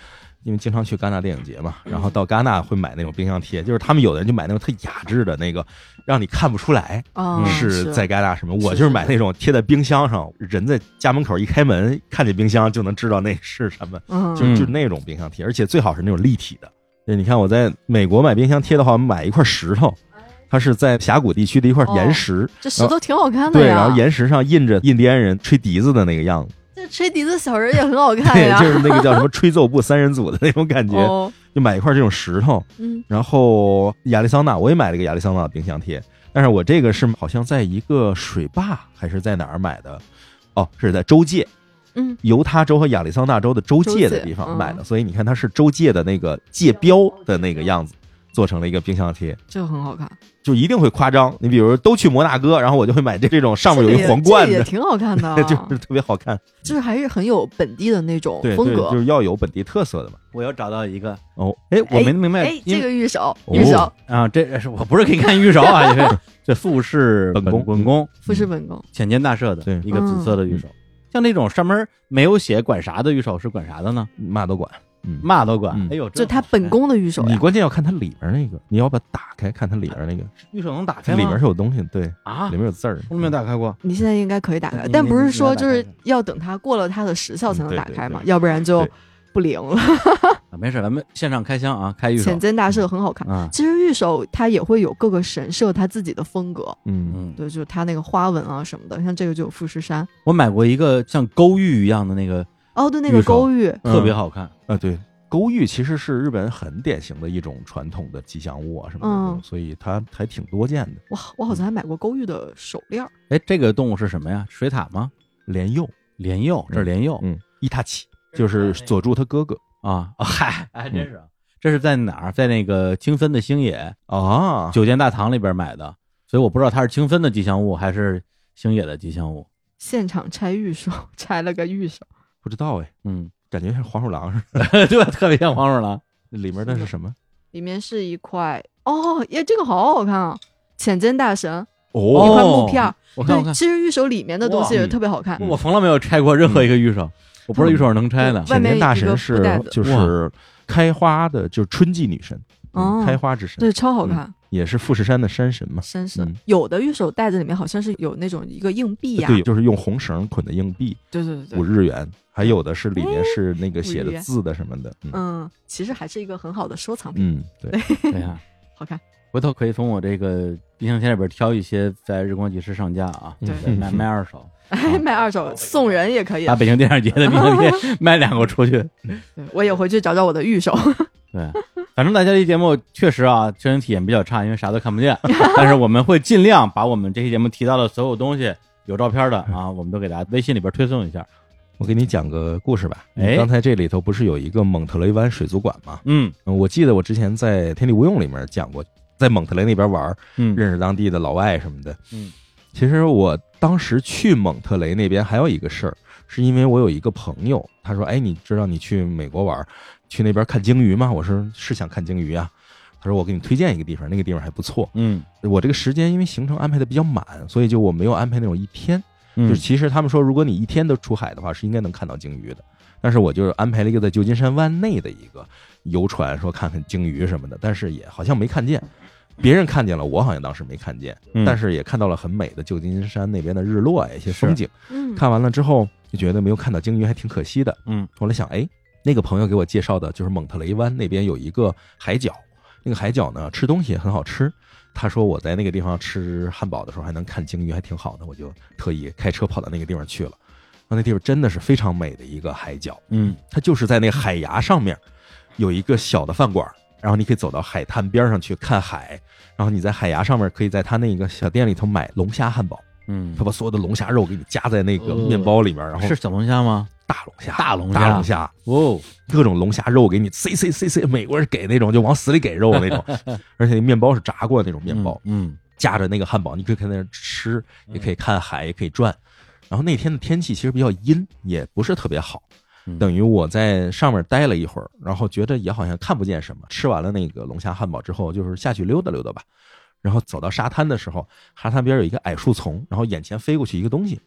[SPEAKER 3] 因为经常去戛纳电影节嘛，
[SPEAKER 2] 嗯
[SPEAKER 3] 然后到戛纳会买那种冰箱贴，就是他们有的人就买那种特雅致的那个，让你看不出来
[SPEAKER 2] 哦
[SPEAKER 3] 是在戛纳什么。
[SPEAKER 2] 是
[SPEAKER 3] 我就是买那种贴在冰箱上，人在家门口一开门看见冰箱就能知道那是什么，
[SPEAKER 2] 嗯，
[SPEAKER 3] 就就那种冰箱贴，而且最好是那种立体的。对，你看我在美国买冰箱贴的话，我买一块石头，
[SPEAKER 2] 哎
[SPEAKER 3] 它是在峡谷地区的一块岩石，
[SPEAKER 2] 这石头挺好看哦的
[SPEAKER 3] 呃对，
[SPEAKER 2] 呀。
[SPEAKER 3] 然后岩石上印着印第安人吹笛子的那个样子。
[SPEAKER 2] 这吹笛子小人也很
[SPEAKER 3] *laughs*
[SPEAKER 2] 好看
[SPEAKER 3] 对，
[SPEAKER 2] 呀。
[SPEAKER 3] 就是那个叫什么吹奏部三人组的那种感觉，
[SPEAKER 2] 哦，
[SPEAKER 3] 就买一块这种石头。
[SPEAKER 2] 嗯，
[SPEAKER 3] 然后亚利桑那，我也买了一个亚利桑那的冰箱贴，但是我这个是好像在一个水坝还是在哪儿买的，哦，是在州界，
[SPEAKER 2] 嗯，
[SPEAKER 3] 犹他州和亚利桑那州的州界的地
[SPEAKER 2] 州界
[SPEAKER 3] 方
[SPEAKER 2] 嗯
[SPEAKER 3] 买的，所以你看它是州界的那个界标的那个样子，做成了一个冰箱贴。
[SPEAKER 2] 这个很好看。
[SPEAKER 3] 就一定会夸张，你比如都去摩纳哥，然后我就会买这这种上面有
[SPEAKER 2] 这个
[SPEAKER 3] 一
[SPEAKER 2] 也
[SPEAKER 3] 皇冠
[SPEAKER 2] 这个也
[SPEAKER 3] 的，，
[SPEAKER 2] 挺好啊看的
[SPEAKER 3] *laughs* 就是特别好看。
[SPEAKER 2] 就是还是很有本地的那种
[SPEAKER 3] 对
[SPEAKER 2] 风
[SPEAKER 3] 对，
[SPEAKER 2] 格
[SPEAKER 3] 就。是要有本地特色的嘛。
[SPEAKER 1] 我又找到一个，
[SPEAKER 3] 哦，
[SPEAKER 1] 哎，我没
[SPEAKER 2] 哎
[SPEAKER 1] 明白，
[SPEAKER 2] 哎，这
[SPEAKER 1] 因为
[SPEAKER 2] 个玉手，
[SPEAKER 3] 哦
[SPEAKER 2] 玉手，
[SPEAKER 1] 啊，这是我不是可以看玉手 *laughs* 啊，因为这富士
[SPEAKER 3] 本宫
[SPEAKER 1] 本宫嗯
[SPEAKER 2] 富士本宫。
[SPEAKER 1] 浅间大社的
[SPEAKER 3] 对
[SPEAKER 1] 一个紫色的玉手。像那种上面没有写管啥的玉手是管啥的呢？
[SPEAKER 3] 嘛都管，嗯，
[SPEAKER 1] 嘛都管。
[SPEAKER 3] 嗯
[SPEAKER 1] 哎呦，哎
[SPEAKER 2] 就
[SPEAKER 1] 它
[SPEAKER 2] 它本宫的玉手
[SPEAKER 1] 啊
[SPEAKER 3] 你
[SPEAKER 2] 呀，
[SPEAKER 3] 关键要看它里面那个，你要把它打开看它里面那个，
[SPEAKER 1] 玉手能打开
[SPEAKER 3] 它
[SPEAKER 1] 吗
[SPEAKER 3] 里面是有东西，对，里
[SPEAKER 1] 啊，
[SPEAKER 3] 面有字儿。
[SPEAKER 1] 我没有打开过。
[SPEAKER 2] 你现在应该可以打开
[SPEAKER 1] 你，
[SPEAKER 2] 但不
[SPEAKER 1] 你
[SPEAKER 2] 是
[SPEAKER 1] 你
[SPEAKER 2] 说
[SPEAKER 1] 给它
[SPEAKER 2] 就
[SPEAKER 1] 打开
[SPEAKER 2] 是要等它过了它的时效才
[SPEAKER 3] 嗯
[SPEAKER 2] 能
[SPEAKER 3] 对
[SPEAKER 2] 打
[SPEAKER 3] 对
[SPEAKER 2] 开嘛，
[SPEAKER 3] 对
[SPEAKER 2] 要不然就
[SPEAKER 3] 对
[SPEAKER 2] 不灵了。
[SPEAKER 1] 啊没事，咱们现场开箱啊，开玉手
[SPEAKER 2] 浅间大社很好看。
[SPEAKER 1] 啊，
[SPEAKER 2] 其实玉手它也会有各个神社它自己的风格，
[SPEAKER 3] 嗯，
[SPEAKER 1] 嗯，
[SPEAKER 2] 对，就是它那个花纹啊什么的，像这个就有富士山，
[SPEAKER 1] 我买过一个像勾玉一样的那个，
[SPEAKER 2] 哦，对，那个
[SPEAKER 1] 玉手
[SPEAKER 2] 勾玉，
[SPEAKER 3] 嗯
[SPEAKER 1] 特别好看。
[SPEAKER 3] 啊对，勾玉其实是日本很典型的一种传统的吉祥物啊什么的，
[SPEAKER 2] 嗯
[SPEAKER 3] 所以它还挺多见的。
[SPEAKER 2] 哇，我好像还买过勾玉的手链儿，
[SPEAKER 1] 哎，这个动物是什么呀？水獭吗？
[SPEAKER 3] 莲佑，
[SPEAKER 1] 莲幼，这是莲幼
[SPEAKER 3] 嗯，伊塔奇就是嗯佐助他哥哥
[SPEAKER 1] 啊！啊嗨，还真是啊。这是在哪儿？在那个清芬的星野
[SPEAKER 3] 啊，
[SPEAKER 1] 九间大堂里边买的，所以我不知道它是清芬的吉祥物还是星野的吉祥物。
[SPEAKER 2] 现场拆玉手， *laughs* 拆了个玉手，
[SPEAKER 3] 不知道哎，
[SPEAKER 1] 嗯， *laughs*
[SPEAKER 3] 感觉像黄鼠狼似的，
[SPEAKER 1] 对，特别像黄鼠狼。
[SPEAKER 2] *laughs*
[SPEAKER 3] 里面那是什么？
[SPEAKER 2] 里面是一块，哦，耶，这个好好看啊，浅间大神一
[SPEAKER 1] 哦
[SPEAKER 2] 块木片儿，
[SPEAKER 1] 我看我
[SPEAKER 2] 对，
[SPEAKER 1] 看，
[SPEAKER 2] 其实玉手里面的东西
[SPEAKER 1] 哇
[SPEAKER 2] 也特别好看，
[SPEAKER 1] 我从来没有拆过
[SPEAKER 3] 嗯
[SPEAKER 1] 任何一个玉手，我不知道玉手能拆的
[SPEAKER 2] 嗯。
[SPEAKER 3] 浅
[SPEAKER 2] 外面
[SPEAKER 3] 间大
[SPEAKER 2] 一个
[SPEAKER 3] 神
[SPEAKER 2] 布
[SPEAKER 3] 是
[SPEAKER 2] 袋子
[SPEAKER 3] 就是开花的，就是春季女神，嗯
[SPEAKER 2] 哦
[SPEAKER 3] 开花之神，
[SPEAKER 2] 对，超好
[SPEAKER 1] 嗯
[SPEAKER 2] 看，
[SPEAKER 3] 也是富士山的山神嘛。
[SPEAKER 2] 真是
[SPEAKER 3] 嗯
[SPEAKER 2] 有的玉手袋子里面好像是有那种一个硬哎币呀，
[SPEAKER 3] 对，就是用红绳捆的硬币，
[SPEAKER 2] 对对对
[SPEAKER 3] 五
[SPEAKER 2] 对，
[SPEAKER 3] 日元，还有的是里面是那个写
[SPEAKER 2] 五日
[SPEAKER 3] 的
[SPEAKER 2] 元
[SPEAKER 3] 字的什么的，嗯
[SPEAKER 2] 嗯，其实还是一个很好的收藏品，
[SPEAKER 3] 嗯，对，
[SPEAKER 1] 对哎呀，
[SPEAKER 2] 好看，
[SPEAKER 1] 回头可以从我这个冰箱贴里边挑一些，在日光集市上架啊，
[SPEAKER 2] 对
[SPEAKER 1] 再卖卖二手，
[SPEAKER 3] 啊
[SPEAKER 2] 哎，卖二
[SPEAKER 3] 哦
[SPEAKER 2] 手送人也可以啊
[SPEAKER 1] 把，北京 *laughs* 电影节的冰箱贴卖两个出去。
[SPEAKER 2] 对我也回去找找我的玉手。
[SPEAKER 1] 对，反正大家这期节目确实啊，真人体验比较差，因为啥都看 *laughs* 不见。但是我们会尽量把我们这期节目提到的所有东西，有照片的啊，我们都给大家微信里边推送一下。
[SPEAKER 3] 我给你讲个故事吧。
[SPEAKER 1] 哎
[SPEAKER 3] 刚才这里头不是有一个蒙特雷湾水族馆吗？
[SPEAKER 1] 嗯
[SPEAKER 3] 嗯我记得我之前在《天地无用》里面讲过，在蒙特雷那边玩，
[SPEAKER 1] 嗯
[SPEAKER 3] 认识当地的老外什么的。
[SPEAKER 1] 嗯，
[SPEAKER 3] 其实我当时去蒙特雷那边还有一个事儿，是因为我有一个朋友，他说：“哎，你知道你去美国玩，去那边看鲸鱼吗？”我说：“是想看鲸鱼啊。”他说：“我给你推荐一个地方，那个地方还不错。
[SPEAKER 1] 嗯”
[SPEAKER 3] 我这个时间因为行程安排的比较满，所以就我没有安排那种一天。就
[SPEAKER 1] 嗯
[SPEAKER 3] 是其实他们说，如果你一天都出海的话，是应该能看到鲸鱼的。但是我就安排了一个在旧金山湾内的一个游船，说看看鲸鱼什么的，但是也好像没看见。别人看见了，我好像当时没看见，
[SPEAKER 1] 嗯，
[SPEAKER 3] 但是也看到了很美的旧金山那边的日落呀，一些风景。
[SPEAKER 2] *laughs* 嗯，
[SPEAKER 3] 看完了之后，就觉得没有看到鲸鱼还挺可惜的。
[SPEAKER 1] 嗯，
[SPEAKER 3] 后来想，哎，那个朋友给我介绍的就是蒙特雷湾那边有一个海角，那个海角呢吃东西也很好吃。他说我在那个地方吃汉堡的时候还能看鲸鱼，还挺好的。我就特意开车跑到那个地方去了。啊，那地方真的是非常美的一个海角，
[SPEAKER 1] 嗯
[SPEAKER 3] 它就是在那个海崖上面有一个小的饭馆，然后你可以走到海滩边上去看海，然后你在海崖上面可以在他那个小店里头买龙虾汉堡，
[SPEAKER 1] 嗯
[SPEAKER 3] 他，把所有的龙虾肉给你夹在那个面包里面，然后
[SPEAKER 1] 哦是小龙虾吗？
[SPEAKER 3] 大龙虾，
[SPEAKER 1] 大龙虾
[SPEAKER 3] 大龙虾，
[SPEAKER 1] 哦，
[SPEAKER 3] 各种龙虾肉给你塞塞塞塞，美国人给那种就往死里给肉那
[SPEAKER 1] *laughs*
[SPEAKER 3] 种，而且那面包是炸过的那种面包，
[SPEAKER 1] 嗯，
[SPEAKER 3] 夹着那个汉堡，你可以在那儿吃，
[SPEAKER 1] 嗯
[SPEAKER 3] 也可以看海，也可以转。然后那天的天气其实比较阴，也不是特别好
[SPEAKER 1] 嗯，
[SPEAKER 3] 等于我在上面待了一会儿，然后觉得也好像看不见什么。吃完了那个龙虾汉堡之后，就是下去溜达溜达吧。然后走到沙滩的时候，沙滩边有一个矮树丛，然后眼前飞过去一个东西，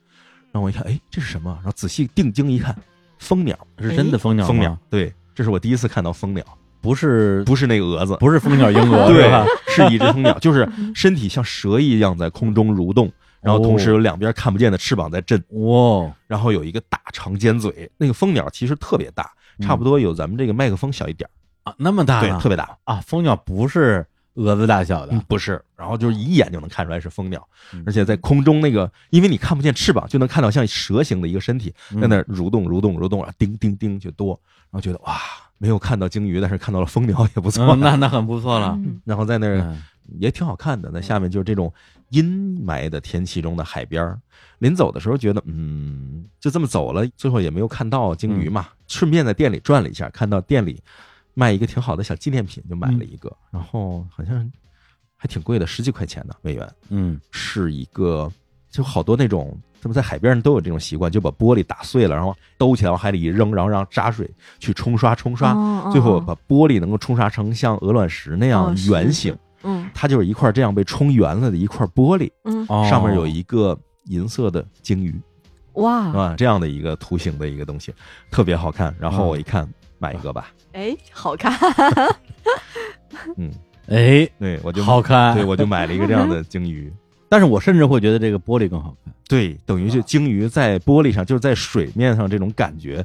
[SPEAKER 3] 然后我一看，哎，这是什么？然后仔细定睛一看，蜂鸟，
[SPEAKER 1] 嗯是真的蜂鸟吗，
[SPEAKER 3] 蜂鸟，对，这是我第一次看到蜂鸟，
[SPEAKER 1] 不是
[SPEAKER 3] 不是那个蛾子，
[SPEAKER 1] 不是蜂鸟英国， *laughs*
[SPEAKER 3] 对
[SPEAKER 1] 是吧？，
[SPEAKER 3] 是一只
[SPEAKER 1] *laughs*
[SPEAKER 3] 蜂鸟，就是身体像蛇一样在空中蠕动，然后同
[SPEAKER 1] 哦
[SPEAKER 3] 时有两边看不见的翅膀在震，
[SPEAKER 1] 哇，
[SPEAKER 3] 然后有一个大长尖嘴。那个蜂鸟其实特别大，差不多有咱们这个麦克风小一点儿，
[SPEAKER 1] 啊，那么嗯大
[SPEAKER 3] 对
[SPEAKER 1] 呢，
[SPEAKER 3] 特别大。嗯
[SPEAKER 1] 啊，蜂鸟不是蛾子大小的，
[SPEAKER 3] 不是，然后就是一眼就能看出来是蜂鸟
[SPEAKER 1] 嗯，
[SPEAKER 3] 而且在空中那个，因为你看不见翅膀，就能看到像蛇形的一个身体
[SPEAKER 1] 嗯
[SPEAKER 3] 在那儿蠕动、蠕动、蠕动，然后叮叮叮就多，然后觉得哇，没有看到鲸鱼，但是看到了蜂鸟也不错
[SPEAKER 1] *laughs* 嗯，。那那很不错了。
[SPEAKER 2] 嗯
[SPEAKER 3] 然后在那儿
[SPEAKER 1] 嗯
[SPEAKER 3] 也挺好看的。那下面就是这种阴霾的天气中的海边儿，临走的时候觉得，嗯，就这么走了，最后也没有看到鲸鱼
[SPEAKER 2] 嗯
[SPEAKER 3] 嘛，顺便在店里转了一下，看到店里卖一个挺好的小纪念品，就买了一个，
[SPEAKER 2] 嗯
[SPEAKER 3] 然后好像还挺贵的，十几块钱呢，美元，
[SPEAKER 1] 嗯
[SPEAKER 3] 是一个就好多那种。他们在海边上都有这种习惯，就把玻璃打碎了，然后兜起来往海里一扔，然后让渣水去冲刷冲刷，
[SPEAKER 2] 哦
[SPEAKER 3] 最后
[SPEAKER 2] 哦
[SPEAKER 3] 把玻璃能够冲刷成像鹅卵石那样
[SPEAKER 2] 哦是
[SPEAKER 3] 圆
[SPEAKER 2] 是
[SPEAKER 3] 形。
[SPEAKER 2] 嗯
[SPEAKER 3] 它就是一块这样被冲圆了的一块玻璃，
[SPEAKER 2] 嗯，
[SPEAKER 1] 哦
[SPEAKER 3] 上面有一个银色的鲸鱼
[SPEAKER 2] 哇，
[SPEAKER 3] 啊，这样的一个图形的一个东西，特别好看。然后我一看，买一个吧，
[SPEAKER 2] 哎，好
[SPEAKER 3] *laughs*
[SPEAKER 2] 看，
[SPEAKER 3] 嗯，
[SPEAKER 1] 哎，
[SPEAKER 3] 对我就
[SPEAKER 1] 好，看，
[SPEAKER 3] *laughs* 对我就买了一个这样的鲸鱼。
[SPEAKER 1] 但是我甚至会觉得这个玻璃更好看。
[SPEAKER 3] 对，等于就鲸鱼在玻璃上，就是在水面上这种感觉，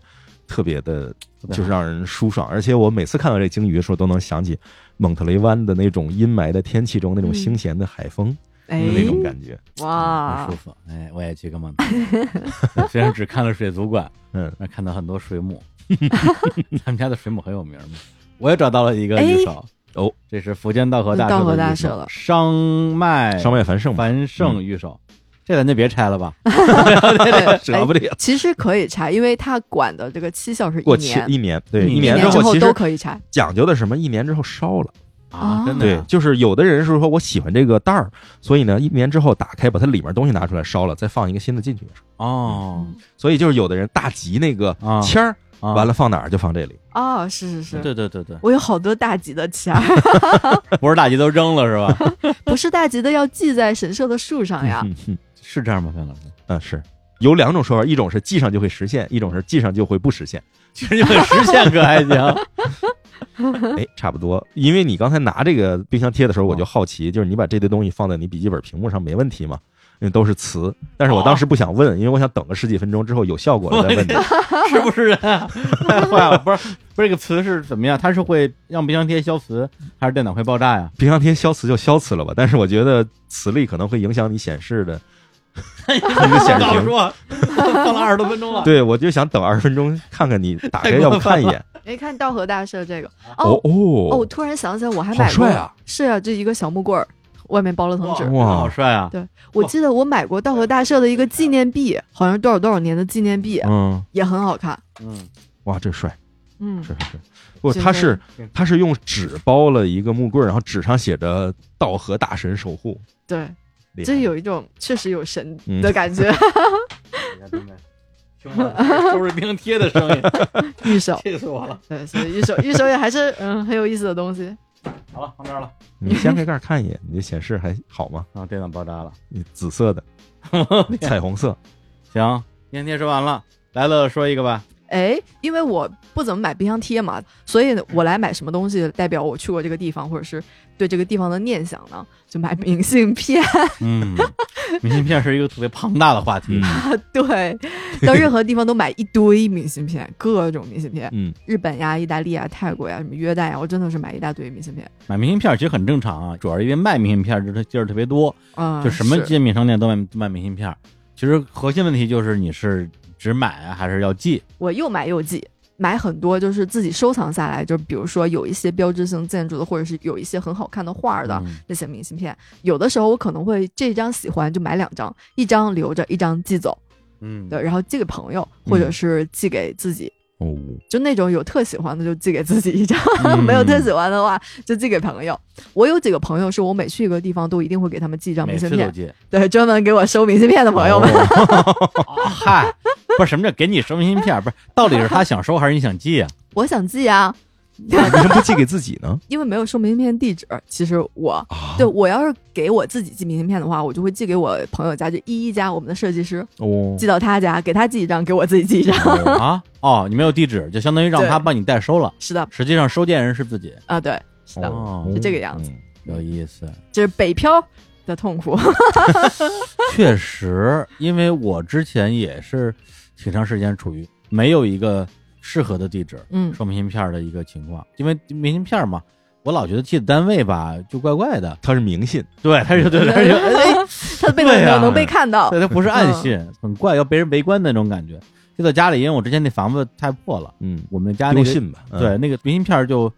[SPEAKER 3] 特别的，
[SPEAKER 1] 别好
[SPEAKER 3] 就是让人舒爽。而且我每次看到这鲸鱼的时候，都能想起蒙特雷湾的那种阴霾的天气中那种
[SPEAKER 2] 嗯
[SPEAKER 3] 新鲜的海风
[SPEAKER 2] 哎
[SPEAKER 3] 的，那种感觉。
[SPEAKER 1] 嗯
[SPEAKER 2] 哇
[SPEAKER 1] 很舒，服。哎，我也去个蒙特利虽然只看了 *laughs* 水族馆，
[SPEAKER 3] 嗯，
[SPEAKER 1] 但看到很多水母。 *laughs* 他们家的水母很有名嘛。我也找到了一个
[SPEAKER 2] 哎
[SPEAKER 1] 鱼手，
[SPEAKER 3] 哦，
[SPEAKER 1] 这是福建道和大
[SPEAKER 2] 道
[SPEAKER 1] 社
[SPEAKER 2] 和
[SPEAKER 1] 的
[SPEAKER 2] 大
[SPEAKER 1] 鱼
[SPEAKER 2] 社
[SPEAKER 1] 手
[SPEAKER 2] 了
[SPEAKER 1] 商脉
[SPEAKER 3] 商外嗯繁盛吧，
[SPEAKER 1] 繁盛玉手，这咱就别拆了吧。
[SPEAKER 3] 嗯
[SPEAKER 2] 哎
[SPEAKER 3] 舍不得。
[SPEAKER 2] 其实可以拆，因为它管的这个期效是一
[SPEAKER 3] 过期
[SPEAKER 2] 年，
[SPEAKER 3] 一年，对，
[SPEAKER 1] 一
[SPEAKER 3] 一
[SPEAKER 2] 一
[SPEAKER 1] 年
[SPEAKER 3] 年
[SPEAKER 2] 之
[SPEAKER 3] 后其
[SPEAKER 2] 都
[SPEAKER 3] 实
[SPEAKER 2] 可以拆。
[SPEAKER 3] 讲究的是什么？一年之后烧了。
[SPEAKER 2] 哦
[SPEAKER 1] 啊，真的
[SPEAKER 3] 对
[SPEAKER 1] 呀，，
[SPEAKER 3] 就是有的人是说我喜欢这个袋儿，所以呢，一年之后打开把它里面东西拿出来烧了，再放一个新的进去。
[SPEAKER 1] 哦，
[SPEAKER 3] 所以就是有的人大集那个
[SPEAKER 1] 啊
[SPEAKER 3] 签儿，
[SPEAKER 1] 啊
[SPEAKER 3] 完了放哪儿就放这里。
[SPEAKER 2] 哦，是是嗯是，
[SPEAKER 1] 对对对对，
[SPEAKER 2] 我有好多大吉的
[SPEAKER 3] *laughs*
[SPEAKER 2] 签儿，
[SPEAKER 1] 不是大吉都扔了是 *laughs* 吧？
[SPEAKER 2] 不是大吉的要系在神社的树上呀。
[SPEAKER 3] 嗯 *laughs* 哼，
[SPEAKER 1] 是这样吗，范老师？
[SPEAKER 3] 嗯是。有两种说法，一种是系上就会实现，一种是系上就会不实现。
[SPEAKER 1] 其实你们实现可还 *laughs* 行。
[SPEAKER 3] 哎，差不多。因为你刚才拿这个冰箱贴的时候，我就好奇，就是你把这堆东西放在你笔记本屏幕上没问题吗？因为都是词，但是我当时不想问，因为我想等个十几分钟之后有效果了再问你。
[SPEAKER 1] *laughs* 是不是人啊？太坏了！不是，不是这个词是怎么样？它是会让冰箱贴消磁，还是电脑 *laughs* 会爆炸呀？
[SPEAKER 3] 冰箱贴消磁就消磁了吧，但是我觉得磁力可能会影响你显示的 *laughs* 一个显示
[SPEAKER 1] 早
[SPEAKER 3] 屏。
[SPEAKER 1] 说，放了二十多分钟了。
[SPEAKER 3] 对，我就想等二十分钟，看看你打开，
[SPEAKER 1] 太过
[SPEAKER 3] 要不
[SPEAKER 1] 分
[SPEAKER 3] 看一眼。
[SPEAKER 2] 没哎看道和大社这个
[SPEAKER 3] 嗯哦
[SPEAKER 2] 哦哦，我
[SPEAKER 3] 哦，
[SPEAKER 2] 突然想起来，我还
[SPEAKER 3] 好
[SPEAKER 2] 买过
[SPEAKER 3] 帅啊！
[SPEAKER 2] 是啊，就一个小木棍儿，外面包了层纸。
[SPEAKER 3] 哇
[SPEAKER 1] 好帅啊！
[SPEAKER 2] 我记得我买过道和大社的一个纪念币，好像是多少多少年的纪念币，
[SPEAKER 3] 嗯，
[SPEAKER 2] 也很好看。
[SPEAKER 1] 嗯，
[SPEAKER 3] 哇，这帅，
[SPEAKER 2] 嗯
[SPEAKER 3] 是，是是。不，
[SPEAKER 2] 真
[SPEAKER 3] 他
[SPEAKER 2] 的
[SPEAKER 3] 是他是用纸包了一个木棍儿，然后纸上写着“道和大神守护
[SPEAKER 2] 对，”，
[SPEAKER 3] 厉害
[SPEAKER 2] 这有一种确实有神
[SPEAKER 3] 嗯
[SPEAKER 2] 的感 *laughs* 觉，
[SPEAKER 1] 听吗？收拾冰贴的声音，
[SPEAKER 2] 玉手。
[SPEAKER 1] 气死我了！
[SPEAKER 2] 对，所以玉手玉手也还是嗯很有意思的东西。
[SPEAKER 1] 好了，放这儿了。
[SPEAKER 3] 你掀开盖儿看一眼，你这显示还好吗？
[SPEAKER 1] 啊，电脑爆炸了。
[SPEAKER 3] 你紫色的，彩虹色，
[SPEAKER 1] 行，冰贴说完了，来乐乐说一个吧。
[SPEAKER 2] 哎，因为我不怎么买冰箱贴嘛，所以我来买什么东西代表我去过这个地方，或者是对这个地方的念想呢？就买明信片。
[SPEAKER 1] 嗯， *laughs* 明信片是一个特别庞大的话
[SPEAKER 3] 嗯
[SPEAKER 1] 题。
[SPEAKER 2] 啊 *laughs* 对，到任何地方都买一堆明信片，各种明信片，
[SPEAKER 3] 嗯，
[SPEAKER 2] 日本呀、意大利呀、泰国呀、什么约旦呀，我真的是买一大堆明信片。
[SPEAKER 1] 买明信片其实很正常啊，主要是因为卖明信片儿的地儿特别多，
[SPEAKER 2] 啊、
[SPEAKER 1] 就什么
[SPEAKER 2] 是
[SPEAKER 1] 街面商店都卖都卖明信片儿。其实核心问题就是你是只买啊还是要寄？
[SPEAKER 2] 我又买又寄，买很多就是自己收藏下来，就比如说有一些标志性建筑的，或者是有一些很好看的画儿的。
[SPEAKER 1] 嗯
[SPEAKER 2] 那些明信片，有的时候我可能会这张喜欢就买两张，一张留着，一张寄走
[SPEAKER 1] 嗯，
[SPEAKER 2] 对，然后寄给朋友，或者
[SPEAKER 3] 嗯
[SPEAKER 2] 是寄给自己，
[SPEAKER 3] 哦， *laughs*
[SPEAKER 2] 就那种有特喜欢的就寄给自己一张，*laughs*
[SPEAKER 1] 嗯
[SPEAKER 2] 没有特喜欢的话就寄给朋友。我有几个朋友是我每去一个地方都一定会给他们寄一张
[SPEAKER 1] 每
[SPEAKER 2] 明信
[SPEAKER 1] 次都
[SPEAKER 2] 片，
[SPEAKER 1] 寄。
[SPEAKER 2] 对，专门给我收明信片的朋友们。
[SPEAKER 1] 哦嗨，不是什么叫给你收明信片儿，不是到底是他想收还是你
[SPEAKER 2] *laughs*
[SPEAKER 1] 想寄啊？
[SPEAKER 2] *laughs* 我想寄啊，
[SPEAKER 3] 为什么不寄给自己呢？
[SPEAKER 2] 因为没有收明信片地址，其实我。
[SPEAKER 3] 啊
[SPEAKER 2] 对，我要是给我自己寄明信片的话，我就会寄给我朋友家，就依依家我们的设计师
[SPEAKER 3] 哦
[SPEAKER 2] 寄到他家，给他寄一张，给我自己寄一张。 *laughs*
[SPEAKER 1] 啊，哦，你没有地址，就相当于让
[SPEAKER 2] 对
[SPEAKER 1] 他帮你代收了。
[SPEAKER 2] 是的，
[SPEAKER 1] 实际上收件人是自己，
[SPEAKER 2] 啊，对，是的，
[SPEAKER 1] 哦
[SPEAKER 2] 是这个样子。
[SPEAKER 3] 嗯
[SPEAKER 1] 有意思。
[SPEAKER 2] 这是北漂的痛苦。 *laughs*
[SPEAKER 1] 确实，因为我之前也是挺长时间处于没有一个适合的地址
[SPEAKER 2] 嗯
[SPEAKER 1] 收明信片儿的一个情况，因为明信片儿嘛，我老觉得寄的单位吧就怪怪的，
[SPEAKER 3] 他是明信，
[SPEAKER 1] 对，他 *laughs* 就对，他就哎，
[SPEAKER 2] 他的背
[SPEAKER 1] *laughs* 对
[SPEAKER 2] 景
[SPEAKER 1] 呀
[SPEAKER 2] 能被看
[SPEAKER 3] *laughs*
[SPEAKER 2] 到
[SPEAKER 1] 对，，他不是暗信，很怪，要被人围观的那种感觉。就在家里，因为我之前那房子太破了，
[SPEAKER 3] 嗯，
[SPEAKER 1] 我们家那
[SPEAKER 3] 丢
[SPEAKER 1] 个
[SPEAKER 3] 信吧，嗯
[SPEAKER 1] 对，那个明信片儿就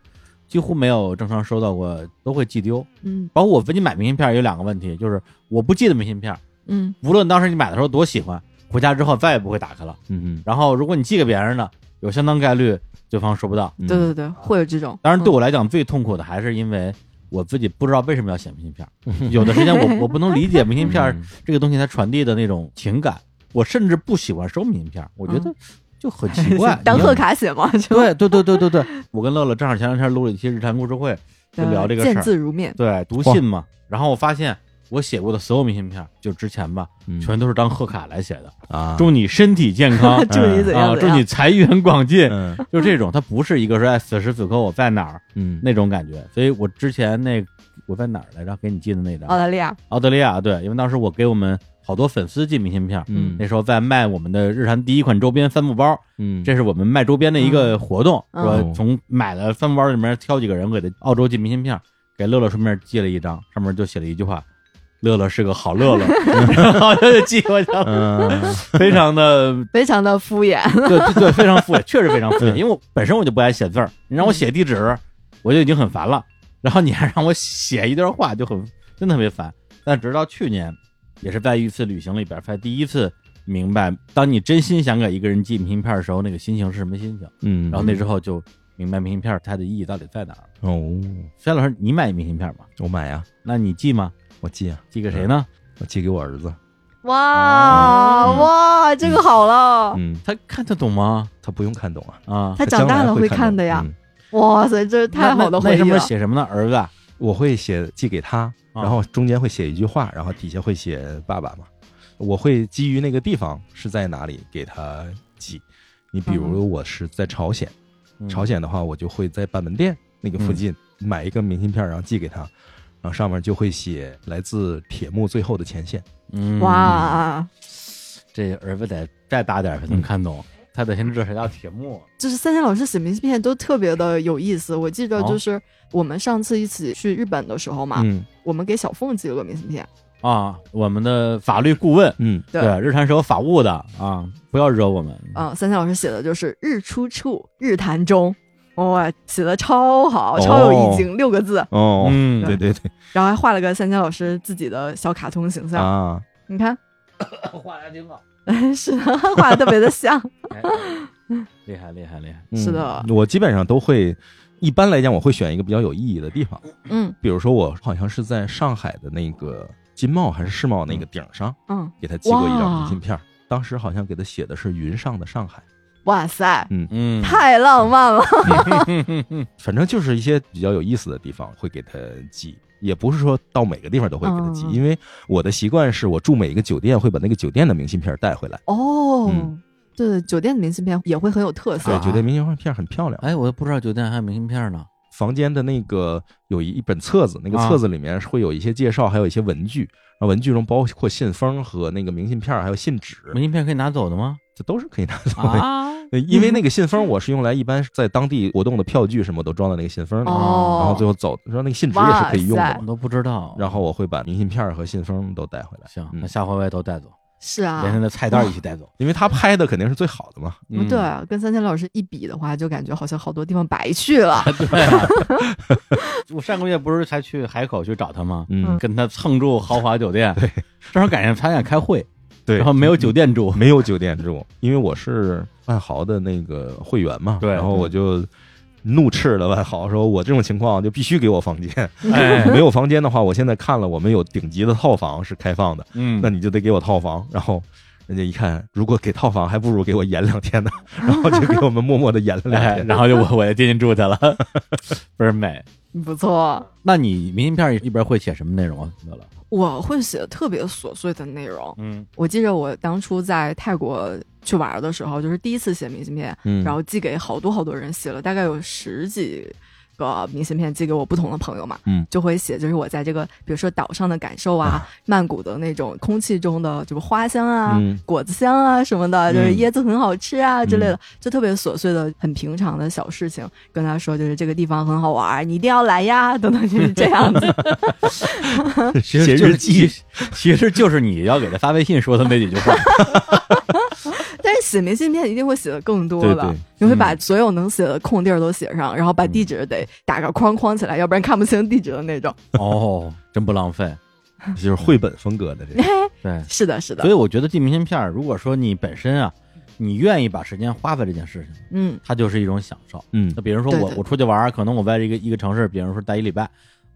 [SPEAKER 1] 几乎没有正常收到过，都会寄丢。
[SPEAKER 2] 嗯
[SPEAKER 1] 包括我自己买明信片儿有两个问题，就是我不记得明信片儿，
[SPEAKER 2] 嗯，
[SPEAKER 1] 无论当时你买的时候多喜欢，回家之后再也不会打开了。
[SPEAKER 3] 嗯
[SPEAKER 1] 然后如果你寄给别人呢，有相当概率对方收不到。
[SPEAKER 3] 嗯，
[SPEAKER 2] 对对对，会有这种。
[SPEAKER 1] 当然，对
[SPEAKER 2] 嗯
[SPEAKER 1] 我来讲最痛苦的还是因为我自己不知道为什么要写明信片儿，有的时间我我不能理解明信片儿
[SPEAKER 3] 嗯
[SPEAKER 1] 这个东西它传递的那种情感，我甚至不喜欢收明信片儿，我觉得就很奇怪。
[SPEAKER 2] 当
[SPEAKER 1] 你要
[SPEAKER 2] 贺卡写嘛，就
[SPEAKER 1] 对对对对对对，我跟乐乐正好前两天录了一期日常故事会，就聊这个事
[SPEAKER 2] 见
[SPEAKER 1] 儿。
[SPEAKER 2] 字如面。
[SPEAKER 1] 对，读信嘛。然后我发现我写过的所有明信片，就之前吧，
[SPEAKER 3] 嗯
[SPEAKER 1] 全都是当贺卡来写的。
[SPEAKER 3] 啊，
[SPEAKER 1] 祝你身体健康
[SPEAKER 2] 祝你怎
[SPEAKER 1] 啊，
[SPEAKER 2] 样怎
[SPEAKER 1] 祝
[SPEAKER 2] 样
[SPEAKER 1] 你，财源广进，
[SPEAKER 3] 嗯
[SPEAKER 1] 就这种。它不是一个说哎，此时此刻我在哪儿
[SPEAKER 3] 嗯，
[SPEAKER 1] 那种感觉。所以我之前那我在哪儿来着？给你寄的那张
[SPEAKER 2] 澳
[SPEAKER 3] 哦
[SPEAKER 2] 大利亚，
[SPEAKER 1] 澳大利亚，对，因为当时我给我们好多粉丝寄明信片。
[SPEAKER 3] 嗯
[SPEAKER 1] 那时候在卖我们的日常第一款周边帆布包，
[SPEAKER 3] 嗯
[SPEAKER 1] 这是我们卖周边的一个活动，
[SPEAKER 3] 哦
[SPEAKER 2] 嗯
[SPEAKER 1] 说从买的帆布包里面挑几个人给他澳洲寄明信片，给乐乐顺便寄了一张，上面就写了一句话：“乐乐是个好乐 *laughs*
[SPEAKER 3] *laughs*
[SPEAKER 1] 乐。”然后就寄过去了， *laughs*
[SPEAKER 3] 嗯
[SPEAKER 1] 非常的
[SPEAKER 2] 非常的敷衍。 *laughs*
[SPEAKER 1] 对对对，非常敷衍，确实非常敷衍。
[SPEAKER 3] 嗯
[SPEAKER 1] 因为我本身我就不爱写字儿，你让
[SPEAKER 2] 嗯
[SPEAKER 1] 我写地址，我就已经很烦了。然后你还让我写一段话，就很真的特别烦。但直到去年，也是在一次旅行里边，才第一次明白，当你真心想给一个人寄明信片的时候，那个心情是什么心情。
[SPEAKER 3] 嗯，
[SPEAKER 1] 然后那之后就明白明信片它的意义到底在哪儿。
[SPEAKER 3] 哦，
[SPEAKER 1] 薛老师，你买明信片吗？
[SPEAKER 3] 我买呀，
[SPEAKER 1] 那你寄吗？
[SPEAKER 3] 我寄啊，
[SPEAKER 1] 寄给谁呢？
[SPEAKER 2] 嗯
[SPEAKER 3] 我寄给我儿子，
[SPEAKER 2] 哇
[SPEAKER 1] 嗯
[SPEAKER 2] 哇，这个好了，
[SPEAKER 3] 嗯，
[SPEAKER 1] 他看得懂吗？
[SPEAKER 3] 他不用看懂啊，
[SPEAKER 1] 啊，
[SPEAKER 2] 他长大
[SPEAKER 3] 将来
[SPEAKER 2] 了
[SPEAKER 3] 会
[SPEAKER 2] 看
[SPEAKER 3] 懂
[SPEAKER 2] 的呀。
[SPEAKER 3] 嗯
[SPEAKER 2] 哇塞，这太好的
[SPEAKER 1] 那那
[SPEAKER 2] 回
[SPEAKER 1] 上
[SPEAKER 2] 忆
[SPEAKER 1] 面
[SPEAKER 2] 了。
[SPEAKER 1] 写什么呢？儿子啊，
[SPEAKER 3] 我会写寄给他，
[SPEAKER 1] 啊
[SPEAKER 3] 然后中间会写一句话，然后底下会写爸爸嘛。我会基于那个地方是在哪里给他寄。你
[SPEAKER 2] 嗯
[SPEAKER 3] 比如我是在朝鲜，
[SPEAKER 1] 嗯
[SPEAKER 3] 朝鲜的话，我就会在板门店那
[SPEAKER 2] 嗯
[SPEAKER 3] 个附近买一个明信片，然后寄给他，然后上面就会写来自铁幕最后的前线。
[SPEAKER 1] 嗯
[SPEAKER 2] 哇，
[SPEAKER 1] 这儿子得再大点儿才能看懂，嗯他得先知道谁叫铁木。
[SPEAKER 2] 就是三千老师写明信片都特别的有意思。我记得
[SPEAKER 1] 哦
[SPEAKER 2] 就是我们上次一起去日本的时候嘛，
[SPEAKER 3] 嗯
[SPEAKER 2] 我们给小凤寄了个明信片，
[SPEAKER 1] 啊，我们的法律顾问，
[SPEAKER 3] 嗯，
[SPEAKER 2] 对
[SPEAKER 1] 日坛是有法务的啊，不要惹我们。
[SPEAKER 2] 嗯，三三老师写的就是“日出处，日谈中”，哇，写的超好，
[SPEAKER 3] 哦
[SPEAKER 2] 超有意境，六个字。
[SPEAKER 3] 哦，
[SPEAKER 1] 嗯，
[SPEAKER 3] 对对对
[SPEAKER 2] 然后还画了个三三老师自己的小卡通形象，
[SPEAKER 3] 啊，
[SPEAKER 2] 你看， *laughs*
[SPEAKER 1] 画的挺好，
[SPEAKER 2] 是 *laughs* 的，画的特别的
[SPEAKER 3] *laughs*
[SPEAKER 2] 像。
[SPEAKER 1] 哎厉害厉害厉害。
[SPEAKER 2] 是的
[SPEAKER 3] 嗯我基本上都会，一般来讲我会选一个比较有意义的地方，
[SPEAKER 2] 嗯
[SPEAKER 3] 比如说我好像是在上海的那个金茂还是世贸那个顶上
[SPEAKER 2] 嗯，
[SPEAKER 3] 给他寄过一张
[SPEAKER 2] 哇
[SPEAKER 3] 明信片儿，当时好像给他写的是“云上的上海
[SPEAKER 2] 哇塞，
[SPEAKER 1] 嗯，
[SPEAKER 2] 太浪漫了。”，
[SPEAKER 3] 反正就是一些比较有意思的地方会给他寄。也不是说到每个地方都会给他寄，
[SPEAKER 2] 嗯
[SPEAKER 3] 因为我的习惯是我住每一个酒店会把那个酒店的明信片儿带回来。
[SPEAKER 2] 哦，
[SPEAKER 3] 嗯
[SPEAKER 2] 对，酒店的明信片也会很有特色、
[SPEAKER 3] 对
[SPEAKER 2] 啊。，
[SPEAKER 3] 酒店明信片儿很漂亮。
[SPEAKER 1] 哎，我都不知道酒店还有明信片呢。
[SPEAKER 3] 房间的那个有一一本册子，那个
[SPEAKER 2] 啊
[SPEAKER 3] 册子里面是会有一些介绍，还有一些文具，然后文具中包括信封和那个明信片儿，还有信纸，
[SPEAKER 1] 明信片可以拿走的吗？
[SPEAKER 3] 这都是可以拿走的。
[SPEAKER 1] 啊，
[SPEAKER 3] 对因为那个信封我是用来一般在当地活动的票据什么都装到那个信封里，
[SPEAKER 2] 哦，
[SPEAKER 3] 然后最后走，说那个信纸也是可以用
[SPEAKER 2] 哇
[SPEAKER 3] 的
[SPEAKER 2] 塞
[SPEAKER 1] 我
[SPEAKER 3] 嘛。
[SPEAKER 1] 都不知道。
[SPEAKER 3] 然后我会把明信片儿和信封都带回来，
[SPEAKER 1] 哦行，
[SPEAKER 3] 嗯
[SPEAKER 1] 那下回我也都带走，
[SPEAKER 2] 是
[SPEAKER 1] 连他
[SPEAKER 2] 啊，
[SPEAKER 1] 的菜单一起带走。
[SPEAKER 3] 因为他拍的肯定是最好的嘛。
[SPEAKER 2] 嗯
[SPEAKER 1] 嗯
[SPEAKER 2] 对，啊，跟三千老师一比的话，就感觉好像好多地方白去了。
[SPEAKER 1] 对啊，我上个月不是才去海口去找他吗？
[SPEAKER 3] 嗯，
[SPEAKER 1] 跟他蹭住豪华酒店，正好赶上他想开会，
[SPEAKER 3] 对
[SPEAKER 1] 然，后没有酒店 *laughs* 住，
[SPEAKER 3] 没有酒店住，因为我是万豪的那个会员嘛，
[SPEAKER 1] 对嗯
[SPEAKER 3] 然后我就怒斥了万豪，说我这种情况就必须给我
[SPEAKER 1] *laughs*
[SPEAKER 3] 房间，
[SPEAKER 1] 哎，
[SPEAKER 3] 没有房间的话，我现在看了我们有顶级的套房是开放的，
[SPEAKER 1] 嗯
[SPEAKER 3] 那，你就得给我套房。然后人家一看，如果给套房，还不如给我延两天
[SPEAKER 1] *laughs*
[SPEAKER 3] 呢，然后就给我们默默的延了两
[SPEAKER 1] 哎，*laughs*
[SPEAKER 3] 天。
[SPEAKER 1] 然后就我我也进去住去了， *laughs* 倍儿美。
[SPEAKER 2] 不错，
[SPEAKER 1] 那你明信片里边会写什么内容啊？乐乐，
[SPEAKER 2] 我会写特别琐碎的内容。
[SPEAKER 1] 嗯
[SPEAKER 2] 我记着我当初在泰国去玩的时候，就是第一次写明信片，
[SPEAKER 3] 嗯
[SPEAKER 2] 然后寄给好多好多人，写了大概有十几个明信片寄给我不同的朋友嘛，
[SPEAKER 3] 嗯，
[SPEAKER 2] 就会写就是我在这个比如说岛上的感受啊，曼谷的那种空气中的就是花香啊、
[SPEAKER 3] 嗯
[SPEAKER 2] 果子香啊什么的，就是
[SPEAKER 1] 嗯
[SPEAKER 2] 椰子很好吃啊之类的，就特别琐碎的、很平常的小事情，跟他说就是这个地方很好玩，你一定要来呀， *laughs* 等等就是这样
[SPEAKER 3] *laughs*
[SPEAKER 2] 子。
[SPEAKER 1] 其实就是， *laughs* 其实就是你要给他发微信说的那几句
[SPEAKER 2] *laughs*
[SPEAKER 1] 话。
[SPEAKER 2] 但是写明信片一定会写的更多的，
[SPEAKER 3] 对对嗯
[SPEAKER 2] 你会把所有能写的空地儿都写上，然后把地址得打个框框起来，要不然看不清地址的那种。
[SPEAKER 1] 哦，真不
[SPEAKER 2] *laughs*
[SPEAKER 1] 浪费。
[SPEAKER 3] 就是绘本风格的这
[SPEAKER 1] *laughs*
[SPEAKER 3] 种。
[SPEAKER 1] 对，
[SPEAKER 2] 是的，是
[SPEAKER 1] 所
[SPEAKER 2] 的，
[SPEAKER 1] 以我觉得寄明信片儿，如果说你本身啊，你愿意把时间花在这件事情，
[SPEAKER 2] 嗯
[SPEAKER 1] 它就是一种享受。
[SPEAKER 3] 嗯
[SPEAKER 1] 那比如说
[SPEAKER 2] 对
[SPEAKER 1] 我
[SPEAKER 2] 对
[SPEAKER 1] 我出去玩儿，可能我在一个一个城市，比如说待一礼拜，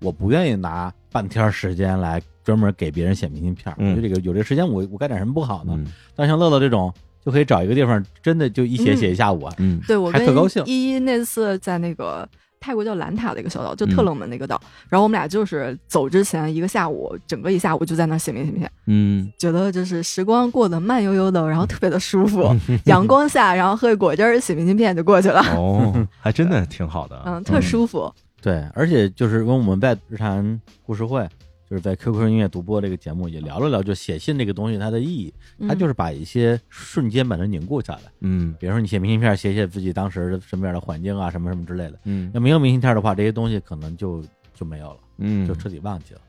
[SPEAKER 1] 我不愿意拿半天儿时间来专门给别人写明信片儿。
[SPEAKER 3] 嗯
[SPEAKER 1] 我觉得这个有这个时间我，我该干什么不好呢？
[SPEAKER 3] 嗯
[SPEAKER 1] 但像乐乐这种，就可以找一个地方，真的就一写写一下午啊。
[SPEAKER 3] 嗯
[SPEAKER 2] 对我
[SPEAKER 1] 还
[SPEAKER 2] 跟
[SPEAKER 1] 特高兴
[SPEAKER 2] 依依那次在那个泰国叫兰塔的一个小岛，
[SPEAKER 3] 嗯
[SPEAKER 2] 就特冷门的一个岛，然后我们俩就是走之前一个下午，整个一下午就在那儿写明信片，
[SPEAKER 3] 嗯，
[SPEAKER 2] 觉得就是时光过得慢悠悠的，然后特别的舒
[SPEAKER 3] *laughs*
[SPEAKER 2] 服，阳光下，然后喝个果汁儿，写明信片就过去了，
[SPEAKER 3] 哦，还真的挺好的啊。
[SPEAKER 2] *laughs* 嗯，特舒服。
[SPEAKER 1] 对，而且就是因为我们在日坛故事会，就是在 QQ 音乐独播这个节目也聊了聊，就写信这个东西它的意义，
[SPEAKER 2] 嗯
[SPEAKER 3] 啊
[SPEAKER 1] 它就是把一些瞬间把它凝固下来。
[SPEAKER 3] 嗯
[SPEAKER 1] 比如说你写明信片，写写自己当时的身边的环境啊，什么什么之类的。
[SPEAKER 3] 嗯
[SPEAKER 1] 要没有明信片的话，这些东西可能就就没有了。
[SPEAKER 3] 嗯，
[SPEAKER 1] 就彻底忘记了。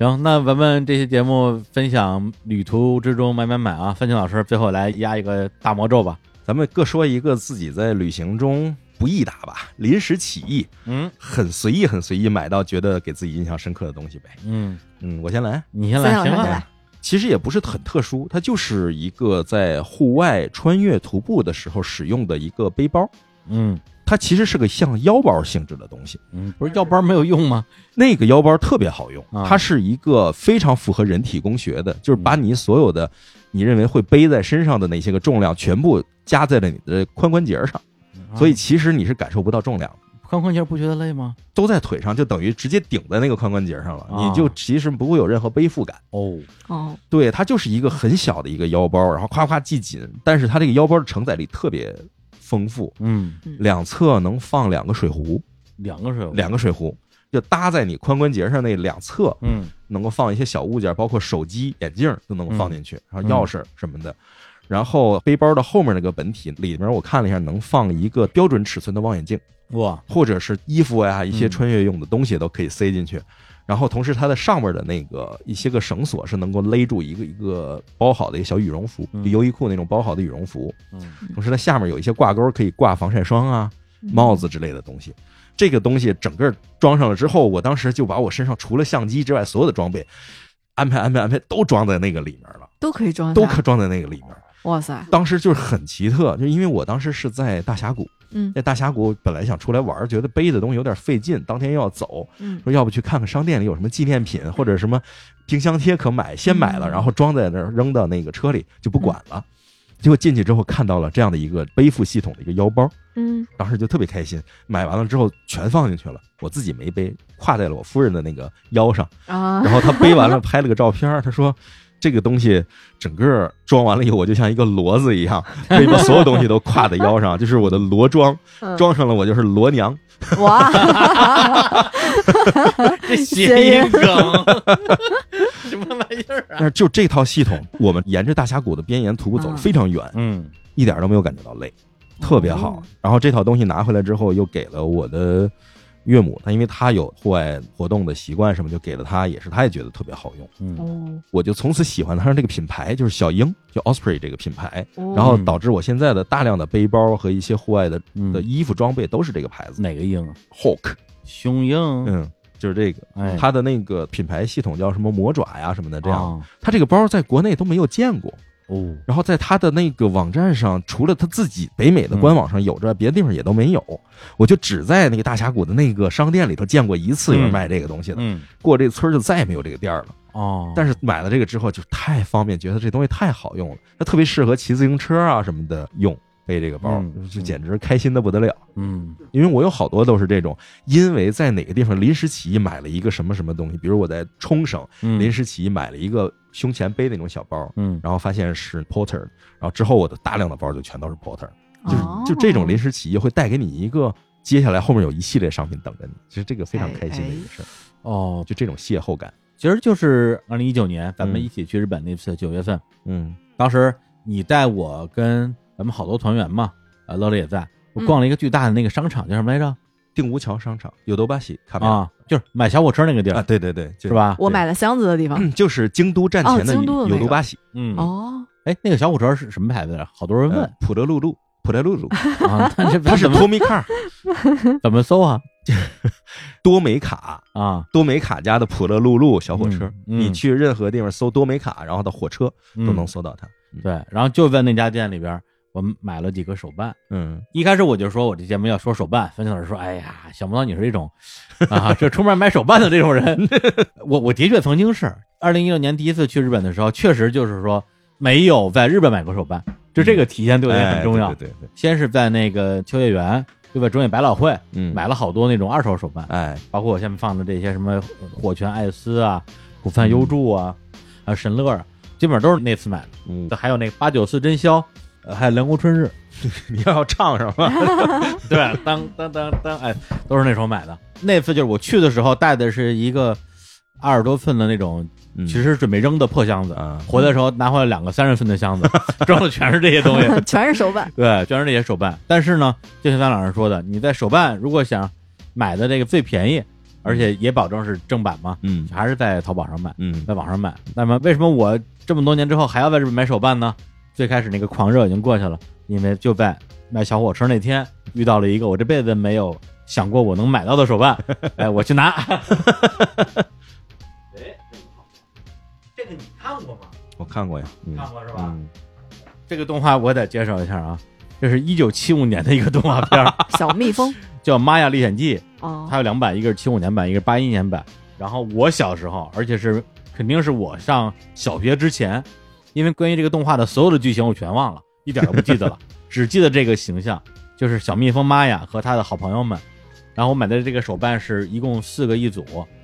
[SPEAKER 1] 行，那咱们这期节目分享旅途之中买买买啊！范青老师最后来压一个大魔咒吧。
[SPEAKER 3] 咱们各说一个自己在旅行中不易打吧，临时起意，
[SPEAKER 1] 嗯
[SPEAKER 3] 很随意很随意买到觉得给自己印象深刻的东西呗。
[SPEAKER 1] 嗯，
[SPEAKER 3] 嗯，我先来。
[SPEAKER 1] 你先
[SPEAKER 2] 三
[SPEAKER 1] 来，
[SPEAKER 2] 老师
[SPEAKER 1] 行
[SPEAKER 2] 先
[SPEAKER 1] 啊
[SPEAKER 2] 来，
[SPEAKER 3] 其实也不是很特殊，它就是一个在户外穿越徒步的时候使用的一个背包。
[SPEAKER 1] 嗯
[SPEAKER 3] 它其实是个像腰包性质的东西，
[SPEAKER 1] 嗯，不是要包没有用吗？
[SPEAKER 3] 那个腰包特别好用，
[SPEAKER 1] 啊嗯
[SPEAKER 3] 它是一个非常符合人体工学的，就是把你所有的你认为会背在身上的那些个重量全部加在了你的髋关节上，
[SPEAKER 1] 啊嗯
[SPEAKER 3] 所以其实你是感受不到重量的。
[SPEAKER 1] 髋关节不觉得累吗？
[SPEAKER 3] 都在腿上，就等于直接顶在那个髋关节上了，
[SPEAKER 1] 啊
[SPEAKER 3] 你就其实不会有任何背负感。
[SPEAKER 1] 哦，
[SPEAKER 2] 哦，
[SPEAKER 3] 对，它就是一个很小的一个腰包，然后夸夸系紧，但是它这个腰包的承载力特别丰富，
[SPEAKER 1] 嗯，
[SPEAKER 3] 两侧能放两个水壶，
[SPEAKER 1] 两个手，
[SPEAKER 3] 两个水壶就搭在你髋关节上那两侧，
[SPEAKER 1] 嗯
[SPEAKER 3] 能够放一些小物件，包括手机、眼镜都能够放进
[SPEAKER 1] 嗯
[SPEAKER 3] 去，然后钥匙什么的。然后背包的后面那个本体里面，我看了一下，能放一个标准尺寸的望远镜，
[SPEAKER 1] 哇，
[SPEAKER 3] 或者是衣服呀、一些
[SPEAKER 1] 嗯
[SPEAKER 3] 穿越用的东西都可以塞进去。然后同时它的上面的那个一些个绳索是能够勒住一个一个包好的一个小羽绒服，
[SPEAKER 1] 嗯
[SPEAKER 3] 比优衣库那种包好的羽绒服。
[SPEAKER 1] 嗯
[SPEAKER 3] 同时它下面有一些挂钩可以挂防晒霜啊、帽子之类的东西。这个东西整个装上了之后，我当时就把我身上除了相机之外所有的装备安排安排安排都装在那个里面了，
[SPEAKER 2] 都可以装
[SPEAKER 3] 都
[SPEAKER 2] 下
[SPEAKER 3] 可装在那个里面。
[SPEAKER 2] 哇塞，
[SPEAKER 3] 当时就是很奇特，就因为我当时是在大峡谷，
[SPEAKER 2] 嗯
[SPEAKER 3] 在大峡谷本来想出来玩，觉得背的东西有点费劲，当天又要走，
[SPEAKER 2] 嗯，
[SPEAKER 3] 说要不去看看商店里有什么纪念品或者什么冰箱贴可买，先买了，
[SPEAKER 2] 嗯
[SPEAKER 3] 然后装在那儿扔到那个车里就不管了。结果进去之后看到了这样的一个背负系统的一个腰包，
[SPEAKER 2] 嗯
[SPEAKER 3] 当时就特别开心，买完了之后全放进去了，我自己没背，挎在了我夫人的那个腰上。
[SPEAKER 2] 啊，
[SPEAKER 3] 然后他背完了拍了个照片儿，他说这个东西整个装完了以后，我就像一个骡子一样，可以把所有东西都挎在腰上，就是我的骡装，
[SPEAKER 2] 嗯
[SPEAKER 3] 装上了我就是骡娘。
[SPEAKER 2] *laughs* 哇，
[SPEAKER 1] 这
[SPEAKER 2] 谐音
[SPEAKER 1] 梗 *laughs* 什么玩意儿啊？
[SPEAKER 3] 但是就这套系统，我们沿着大峡谷的边沿徒步走了非常远，
[SPEAKER 1] 嗯
[SPEAKER 3] 一点都没有感觉到累，特别好
[SPEAKER 2] 哦。
[SPEAKER 3] 然后这套东西拿回来之后，又给了我的。岳母，她因为她有户外活动的习惯，什么就给了她，也是她也觉得特别好用。
[SPEAKER 1] 嗯
[SPEAKER 2] 哦，
[SPEAKER 3] 我就从此喜欢上这个品牌，就是小鹰，就 Osprey 这个品牌。
[SPEAKER 2] 然
[SPEAKER 3] *laughs* 然后导致我现在的大量的背包和一些户外的
[SPEAKER 1] 嗯
[SPEAKER 3] 的衣服装备都是这个牌子
[SPEAKER 1] 哪个鹰啊？
[SPEAKER 3] ，Hawk，
[SPEAKER 1] 雄鹰？
[SPEAKER 3] 嗯，就是这个，
[SPEAKER 1] 哎，
[SPEAKER 3] 它的那个品牌系统叫什么魔爪呀什么的，这样，
[SPEAKER 1] 哦
[SPEAKER 3] 它这个包在国内都没有见过，
[SPEAKER 1] 哦，
[SPEAKER 3] 然后在它的那个网站上，除了它自己北美的官网上有之外，别的地方也都没有，我就只在那个大峡谷的那个商店里头见过一次有人
[SPEAKER 1] 嗯
[SPEAKER 3] 卖这个东西的，
[SPEAKER 1] 嗯
[SPEAKER 3] 过这村儿就再也没有这个店儿了。
[SPEAKER 1] 哦，
[SPEAKER 3] 但是买了这个之后就太方便，觉得这东西太好用了，它特别适合骑自行车啊什么的用，背这个包、
[SPEAKER 1] 嗯
[SPEAKER 3] 就简直开心的不得了。
[SPEAKER 1] 嗯
[SPEAKER 3] 因为我有好多都是这种，因为在哪个地方临时起意买了一个什么什么东西，比如我在冲绳
[SPEAKER 1] 嗯
[SPEAKER 3] 临时起意买了一个胸前背那种小包，
[SPEAKER 1] 嗯
[SPEAKER 3] 然后发现是 Porter，然后之后我的大量的包就全都是 Porter，就是、
[SPEAKER 2] 哦
[SPEAKER 3] 就这种临时起意会带给你一个接下来后面有一系列商品等着你，其实这个非常开心的一个事儿，
[SPEAKER 1] 哦，
[SPEAKER 3] 就这种邂逅感，
[SPEAKER 1] 其实就是二零一九年咱们
[SPEAKER 3] 嗯
[SPEAKER 1] 一起去日本那次九月份，
[SPEAKER 3] 嗯
[SPEAKER 1] 当时你带我跟咱们好多团员嘛，啊，乐乐也在，我逛了一个巨大的那个商场，叫什么来着？
[SPEAKER 3] 定吴桥商场有多巴西卡梅拉
[SPEAKER 1] 啊，就是买小火车那个地
[SPEAKER 3] 啊，
[SPEAKER 1] 儿，？
[SPEAKER 3] 对对对，就是
[SPEAKER 1] 吧？
[SPEAKER 2] 我买了箱子的地方，
[SPEAKER 3] 嗯 *clears throat* 就是京都站前的
[SPEAKER 2] 哦京都的那个
[SPEAKER 3] 有都巴西，
[SPEAKER 1] 嗯，
[SPEAKER 2] 哦， *laughs*
[SPEAKER 1] 哎，那个小火车是什么牌子的？好多人问
[SPEAKER 3] 呃普德路路，普德
[SPEAKER 2] *laughs*
[SPEAKER 3] 路路，
[SPEAKER 1] 啊，但是
[SPEAKER 3] 呃 *laughs* 它是
[SPEAKER 1] 怎么
[SPEAKER 3] Tomi Car
[SPEAKER 1] 怎么搜啊？
[SPEAKER 3] 多美卡，
[SPEAKER 1] 啊，
[SPEAKER 3] 多美卡家的普乐路路小火车，
[SPEAKER 1] 嗯嗯
[SPEAKER 3] 你去任何地方搜多美卡，然后的火车
[SPEAKER 1] 嗯
[SPEAKER 3] 都能搜到它。
[SPEAKER 1] 对，然后就在那家店里边，我们买了几个手办。
[SPEAKER 3] 嗯，
[SPEAKER 1] 一开始我就说我这节目要说手办，冯老师说：“哎呀，想不到你是这种
[SPEAKER 3] *laughs*
[SPEAKER 1] 啊，这出门买手办的这种人。 *laughs* 我”我的确曾经是二零一六年第一次去日本的时候，确实就是说没有在日本买过手办，就这个体验对我也
[SPEAKER 3] 哎
[SPEAKER 1] 很重要。
[SPEAKER 3] 对对对，对
[SPEAKER 1] 先是在那个秋叶原，对吧？中野百老汇
[SPEAKER 3] 嗯，
[SPEAKER 1] 买了好多那种二手手办，
[SPEAKER 3] 哎，
[SPEAKER 1] 包括我下面放的这些什么火拳艾斯啊、古范优助啊、啊神乐啊，基本上都是那次买的。
[SPEAKER 3] 嗯，
[SPEAKER 1] 还有那个八九四真宵，呃还有凉宫春 *laughs* 日，
[SPEAKER 3] 你要唱上吗？
[SPEAKER 1] 对，当当当当，哎，都是那时候买的。那次就是我去的时候带的是一个二十多寸的那种，
[SPEAKER 3] 嗯
[SPEAKER 1] 其实准备扔的破箱子，
[SPEAKER 3] 啊
[SPEAKER 1] 回来的时候拿回来两个三十寸的箱 *laughs* 子，装的全是这些东西，
[SPEAKER 2] 全是手办，
[SPEAKER 1] 对，全是这些手办。但是呢，就像咱老师说的，你在手办如果想买的这个最便宜，而且也保证是正版嘛，
[SPEAKER 3] 嗯
[SPEAKER 1] 还是在淘宝上买，
[SPEAKER 3] 嗯
[SPEAKER 1] 在网上买。那么为什么我这么多年之后还要在日本买手办呢？最开始那个狂热已经过去了，因为就在买小火车那天遇到了一个我这辈子没有想过我能买到的手办，哎，我去拿。哎， *laughs* 这个你看过吗？
[SPEAKER 3] 我看过呀，嗯
[SPEAKER 1] 看过是吧？
[SPEAKER 3] 嗯，
[SPEAKER 1] 这个动画我得介绍一下啊，这是一九七五年的一个动画片儿，
[SPEAKER 2] *laughs* 小蜜
[SPEAKER 3] *laughs*
[SPEAKER 2] 蜂，
[SPEAKER 1] 叫《玛雅历险记》，
[SPEAKER 2] 哦
[SPEAKER 1] 它，有两版，一个是七五年版，一个是八一年版。然后我小时候，而且是肯定是我上小学之前，因为关于这个动画的所有的剧情我全忘了，一点都不记得了，只记得这个形象，就是小蜜蜂玛雅和他的好朋友们。然后我买的这个手办是一共四个一组，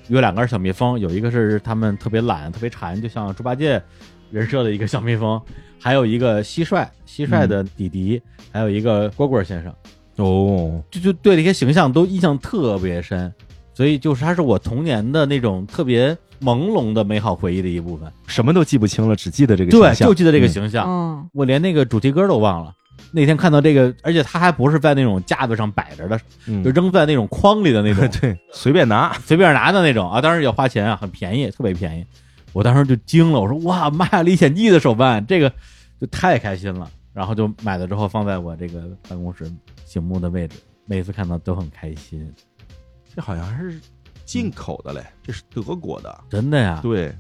[SPEAKER 1] 有两个是小蜜蜂，有一个是他们特别懒、特别馋，就像猪八戒人设的一个小蜜蜂，还有一个蟋蟀，蟋蟀
[SPEAKER 3] 嗯
[SPEAKER 1] 的弟弟，还有一个蝈蝈先生。
[SPEAKER 3] 哦，
[SPEAKER 1] 就就对这些形象都印象特别深，所以就是它是我童年的那种特别朦胧的美好回忆的一部分。
[SPEAKER 3] 什么都记不清了，只记得这个
[SPEAKER 1] 对，
[SPEAKER 3] 形象
[SPEAKER 1] 就记得这个
[SPEAKER 3] 嗯
[SPEAKER 1] 形象，
[SPEAKER 2] 嗯，
[SPEAKER 1] 我连那个主题歌都忘了。那天看到这个，而且它还不是在那种架子上摆着的，
[SPEAKER 3] 嗯，
[SPEAKER 1] 就扔在那种筐里的那种
[SPEAKER 3] *laughs* 对，随便拿，
[SPEAKER 1] 随便拿的那种啊。当然也花钱啊，很便宜，特别便宜。我当时就惊了，我说哇，妈呀，历险记的手办，这个就太开心了。然后就买了之后放在我这个办公室醒目的位置，每次看到都很开心，
[SPEAKER 3] 这好像是进口的嘞，这是德国的，
[SPEAKER 1] 真的呀。
[SPEAKER 3] 对，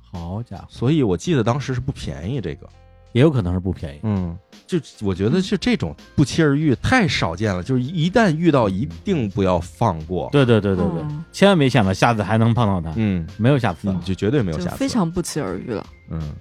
[SPEAKER 1] 好家伙，
[SPEAKER 3] 所以我记得当时是不便宜这个，
[SPEAKER 1] 也有可能是不便宜。
[SPEAKER 3] 嗯，就我觉得就这种不期而遇太少见了，就是一旦遇到一定不要放过，
[SPEAKER 1] 对对对对对，
[SPEAKER 2] 嗯
[SPEAKER 1] 千万没想到下次还能碰到它，
[SPEAKER 3] 嗯，
[SPEAKER 1] 没有下次
[SPEAKER 3] 你
[SPEAKER 1] 了。
[SPEAKER 3] 就绝对没有
[SPEAKER 2] 就
[SPEAKER 3] 下次，
[SPEAKER 2] 非常不期而遇了。
[SPEAKER 3] 嗯。嗯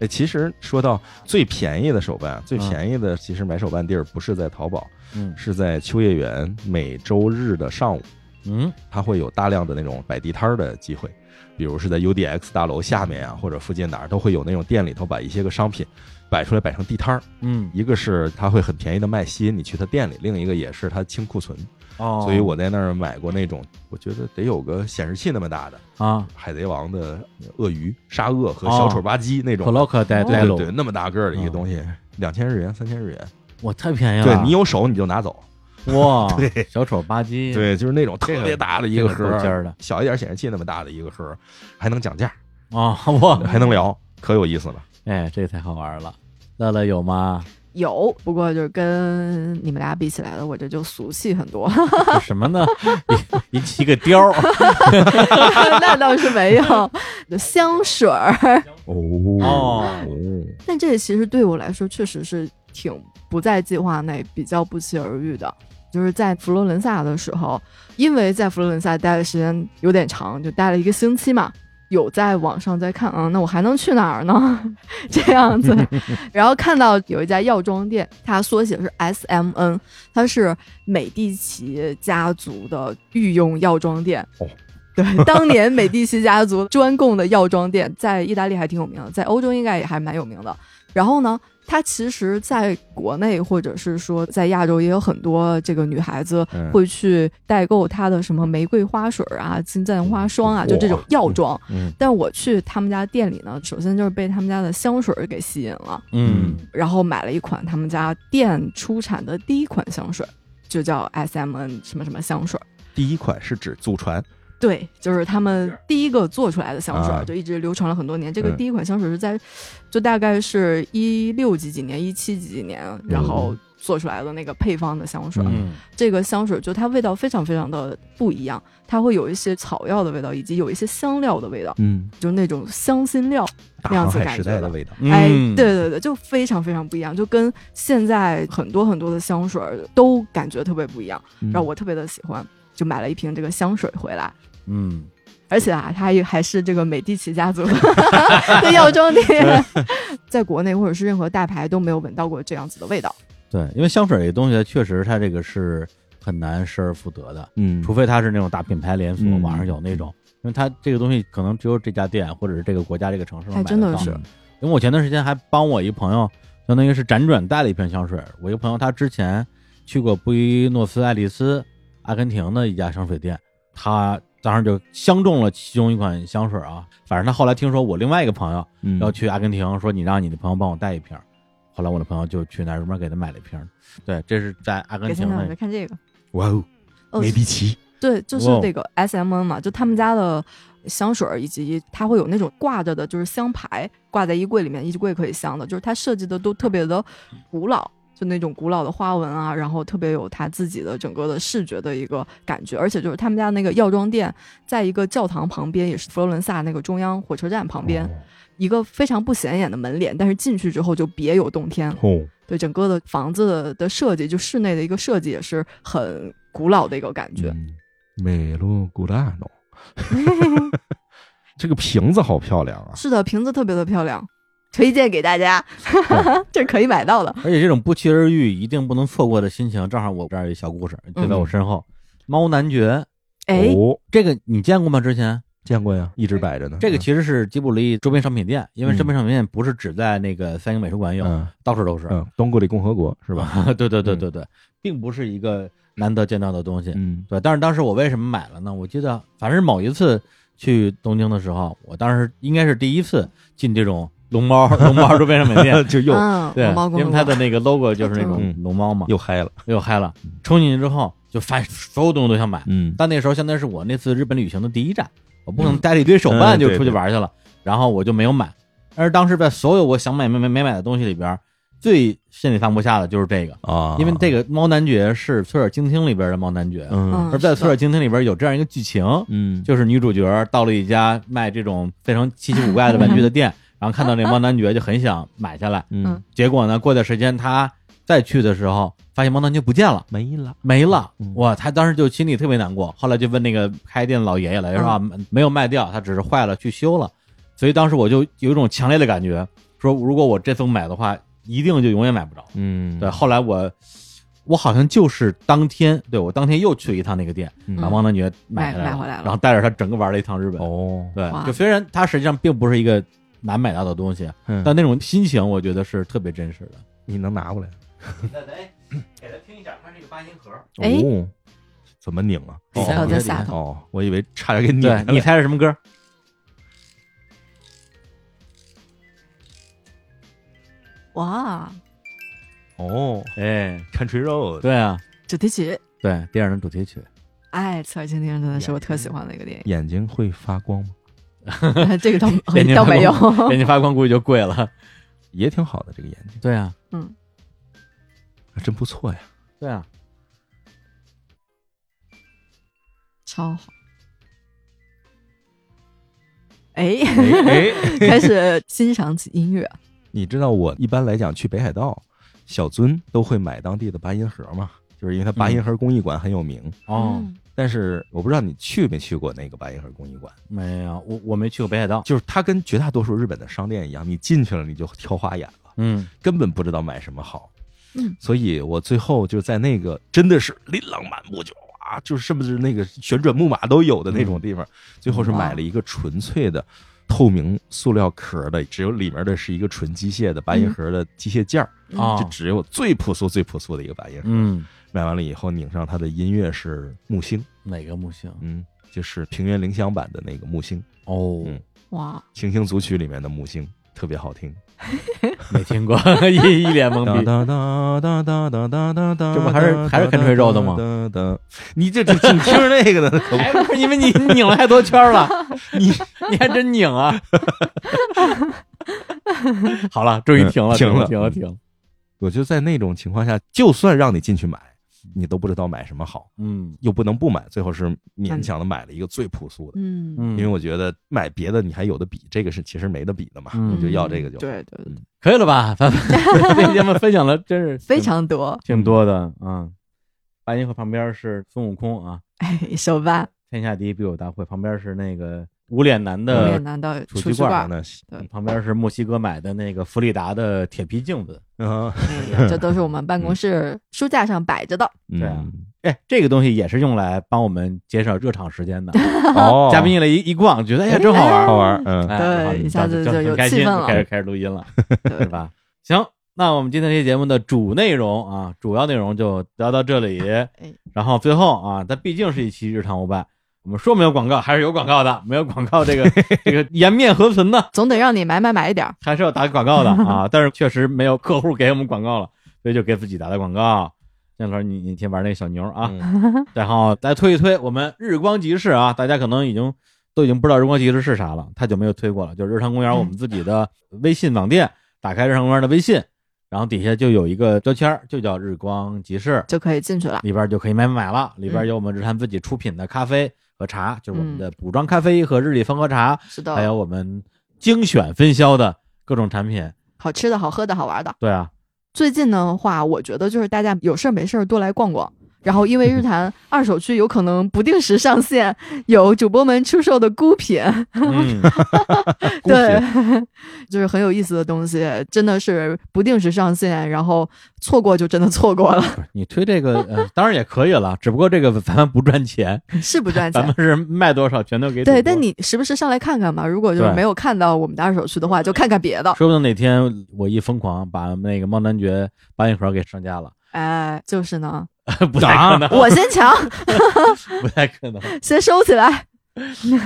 [SPEAKER 3] 哎，其实说到最便宜的手办，最便宜的其实买手办地儿不是在淘宝，
[SPEAKER 1] 嗯
[SPEAKER 3] 是在秋叶原每周日的上午，
[SPEAKER 1] 嗯，
[SPEAKER 3] 它会有大量的那种摆地摊儿的机会，比如是在 UDX 大楼下面啊，或者附近哪儿都会有那种店里头把一些个商品摆出来摆成地摊儿。
[SPEAKER 1] 嗯，
[SPEAKER 3] 一个是它会很便宜的卖，吸引你去它店里；另一个也是它清库存。
[SPEAKER 1] 哦，
[SPEAKER 3] 所以我在那儿买过那种，我觉得得有个显示器那么大的《
[SPEAKER 1] 啊，
[SPEAKER 3] 海贼王》的呃鳄鱼、沙鳄和小丑吧唧那种
[SPEAKER 1] 克
[SPEAKER 3] 的，
[SPEAKER 1] 洛克带
[SPEAKER 2] 哦
[SPEAKER 1] 带
[SPEAKER 3] 对
[SPEAKER 1] 喽
[SPEAKER 3] 对，对，那么大个儿
[SPEAKER 1] 哦
[SPEAKER 3] 的一个东西，两千日元、三千日元，
[SPEAKER 1] 哇，太便宜了。
[SPEAKER 3] 对你有手你就拿走。
[SPEAKER 1] 哇，
[SPEAKER 3] *laughs* 对
[SPEAKER 1] 小丑吧唧，，
[SPEAKER 3] 对，就是那种
[SPEAKER 1] 这个
[SPEAKER 3] 特别大的一个
[SPEAKER 1] 这
[SPEAKER 3] 盒
[SPEAKER 1] 个够
[SPEAKER 3] 儿，
[SPEAKER 1] 尖儿的
[SPEAKER 3] 小一点显示器那么大的一个盒儿，还能讲价，
[SPEAKER 1] 啊，哇，
[SPEAKER 3] 还能聊，可有意思了。
[SPEAKER 1] 哎，这才好玩了。乐乐有吗？
[SPEAKER 3] *laughs*
[SPEAKER 2] 有，不过就是跟你们俩比起来的，我这就俗气很多。 *laughs*
[SPEAKER 1] 这什么呢？ *laughs* 一一骑个貂
[SPEAKER 3] *laughs*
[SPEAKER 1] 儿
[SPEAKER 2] 那倒是没有，香水儿。
[SPEAKER 3] 哦
[SPEAKER 1] 哦，
[SPEAKER 3] 嗯
[SPEAKER 2] 但这其实对我来说，确实是挺不在计划内，比较不期而遇的。就是在佛罗伦萨的时候，因为在佛罗伦萨待的时间有点长，就待了一个星期嘛，有在网上在看，啊，那我还能去哪儿呢？ *laughs* 这样子，然后看到有一家药妆店，它缩写是 S M N，它是美第奇家族的御用药妆店。
[SPEAKER 3] 哦
[SPEAKER 2] 对，当年美第奇家族专供的药妆店，在意大利还挺有名的，在欧洲应该也还蛮有名的。然后呢，它其实在国内或者是说在亚洲也有很多这个女孩子
[SPEAKER 3] 嗯
[SPEAKER 2] 会去代购它的什么玫瑰花水啊、金赞花霜啊，就这种药妆。
[SPEAKER 3] 嗯
[SPEAKER 2] 但我去他们家店里呢，首先就是被他们家的香水给吸引了，
[SPEAKER 1] 嗯，
[SPEAKER 2] 然后买了一款他们家店出产的第一款香水，就叫 S M N 什么什么香水。
[SPEAKER 3] 第一款是指祖传，
[SPEAKER 2] 对，就是他们第一个做出来的香水，
[SPEAKER 3] 啊
[SPEAKER 2] 就一直流传了很多年。这个
[SPEAKER 3] 嗯
[SPEAKER 2] 第一款香水是在，就大概是一六几几年、一七几几年，然后做出来的那个配方的香水。
[SPEAKER 3] 嗯
[SPEAKER 1] 嗯
[SPEAKER 2] 这个香水就它味道非常非常的不一样，它会有一些草药的味道，以及有一些香料的味道，
[SPEAKER 3] 嗯，
[SPEAKER 2] 就那种香辛料。
[SPEAKER 3] 大
[SPEAKER 2] 那样
[SPEAKER 3] 航
[SPEAKER 2] 子
[SPEAKER 3] 海
[SPEAKER 2] 感
[SPEAKER 3] 时
[SPEAKER 2] 觉
[SPEAKER 3] 代的
[SPEAKER 2] 的
[SPEAKER 3] 味道。
[SPEAKER 2] 哎，
[SPEAKER 1] 嗯
[SPEAKER 2] 对对对，就非常非常不一样，就跟现在很多很多的香水儿都感觉特别不一样，
[SPEAKER 3] 让
[SPEAKER 2] 让我特别的喜欢，就买了一瓶这个香水回来。
[SPEAKER 1] 嗯，
[SPEAKER 2] 而且啊，它也还是这个美第奇家
[SPEAKER 1] *laughs*
[SPEAKER 2] 族 *laughs* 的药妆店， *laughs* 在国内或者是任何大牌都没有闻到过这样子的味道。
[SPEAKER 1] 对，因为香水这东西确实它这个是很难失而复得的，
[SPEAKER 3] 嗯，
[SPEAKER 1] 除非它是那种大品牌连锁，
[SPEAKER 3] 嗯
[SPEAKER 1] 网上有那种，因为它这个东西可能只有这家店或者是这个国家这个城市能
[SPEAKER 2] 还
[SPEAKER 1] 买
[SPEAKER 2] 啊真
[SPEAKER 1] 得
[SPEAKER 2] 的
[SPEAKER 1] 到。嗯
[SPEAKER 2] 是
[SPEAKER 1] 因为我前段时间还帮我一朋友，相当于是辗转带了一瓶香水。我一个朋友他之前去过布宜诺斯艾利斯，阿根廷的一家香水店，他当时就相中了其中一款香水啊。反正他后来听说我另外一个朋友
[SPEAKER 3] 嗯
[SPEAKER 1] 要去阿根廷，说你让你的朋友帮我带一瓶。后来我的朋友就去那儿专门给他买了一瓶。对，这是在阿根
[SPEAKER 2] 给
[SPEAKER 1] 廷
[SPEAKER 2] 现在我
[SPEAKER 1] 的
[SPEAKER 2] 在看这个，
[SPEAKER 3] 哇哦，
[SPEAKER 2] 哦，
[SPEAKER 3] 梅第奇，
[SPEAKER 2] 对，就是
[SPEAKER 1] 哇哦
[SPEAKER 2] 那个 S M N 嘛，就他们家的香水儿，以及它会有那种挂着的，就是香牌挂在衣柜里面，衣柜可以香的，就是它设计的都特别的古老，就那种古老的花纹啊，然后特别有它自己的整个的视觉的一个感觉，而且就是他们家那个药妆店，在一个教堂旁边，也是佛罗伦萨那个中央火车站旁
[SPEAKER 3] 哦
[SPEAKER 2] 边，一个非常不显眼的门脸，但是进去之后就别有洞天。
[SPEAKER 3] 哦，
[SPEAKER 2] 对，整个的房子的设计，就室内的一个设计也是很古老的一个感觉。
[SPEAKER 3] 嗯美露古拉诺， *laughs* 这个瓶子好漂亮啊！
[SPEAKER 2] 是的，瓶子特别的漂亮，推荐给大家， *laughs* 这是可以买到的。
[SPEAKER 1] *laughs* 而且这种不期而遇、一定不能错过的心情，正好我这儿有一小故事就在我身后，猫男爵
[SPEAKER 2] 哎，
[SPEAKER 3] 哦，
[SPEAKER 1] 这个你见过吗？之前？
[SPEAKER 3] 见过呀，一直摆着呢。
[SPEAKER 1] 这个其实是吉卜力周边商品店，因为
[SPEAKER 3] 嗯
[SPEAKER 1] 周边商品店不是只在那个三英美术馆有，
[SPEAKER 3] 嗯
[SPEAKER 1] 到处都是，
[SPEAKER 3] 嗯，东古里共和国是
[SPEAKER 1] 是
[SPEAKER 3] 吧？
[SPEAKER 1] 吧？ *laughs* 对对对对对，并不是一个难得见到的东西。
[SPEAKER 3] 嗯，
[SPEAKER 1] 对，但是当时我为什么买了呢？我记得，反正某一次去东京的时候，我当时应该是第一次进这种龙猫，龙猫都变成美面
[SPEAKER 3] *laughs* 就又
[SPEAKER 2] 嗯，
[SPEAKER 1] 对
[SPEAKER 2] 龙猫，公
[SPEAKER 1] 因
[SPEAKER 2] 主
[SPEAKER 1] 为它的那个 logo 就是那种
[SPEAKER 3] 嗯
[SPEAKER 1] 龙猫嘛，
[SPEAKER 3] 又嗨了，
[SPEAKER 1] 又嗨了。冲进去之后，就发现所有东西都想买，
[SPEAKER 3] 嗯，
[SPEAKER 1] 但那时候相当于是我那次日本旅行的第一站，我不可能带着一堆手办
[SPEAKER 3] 嗯
[SPEAKER 1] 就
[SPEAKER 3] 对
[SPEAKER 1] 出去玩去了，然后我就没有买。但是当时在所有我想买没没没买的东西里边，最心里放不下的就是这个，
[SPEAKER 3] 啊，
[SPEAKER 1] 因为这个猫男爵是《崔尔精听》里边的猫男爵，
[SPEAKER 3] 嗯
[SPEAKER 1] 而在《
[SPEAKER 2] 是的
[SPEAKER 1] 崔尔精听》里边有这样一个剧情，
[SPEAKER 3] 嗯，
[SPEAKER 1] 就是女主角到了一家卖这种非常稀奇古怪的玩具的店，然后看到那猫男爵就很想买下来，
[SPEAKER 3] 嗯
[SPEAKER 1] 结果呢，过段时间她再去的时候，发现猫男爵不见了。
[SPEAKER 3] 没了，
[SPEAKER 1] 没了
[SPEAKER 3] 嗯，
[SPEAKER 1] 哇！他当时就心里特别难过，后来就问那个开店的老爷爷了，也说啊，没有卖掉，他只是坏了去修了。所以当时我就有一种强烈的感觉，说如果我这次买的话，一定就永远买不着。
[SPEAKER 3] 嗯，
[SPEAKER 1] 对，后来我我好像就是当天，对我当天又去一趟那个店，
[SPEAKER 3] 嗯
[SPEAKER 1] 把汪丹爵
[SPEAKER 2] 买
[SPEAKER 1] 回来
[SPEAKER 2] 买回来了
[SPEAKER 1] 然后带着他整个玩了一趟日本。
[SPEAKER 3] 哦，
[SPEAKER 1] 对
[SPEAKER 2] 哇，
[SPEAKER 1] 就虽然它实际上并不是一个难买到的东西，
[SPEAKER 3] 嗯
[SPEAKER 1] 但那种心情我觉得是特别真实的。
[SPEAKER 3] 你能拿过来？
[SPEAKER 1] 哎，给他听一下，它是一个八音盒。
[SPEAKER 2] 哎
[SPEAKER 3] 哦，怎么拧啊？
[SPEAKER 1] 哦
[SPEAKER 2] 然后再
[SPEAKER 1] 我觉得
[SPEAKER 2] 撒头，
[SPEAKER 3] 哦，我以为差点给拧
[SPEAKER 1] 对
[SPEAKER 3] 了，
[SPEAKER 1] 你猜是什么歌？
[SPEAKER 2] 哇，
[SPEAKER 3] 哦
[SPEAKER 1] 哎，
[SPEAKER 3] ，Country Road，
[SPEAKER 1] 对啊，
[SPEAKER 2] 主题曲，
[SPEAKER 1] 对，电影的主题曲。
[SPEAKER 2] 哎，侧耳倾听真的是我特喜欢的一个电
[SPEAKER 1] *laughs*
[SPEAKER 3] 眼睛会发光吗？
[SPEAKER 2] 影，这个倒
[SPEAKER 1] 眼睛
[SPEAKER 2] 倒没有，
[SPEAKER 1] 眼睛发光估计就贵了。
[SPEAKER 3] 也挺好的，这个眼睛
[SPEAKER 1] 对啊，
[SPEAKER 3] 还真不错呀。
[SPEAKER 1] 对啊，
[SPEAKER 2] *laughs* 超好。哎，
[SPEAKER 3] 哎，
[SPEAKER 2] *laughs*
[SPEAKER 1] *laughs*
[SPEAKER 2] 开始欣赏起音乐，
[SPEAKER 3] 你知道我一般来讲去北海道小樽都会买当地的八音盒嘛，就是因为它八音盒工艺馆很有名。
[SPEAKER 1] 哦，
[SPEAKER 2] 嗯，
[SPEAKER 3] 但是我不知道你去没去过那个八音盒工艺馆，
[SPEAKER 1] 没有，我我没去过北海道。
[SPEAKER 3] 就是它跟绝大多数日本的商店一样，你进去了你就挑花眼了，
[SPEAKER 1] 嗯，
[SPEAKER 3] 根本不知道买什么好。
[SPEAKER 2] 嗯，
[SPEAKER 3] 所以我最后就在那个真的是琳琅满目，就啊，就是甚至那个旋转木马都有的那种地方，最后是买了一个纯粹的透明塑料壳的，只有里面的是一个纯机械的八音盒的机械件儿。
[SPEAKER 1] 哦
[SPEAKER 3] 就，只有最朴素、最朴素的一个白银。
[SPEAKER 1] 嗯，
[SPEAKER 3] 买完了以后，拧上它的音乐是木星，
[SPEAKER 1] 哪个木星？
[SPEAKER 3] 嗯，就是平原绫香版的那个木星，
[SPEAKER 1] 哦，
[SPEAKER 3] 嗯
[SPEAKER 2] 哇，
[SPEAKER 3] 《行星组曲》里面的木星，特别好听。
[SPEAKER 1] 没听过， *laughs* 一一脸懵
[SPEAKER 3] 哒
[SPEAKER 1] 逼。
[SPEAKER 3] 哒哒哒哒哒哒哒哒，
[SPEAKER 1] 这不还是还是 Country Road 吗
[SPEAKER 3] 哒哒， *laughs* 你这这你听着那个呢，可
[SPEAKER 1] 哎，不是因为你你拧了太多圈了，你你还真拧啊！ *laughs* 好了，终于停了，
[SPEAKER 3] 嗯停
[SPEAKER 1] 了，
[SPEAKER 3] 了
[SPEAKER 1] 停了，停了。
[SPEAKER 3] 我就在那种情况下，就算让你进去买，你都不知道买什么好，
[SPEAKER 1] 嗯
[SPEAKER 3] 又不能不买，最后是勉强的买了一个最朴素的。
[SPEAKER 2] 嗯，
[SPEAKER 1] 嗯，
[SPEAKER 3] 因为我觉得买别的你还有的比，这个是其实没得比的嘛，
[SPEAKER 1] 嗯
[SPEAKER 3] 你就要这个就好
[SPEAKER 2] 对对对，
[SPEAKER 1] 可以了吧？咱们 *laughs* 这节目分享了，真是
[SPEAKER 2] 非常多，
[SPEAKER 1] 挺多的啊。白银河旁边是孙悟空啊，
[SPEAKER 2] 哎，手办，
[SPEAKER 1] 天下第一笔友大会，旁边是那个无脸男
[SPEAKER 2] 我
[SPEAKER 1] 的
[SPEAKER 2] 也，拿到
[SPEAKER 3] 储
[SPEAKER 2] 储
[SPEAKER 3] 蓄
[SPEAKER 2] 蓄
[SPEAKER 3] 呃罐儿
[SPEAKER 2] 罐儿，
[SPEAKER 3] 呢，
[SPEAKER 2] 对
[SPEAKER 1] 旁边是墨西哥买的那个弗里达的铁皮镜子。
[SPEAKER 3] 嗯，
[SPEAKER 2] 哎呀这都是我们办公室书架上摆着的，
[SPEAKER 1] 对啊
[SPEAKER 3] 嗯
[SPEAKER 1] *laughs* 哎，这个东西也是用来帮我们节省热场时间的。
[SPEAKER 3] 哦，
[SPEAKER 1] 嘉宾一来一一逛，觉得哎呀真好玩，
[SPEAKER 3] 好玩，嗯，
[SPEAKER 1] 哎，
[SPEAKER 2] 对
[SPEAKER 1] 好
[SPEAKER 2] 一下子
[SPEAKER 1] 就
[SPEAKER 2] 就有
[SPEAKER 1] 很开
[SPEAKER 2] 气
[SPEAKER 1] 心
[SPEAKER 2] 氛了
[SPEAKER 1] 就开始开始录音了，是
[SPEAKER 2] *laughs* 对，
[SPEAKER 1] 吧？行，那我们今天这期节目的主内容啊，主要内容就聊到这里。
[SPEAKER 2] 哎
[SPEAKER 1] 然后最后啊，它毕竟是一期日常无伴，我们说没有广告还是有广告的，没有广
[SPEAKER 2] *laughs*
[SPEAKER 1] 告这个这个颜面何存呢？
[SPEAKER 2] 总得让你买买买一点儿，
[SPEAKER 1] 还是要打广告的啊，但是确实没有客户给我们广告了，所以就给自己打打广告。建老师，你你先玩那个小牛啊，然后来推一推我们日光集市啊，大家可能已经都已经不知道日光集市是啥了，太久没有推过了。就是日常公园我们自己的微信网店，打开日常公园的微信，然后底下就有一个标签儿，就叫日光集市， *laughs*
[SPEAKER 2] 就可以进去了。
[SPEAKER 1] 里边就可以买买买了，里边
[SPEAKER 2] 嗯
[SPEAKER 1] 有我们日坛自己出品的咖啡和茶，就是我们的补装咖啡和日立风和茶，
[SPEAKER 2] 是的，
[SPEAKER 3] 哎
[SPEAKER 1] 还有我们精选分销的各种产品。
[SPEAKER 2] 好吃的好喝的好玩的。
[SPEAKER 1] 对啊，
[SPEAKER 2] 最近的话，我觉得就是大家有事儿没事儿多来逛逛。然后，因为日
[SPEAKER 3] *laughs*
[SPEAKER 2] 坛二手区有可能不定时上线有主播们出售的孤品，
[SPEAKER 1] 嗯，
[SPEAKER 3] 公平
[SPEAKER 2] 对， *laughs* 就是很有意思的东西，真的是不定时上线，然后错过就真的错过了，
[SPEAKER 1] 你推这个、呃、当然也可以了，只不过这个咱们不赚钱，
[SPEAKER 2] 是不赚
[SPEAKER 1] 咱
[SPEAKER 2] 钱
[SPEAKER 1] 们。是卖多少全都给主播。
[SPEAKER 2] 对，但你时不时上来看看嘛。如果就是
[SPEAKER 1] 对
[SPEAKER 2] 没有看到我们的二手区的话，就看看别的。
[SPEAKER 1] 说不定哪天我一疯狂把那个猫男爵八音盒给上架了， *laughs*
[SPEAKER 2] 哎，就是呢，
[SPEAKER 1] 不太可能， *laughs*
[SPEAKER 2] 我先抢， *laughs*
[SPEAKER 1] 不太可能。
[SPEAKER 2] 先收起来。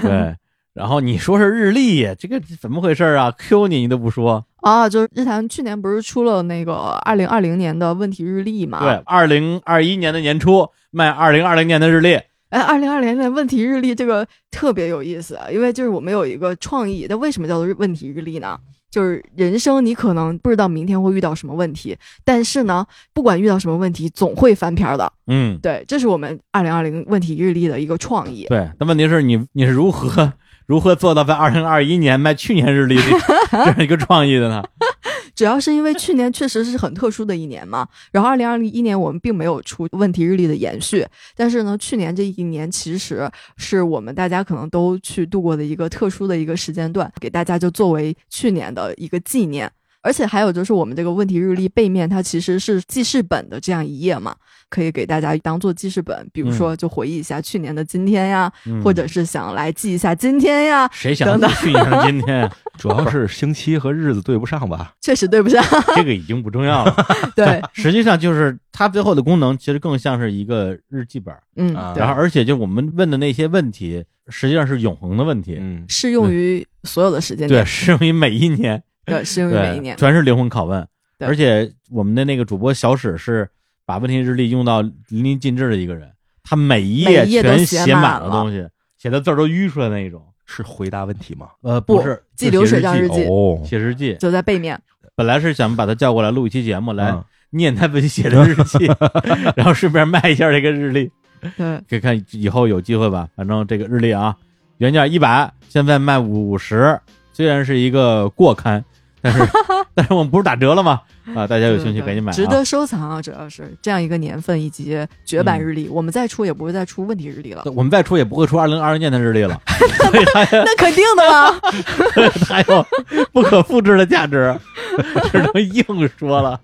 [SPEAKER 1] 对，然后你说是日历，这个怎么回事啊？Q 你你都不说。
[SPEAKER 2] 啊，就是日坛去年不是出了那个二零二零年的问题日历嘛？
[SPEAKER 1] 对，，二零二一年的年初卖二零二零年的日历，
[SPEAKER 2] 哎，二零二零年问题日历这个特别有意思，啊，因为就是我们有一个创意，但为什么叫做问题日历呢？就是人生你可能不知道明天会遇到什么问题，但是呢，不管遇到什么问题，总会翻篇儿的。
[SPEAKER 1] 嗯，
[SPEAKER 2] 对，这是我们二零二零问题日历的一个创意。
[SPEAKER 1] 对。但问题是你你是如何 *laughs* 如何做到在二零二一年卖去年日历这 *laughs* 这样一个创意的呢？
[SPEAKER 2] 主要是因为去年确实是很特殊的一年嘛， *laughs* 然后二零二一年我们并没有出问题日历的延续，但是呢，去年这一年其实是我们大家可能都去度过的一个特殊的一个时间段，给大家就作为去年的一个纪念。而且还有就是我们这个问题日历背面，它其实是记事本的这样一页嘛，可以给大家当做记事本，比如说就回忆一下去年的今天呀，
[SPEAKER 1] 嗯
[SPEAKER 2] 或者是想来记一下今天呀，
[SPEAKER 1] 谁想
[SPEAKER 2] 等等
[SPEAKER 1] 去年的今天 *laughs* 啊？
[SPEAKER 3] 主要是星期和日子对不上吧？
[SPEAKER 2] 确实对不上， *laughs*
[SPEAKER 1] 这个已经不重要了。
[SPEAKER 2] 对，
[SPEAKER 1] 实际上就是它最后的功能，其实更像是一个日记本儿。
[SPEAKER 2] 嗯，
[SPEAKER 3] 啊
[SPEAKER 2] 对
[SPEAKER 1] 然后，而且就我们问的那些问题，实际上是永恒的问题，
[SPEAKER 3] 嗯，
[SPEAKER 2] 适用于所有的时间点
[SPEAKER 1] 对，。适用于每一年， *laughs*
[SPEAKER 2] 对，适用于每一
[SPEAKER 1] 对，
[SPEAKER 2] 年。
[SPEAKER 1] 全是灵魂拷问。
[SPEAKER 2] 对
[SPEAKER 1] 而且我们的那个主播小史是把问题日历用到淋漓尽致的一个人，他每一页
[SPEAKER 2] 每一页都
[SPEAKER 1] 全
[SPEAKER 2] 写
[SPEAKER 1] 写
[SPEAKER 2] 满
[SPEAKER 1] 满了
[SPEAKER 2] 了
[SPEAKER 1] 东西，写的字儿都淤出来那一种。
[SPEAKER 3] 是回答问题吗？
[SPEAKER 1] 呃，
[SPEAKER 2] 不
[SPEAKER 1] 是
[SPEAKER 2] 记
[SPEAKER 1] 就
[SPEAKER 2] 流
[SPEAKER 1] 写
[SPEAKER 2] 水账日记
[SPEAKER 3] 哦，
[SPEAKER 1] 写日记。
[SPEAKER 2] 就在背面，
[SPEAKER 1] 本来是想把他叫过来录一期节目，来
[SPEAKER 3] 嗯
[SPEAKER 1] 念他自己写的日
[SPEAKER 2] *laughs*
[SPEAKER 1] 记，然后顺便卖一下这个日历。
[SPEAKER 2] 对，
[SPEAKER 1] 可以看以后有机会吧，反正这个日历啊，原价一百，现在卖五十，虽然是一个过刊，但是但是我们不是打折了吗？啊，大家有兴趣赶紧买、啊，
[SPEAKER 2] 值得收藏啊！主要是这样一个年份以及绝版日历，
[SPEAKER 1] 嗯
[SPEAKER 2] 我们再出也不会再出问题日历了，
[SPEAKER 1] 我们再出也不会出二零二零年的日历了， *laughs* 所以它
[SPEAKER 2] 那肯定的啦。
[SPEAKER 1] *laughs* 它有不可复制的价值，只能硬说了，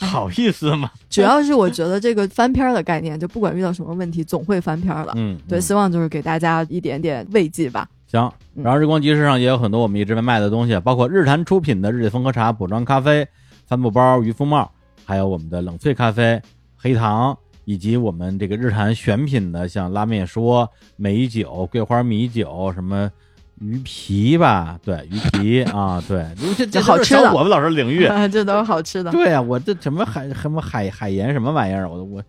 [SPEAKER 1] 好意思吗？
[SPEAKER 2] 主要是我觉得这个翻篇儿的概念，就不管遇到什么问题，总会翻篇儿的。
[SPEAKER 1] 嗯，
[SPEAKER 2] 对，
[SPEAKER 1] 嗯
[SPEAKER 2] 希望就是给大家一点点慰藉吧。
[SPEAKER 1] 行，
[SPEAKER 2] 嗯
[SPEAKER 1] 然后日光集市上也有很多我们一直在卖的东西，包括日坛出品的日记风格茶、补妆咖啡、帆布包、渔夫帽，还有我们的冷萃咖啡、黑糖，以及我们这个日坛选品的像拉面说、美酒、桂花米酒什么。鱼皮吧，对鱼
[SPEAKER 2] *laughs*
[SPEAKER 1] 皮啊，对，这这
[SPEAKER 2] 好
[SPEAKER 1] 都是
[SPEAKER 2] 吃的
[SPEAKER 1] 小伙子老师
[SPEAKER 2] *laughs*
[SPEAKER 1] 领域，
[SPEAKER 2] 这都是好吃的。
[SPEAKER 1] 对呀、我这什么海什么海海盐什么玩意儿，我我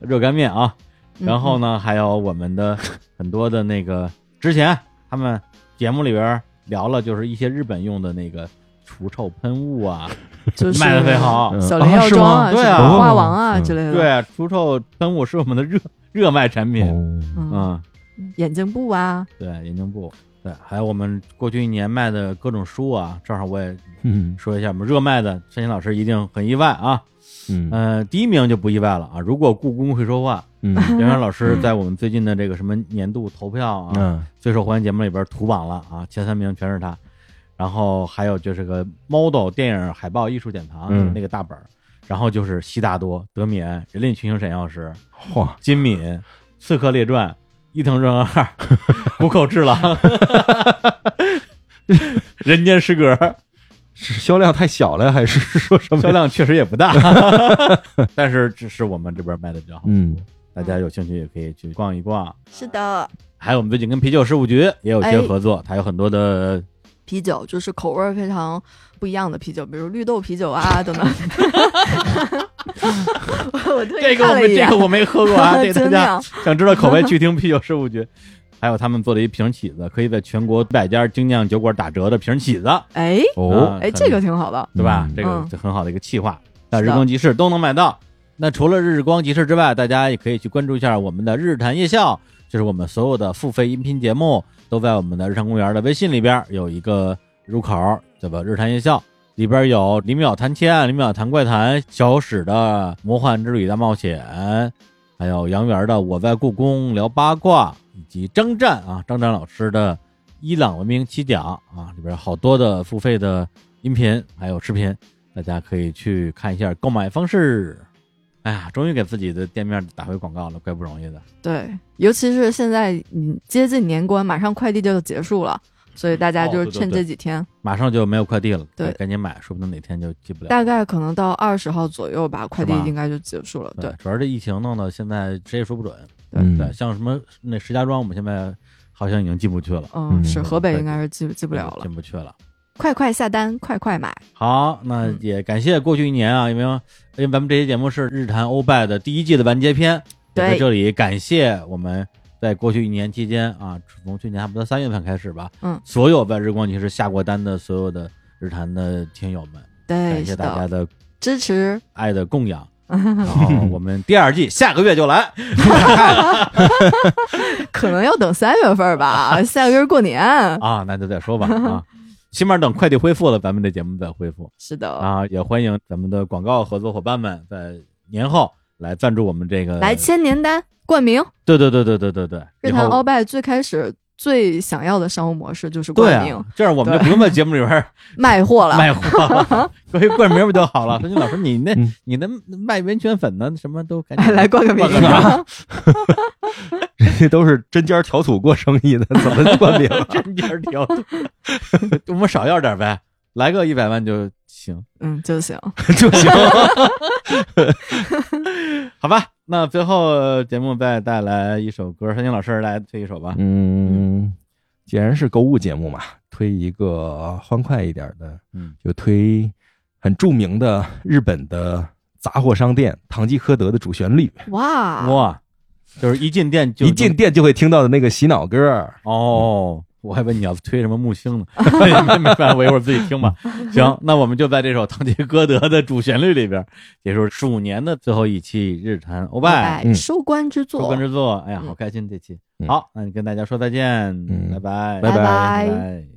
[SPEAKER 1] 热干面啊，
[SPEAKER 2] 嗯
[SPEAKER 1] 然后呢，还有我们的很多的那个之前他们节目里边聊了，就是一些日本用的那个除臭喷雾啊，
[SPEAKER 2] 就是
[SPEAKER 1] 卖的非常好。
[SPEAKER 2] 小林药妆啊，
[SPEAKER 1] 啊是吗对
[SPEAKER 2] 什
[SPEAKER 1] 啊
[SPEAKER 2] 么花王啊
[SPEAKER 3] 嗯
[SPEAKER 2] 之类的，
[SPEAKER 1] 对，除臭喷雾是我们的热热卖产品。
[SPEAKER 3] 哦
[SPEAKER 2] 嗯，
[SPEAKER 1] 嗯，
[SPEAKER 2] 眼镜布啊，
[SPEAKER 1] 对，眼镜布，对，还有我们过去一年卖的各种书啊，正好我也
[SPEAKER 3] 嗯
[SPEAKER 1] 说一下，我们热卖的，申鑫老师一定很意外啊。 *laughs*
[SPEAKER 3] 嗯
[SPEAKER 1] 嗯、第一名就不意外了啊。如果故宫会说话，
[SPEAKER 3] 嗯
[SPEAKER 1] 袁袁老师在我们最近的这个什么年度投票啊，
[SPEAKER 3] 嗯
[SPEAKER 1] 最受欢迎节目里边图榜了啊，前三名全是他。然后还有就是个 model 电影海报艺术典藏、
[SPEAKER 3] 嗯
[SPEAKER 1] 那个大本儿，然后就是悉达多、德米安、人类群星闪耀时、
[SPEAKER 3] 哇，
[SPEAKER 1] 金敏、刺客列传、伊藤润 *laughs* 二、谷口智 *laughs* 郎、人间失格，
[SPEAKER 3] 是销量太小了，还是说什
[SPEAKER 1] *laughs*
[SPEAKER 3] 么？
[SPEAKER 1] 销量确实也不大，但是只是我们这边卖的比较好，
[SPEAKER 3] 嗯
[SPEAKER 1] 大家有兴趣也可以去逛一逛。
[SPEAKER 2] 是的，
[SPEAKER 1] 还有我们最近跟啤酒事务局也有一些
[SPEAKER 2] 哎
[SPEAKER 1] 合作，它有很多的
[SPEAKER 2] 啤酒就是口味儿非常不一样的啤酒，比如绿豆啤酒啊等
[SPEAKER 1] *laughs*
[SPEAKER 2] 等。我我特
[SPEAKER 1] 这
[SPEAKER 2] 意
[SPEAKER 1] 个
[SPEAKER 2] 看
[SPEAKER 1] 我
[SPEAKER 2] 了
[SPEAKER 1] 们
[SPEAKER 2] 一
[SPEAKER 1] 这
[SPEAKER 2] 眼
[SPEAKER 1] 个，我没喝
[SPEAKER 2] *laughs*
[SPEAKER 1] 过啊，这个
[SPEAKER 2] 精
[SPEAKER 1] 大家
[SPEAKER 2] 酿
[SPEAKER 1] *laughs* 想知道口味，去听啤酒事务局。还有他们做的一瓶起子，可以在全国一百家精酿酒馆打折的瓶起子，
[SPEAKER 2] 哎
[SPEAKER 1] 哦
[SPEAKER 2] 哎，这个挺好的。
[SPEAKER 1] 对吧？
[SPEAKER 3] 嗯
[SPEAKER 1] 这个
[SPEAKER 2] 嗯
[SPEAKER 1] 就很好的一个企划，在
[SPEAKER 2] 是
[SPEAKER 1] 日
[SPEAKER 2] 的
[SPEAKER 1] 光集市都能买到。那除了日光集市之外，大家也可以去关注一下我们的日坛夜校，就是我们所有的付费音频节目都在我们的日坛公园的微信里边有一个入口，对吧？日坛夜校里边有李淼谈切案、李淼谈怪谈、小史的魔幻之旅大冒险，还有杨元的我在故宫聊八卦，以及张湛啊张湛老师的伊朗文明七讲啊，里边好多的付费的音频还有视频，大家可以去看一下购买方式。哎呀，终于给自己的店面打回广告了，怪不容易的。
[SPEAKER 2] 对，尤其是现在嗯接近年关，马上快递就要结束了，所以大家
[SPEAKER 1] 哦
[SPEAKER 2] 就是
[SPEAKER 1] 对对
[SPEAKER 2] 趁
[SPEAKER 1] 对
[SPEAKER 2] 这几天，
[SPEAKER 1] 马上就没有快递了，
[SPEAKER 2] 对
[SPEAKER 1] 赶紧买，说不定哪天就寄不了。
[SPEAKER 2] 大概可能到二十号左右吧，快递
[SPEAKER 1] 是吧
[SPEAKER 2] 应该就结束了。
[SPEAKER 1] 对
[SPEAKER 2] 对，
[SPEAKER 1] 主要这疫情弄得现在谁也说不准。
[SPEAKER 3] 嗯
[SPEAKER 1] 对，像什么那石家庄，我们现在好像已经进不去了，
[SPEAKER 2] 嗯，是
[SPEAKER 3] 嗯
[SPEAKER 2] 河北应该是进进不了了。
[SPEAKER 1] 进不去了。
[SPEAKER 2] 快快下单，快快买，
[SPEAKER 1] 好，那
[SPEAKER 2] 嗯
[SPEAKER 1] 也感谢过去一年啊，因为因为咱们这期节目是日坛欧拜的第一季的完结篇，也在
[SPEAKER 2] 对
[SPEAKER 1] 这里感谢我们在过去一年期间啊，从去年差不多三月份开始吧，
[SPEAKER 2] 嗯
[SPEAKER 1] 所有在日光集市下过单的所有的日坛的听友们，
[SPEAKER 2] 对，
[SPEAKER 1] 感
[SPEAKER 2] 是
[SPEAKER 1] 谢大
[SPEAKER 2] 的嗯
[SPEAKER 1] 家，的
[SPEAKER 2] 支持。 *laughs*
[SPEAKER 1] 爱的供养。然后我们第二季下个月就来，
[SPEAKER 2] 可能要等三月份
[SPEAKER 1] *laughs*
[SPEAKER 2] 吧，下个月是过年。
[SPEAKER 1] 啊，那就再说
[SPEAKER 2] *laughs*
[SPEAKER 1] 吧啊，起码等快递恢复了，咱们这节目再恢复
[SPEAKER 2] 是的，
[SPEAKER 1] 啊，也欢迎咱们的广告合作伙伴们在年后来赞助我们这个
[SPEAKER 2] 来签年单冠名。
[SPEAKER 1] 对对对对对对对，
[SPEAKER 2] 日
[SPEAKER 1] 呃以
[SPEAKER 2] 坛
[SPEAKER 1] 后
[SPEAKER 2] 鳌拜最开始最想要的商务模式就是
[SPEAKER 1] 对
[SPEAKER 2] 冠名、
[SPEAKER 1] 啊，这样我们就不用在节目里边儿
[SPEAKER 2] 卖货了。
[SPEAKER 1] 卖货了， *laughs* 关于冠名不就好了？说你老师，你那
[SPEAKER 3] 嗯
[SPEAKER 1] 你那卖温泉粉呢，什么都赶
[SPEAKER 3] *laughs*
[SPEAKER 2] 哎，*laughs*
[SPEAKER 1] 紧
[SPEAKER 2] 来冠个名
[SPEAKER 1] 冠个名儿，
[SPEAKER 3] 这都是针尖儿挑土过生意的，怎么冠名？
[SPEAKER 1] *laughs* 真点儿挑，我们少要点儿呗，来个一百万就行。
[SPEAKER 2] *laughs* 嗯，就行。
[SPEAKER 3] 就行。
[SPEAKER 1] 好吧，那最后节目再带来一首歌，山青老师来推一首吧。
[SPEAKER 3] 嗯，既然是购物节目嘛，推一个欢快一点的，
[SPEAKER 1] 嗯，
[SPEAKER 3] 就推很著名的日本的杂货商店唐吉诃德的主旋律，
[SPEAKER 2] 哇，
[SPEAKER 1] 嗯哇，就是一进店就
[SPEAKER 3] 一进店就会听到的那个洗脑歌儿。
[SPEAKER 1] 哦，我还以为你要推什么木星
[SPEAKER 3] *laughs*
[SPEAKER 1] 呢，没没办法，我一会儿自己听吧。行，那我们就在这首《唐吉诃德》的主旋律里边结束鼠年的最后一期日坛欧拜
[SPEAKER 2] 拜，收官之
[SPEAKER 1] 收
[SPEAKER 2] 作，
[SPEAKER 1] 官之作。哎呀，
[SPEAKER 2] 嗯
[SPEAKER 1] 好开心这期。
[SPEAKER 3] 嗯
[SPEAKER 1] 好，那你跟大家说再见，
[SPEAKER 3] 嗯
[SPEAKER 1] 拜拜，
[SPEAKER 3] 拜
[SPEAKER 2] 拜拜
[SPEAKER 1] 拜。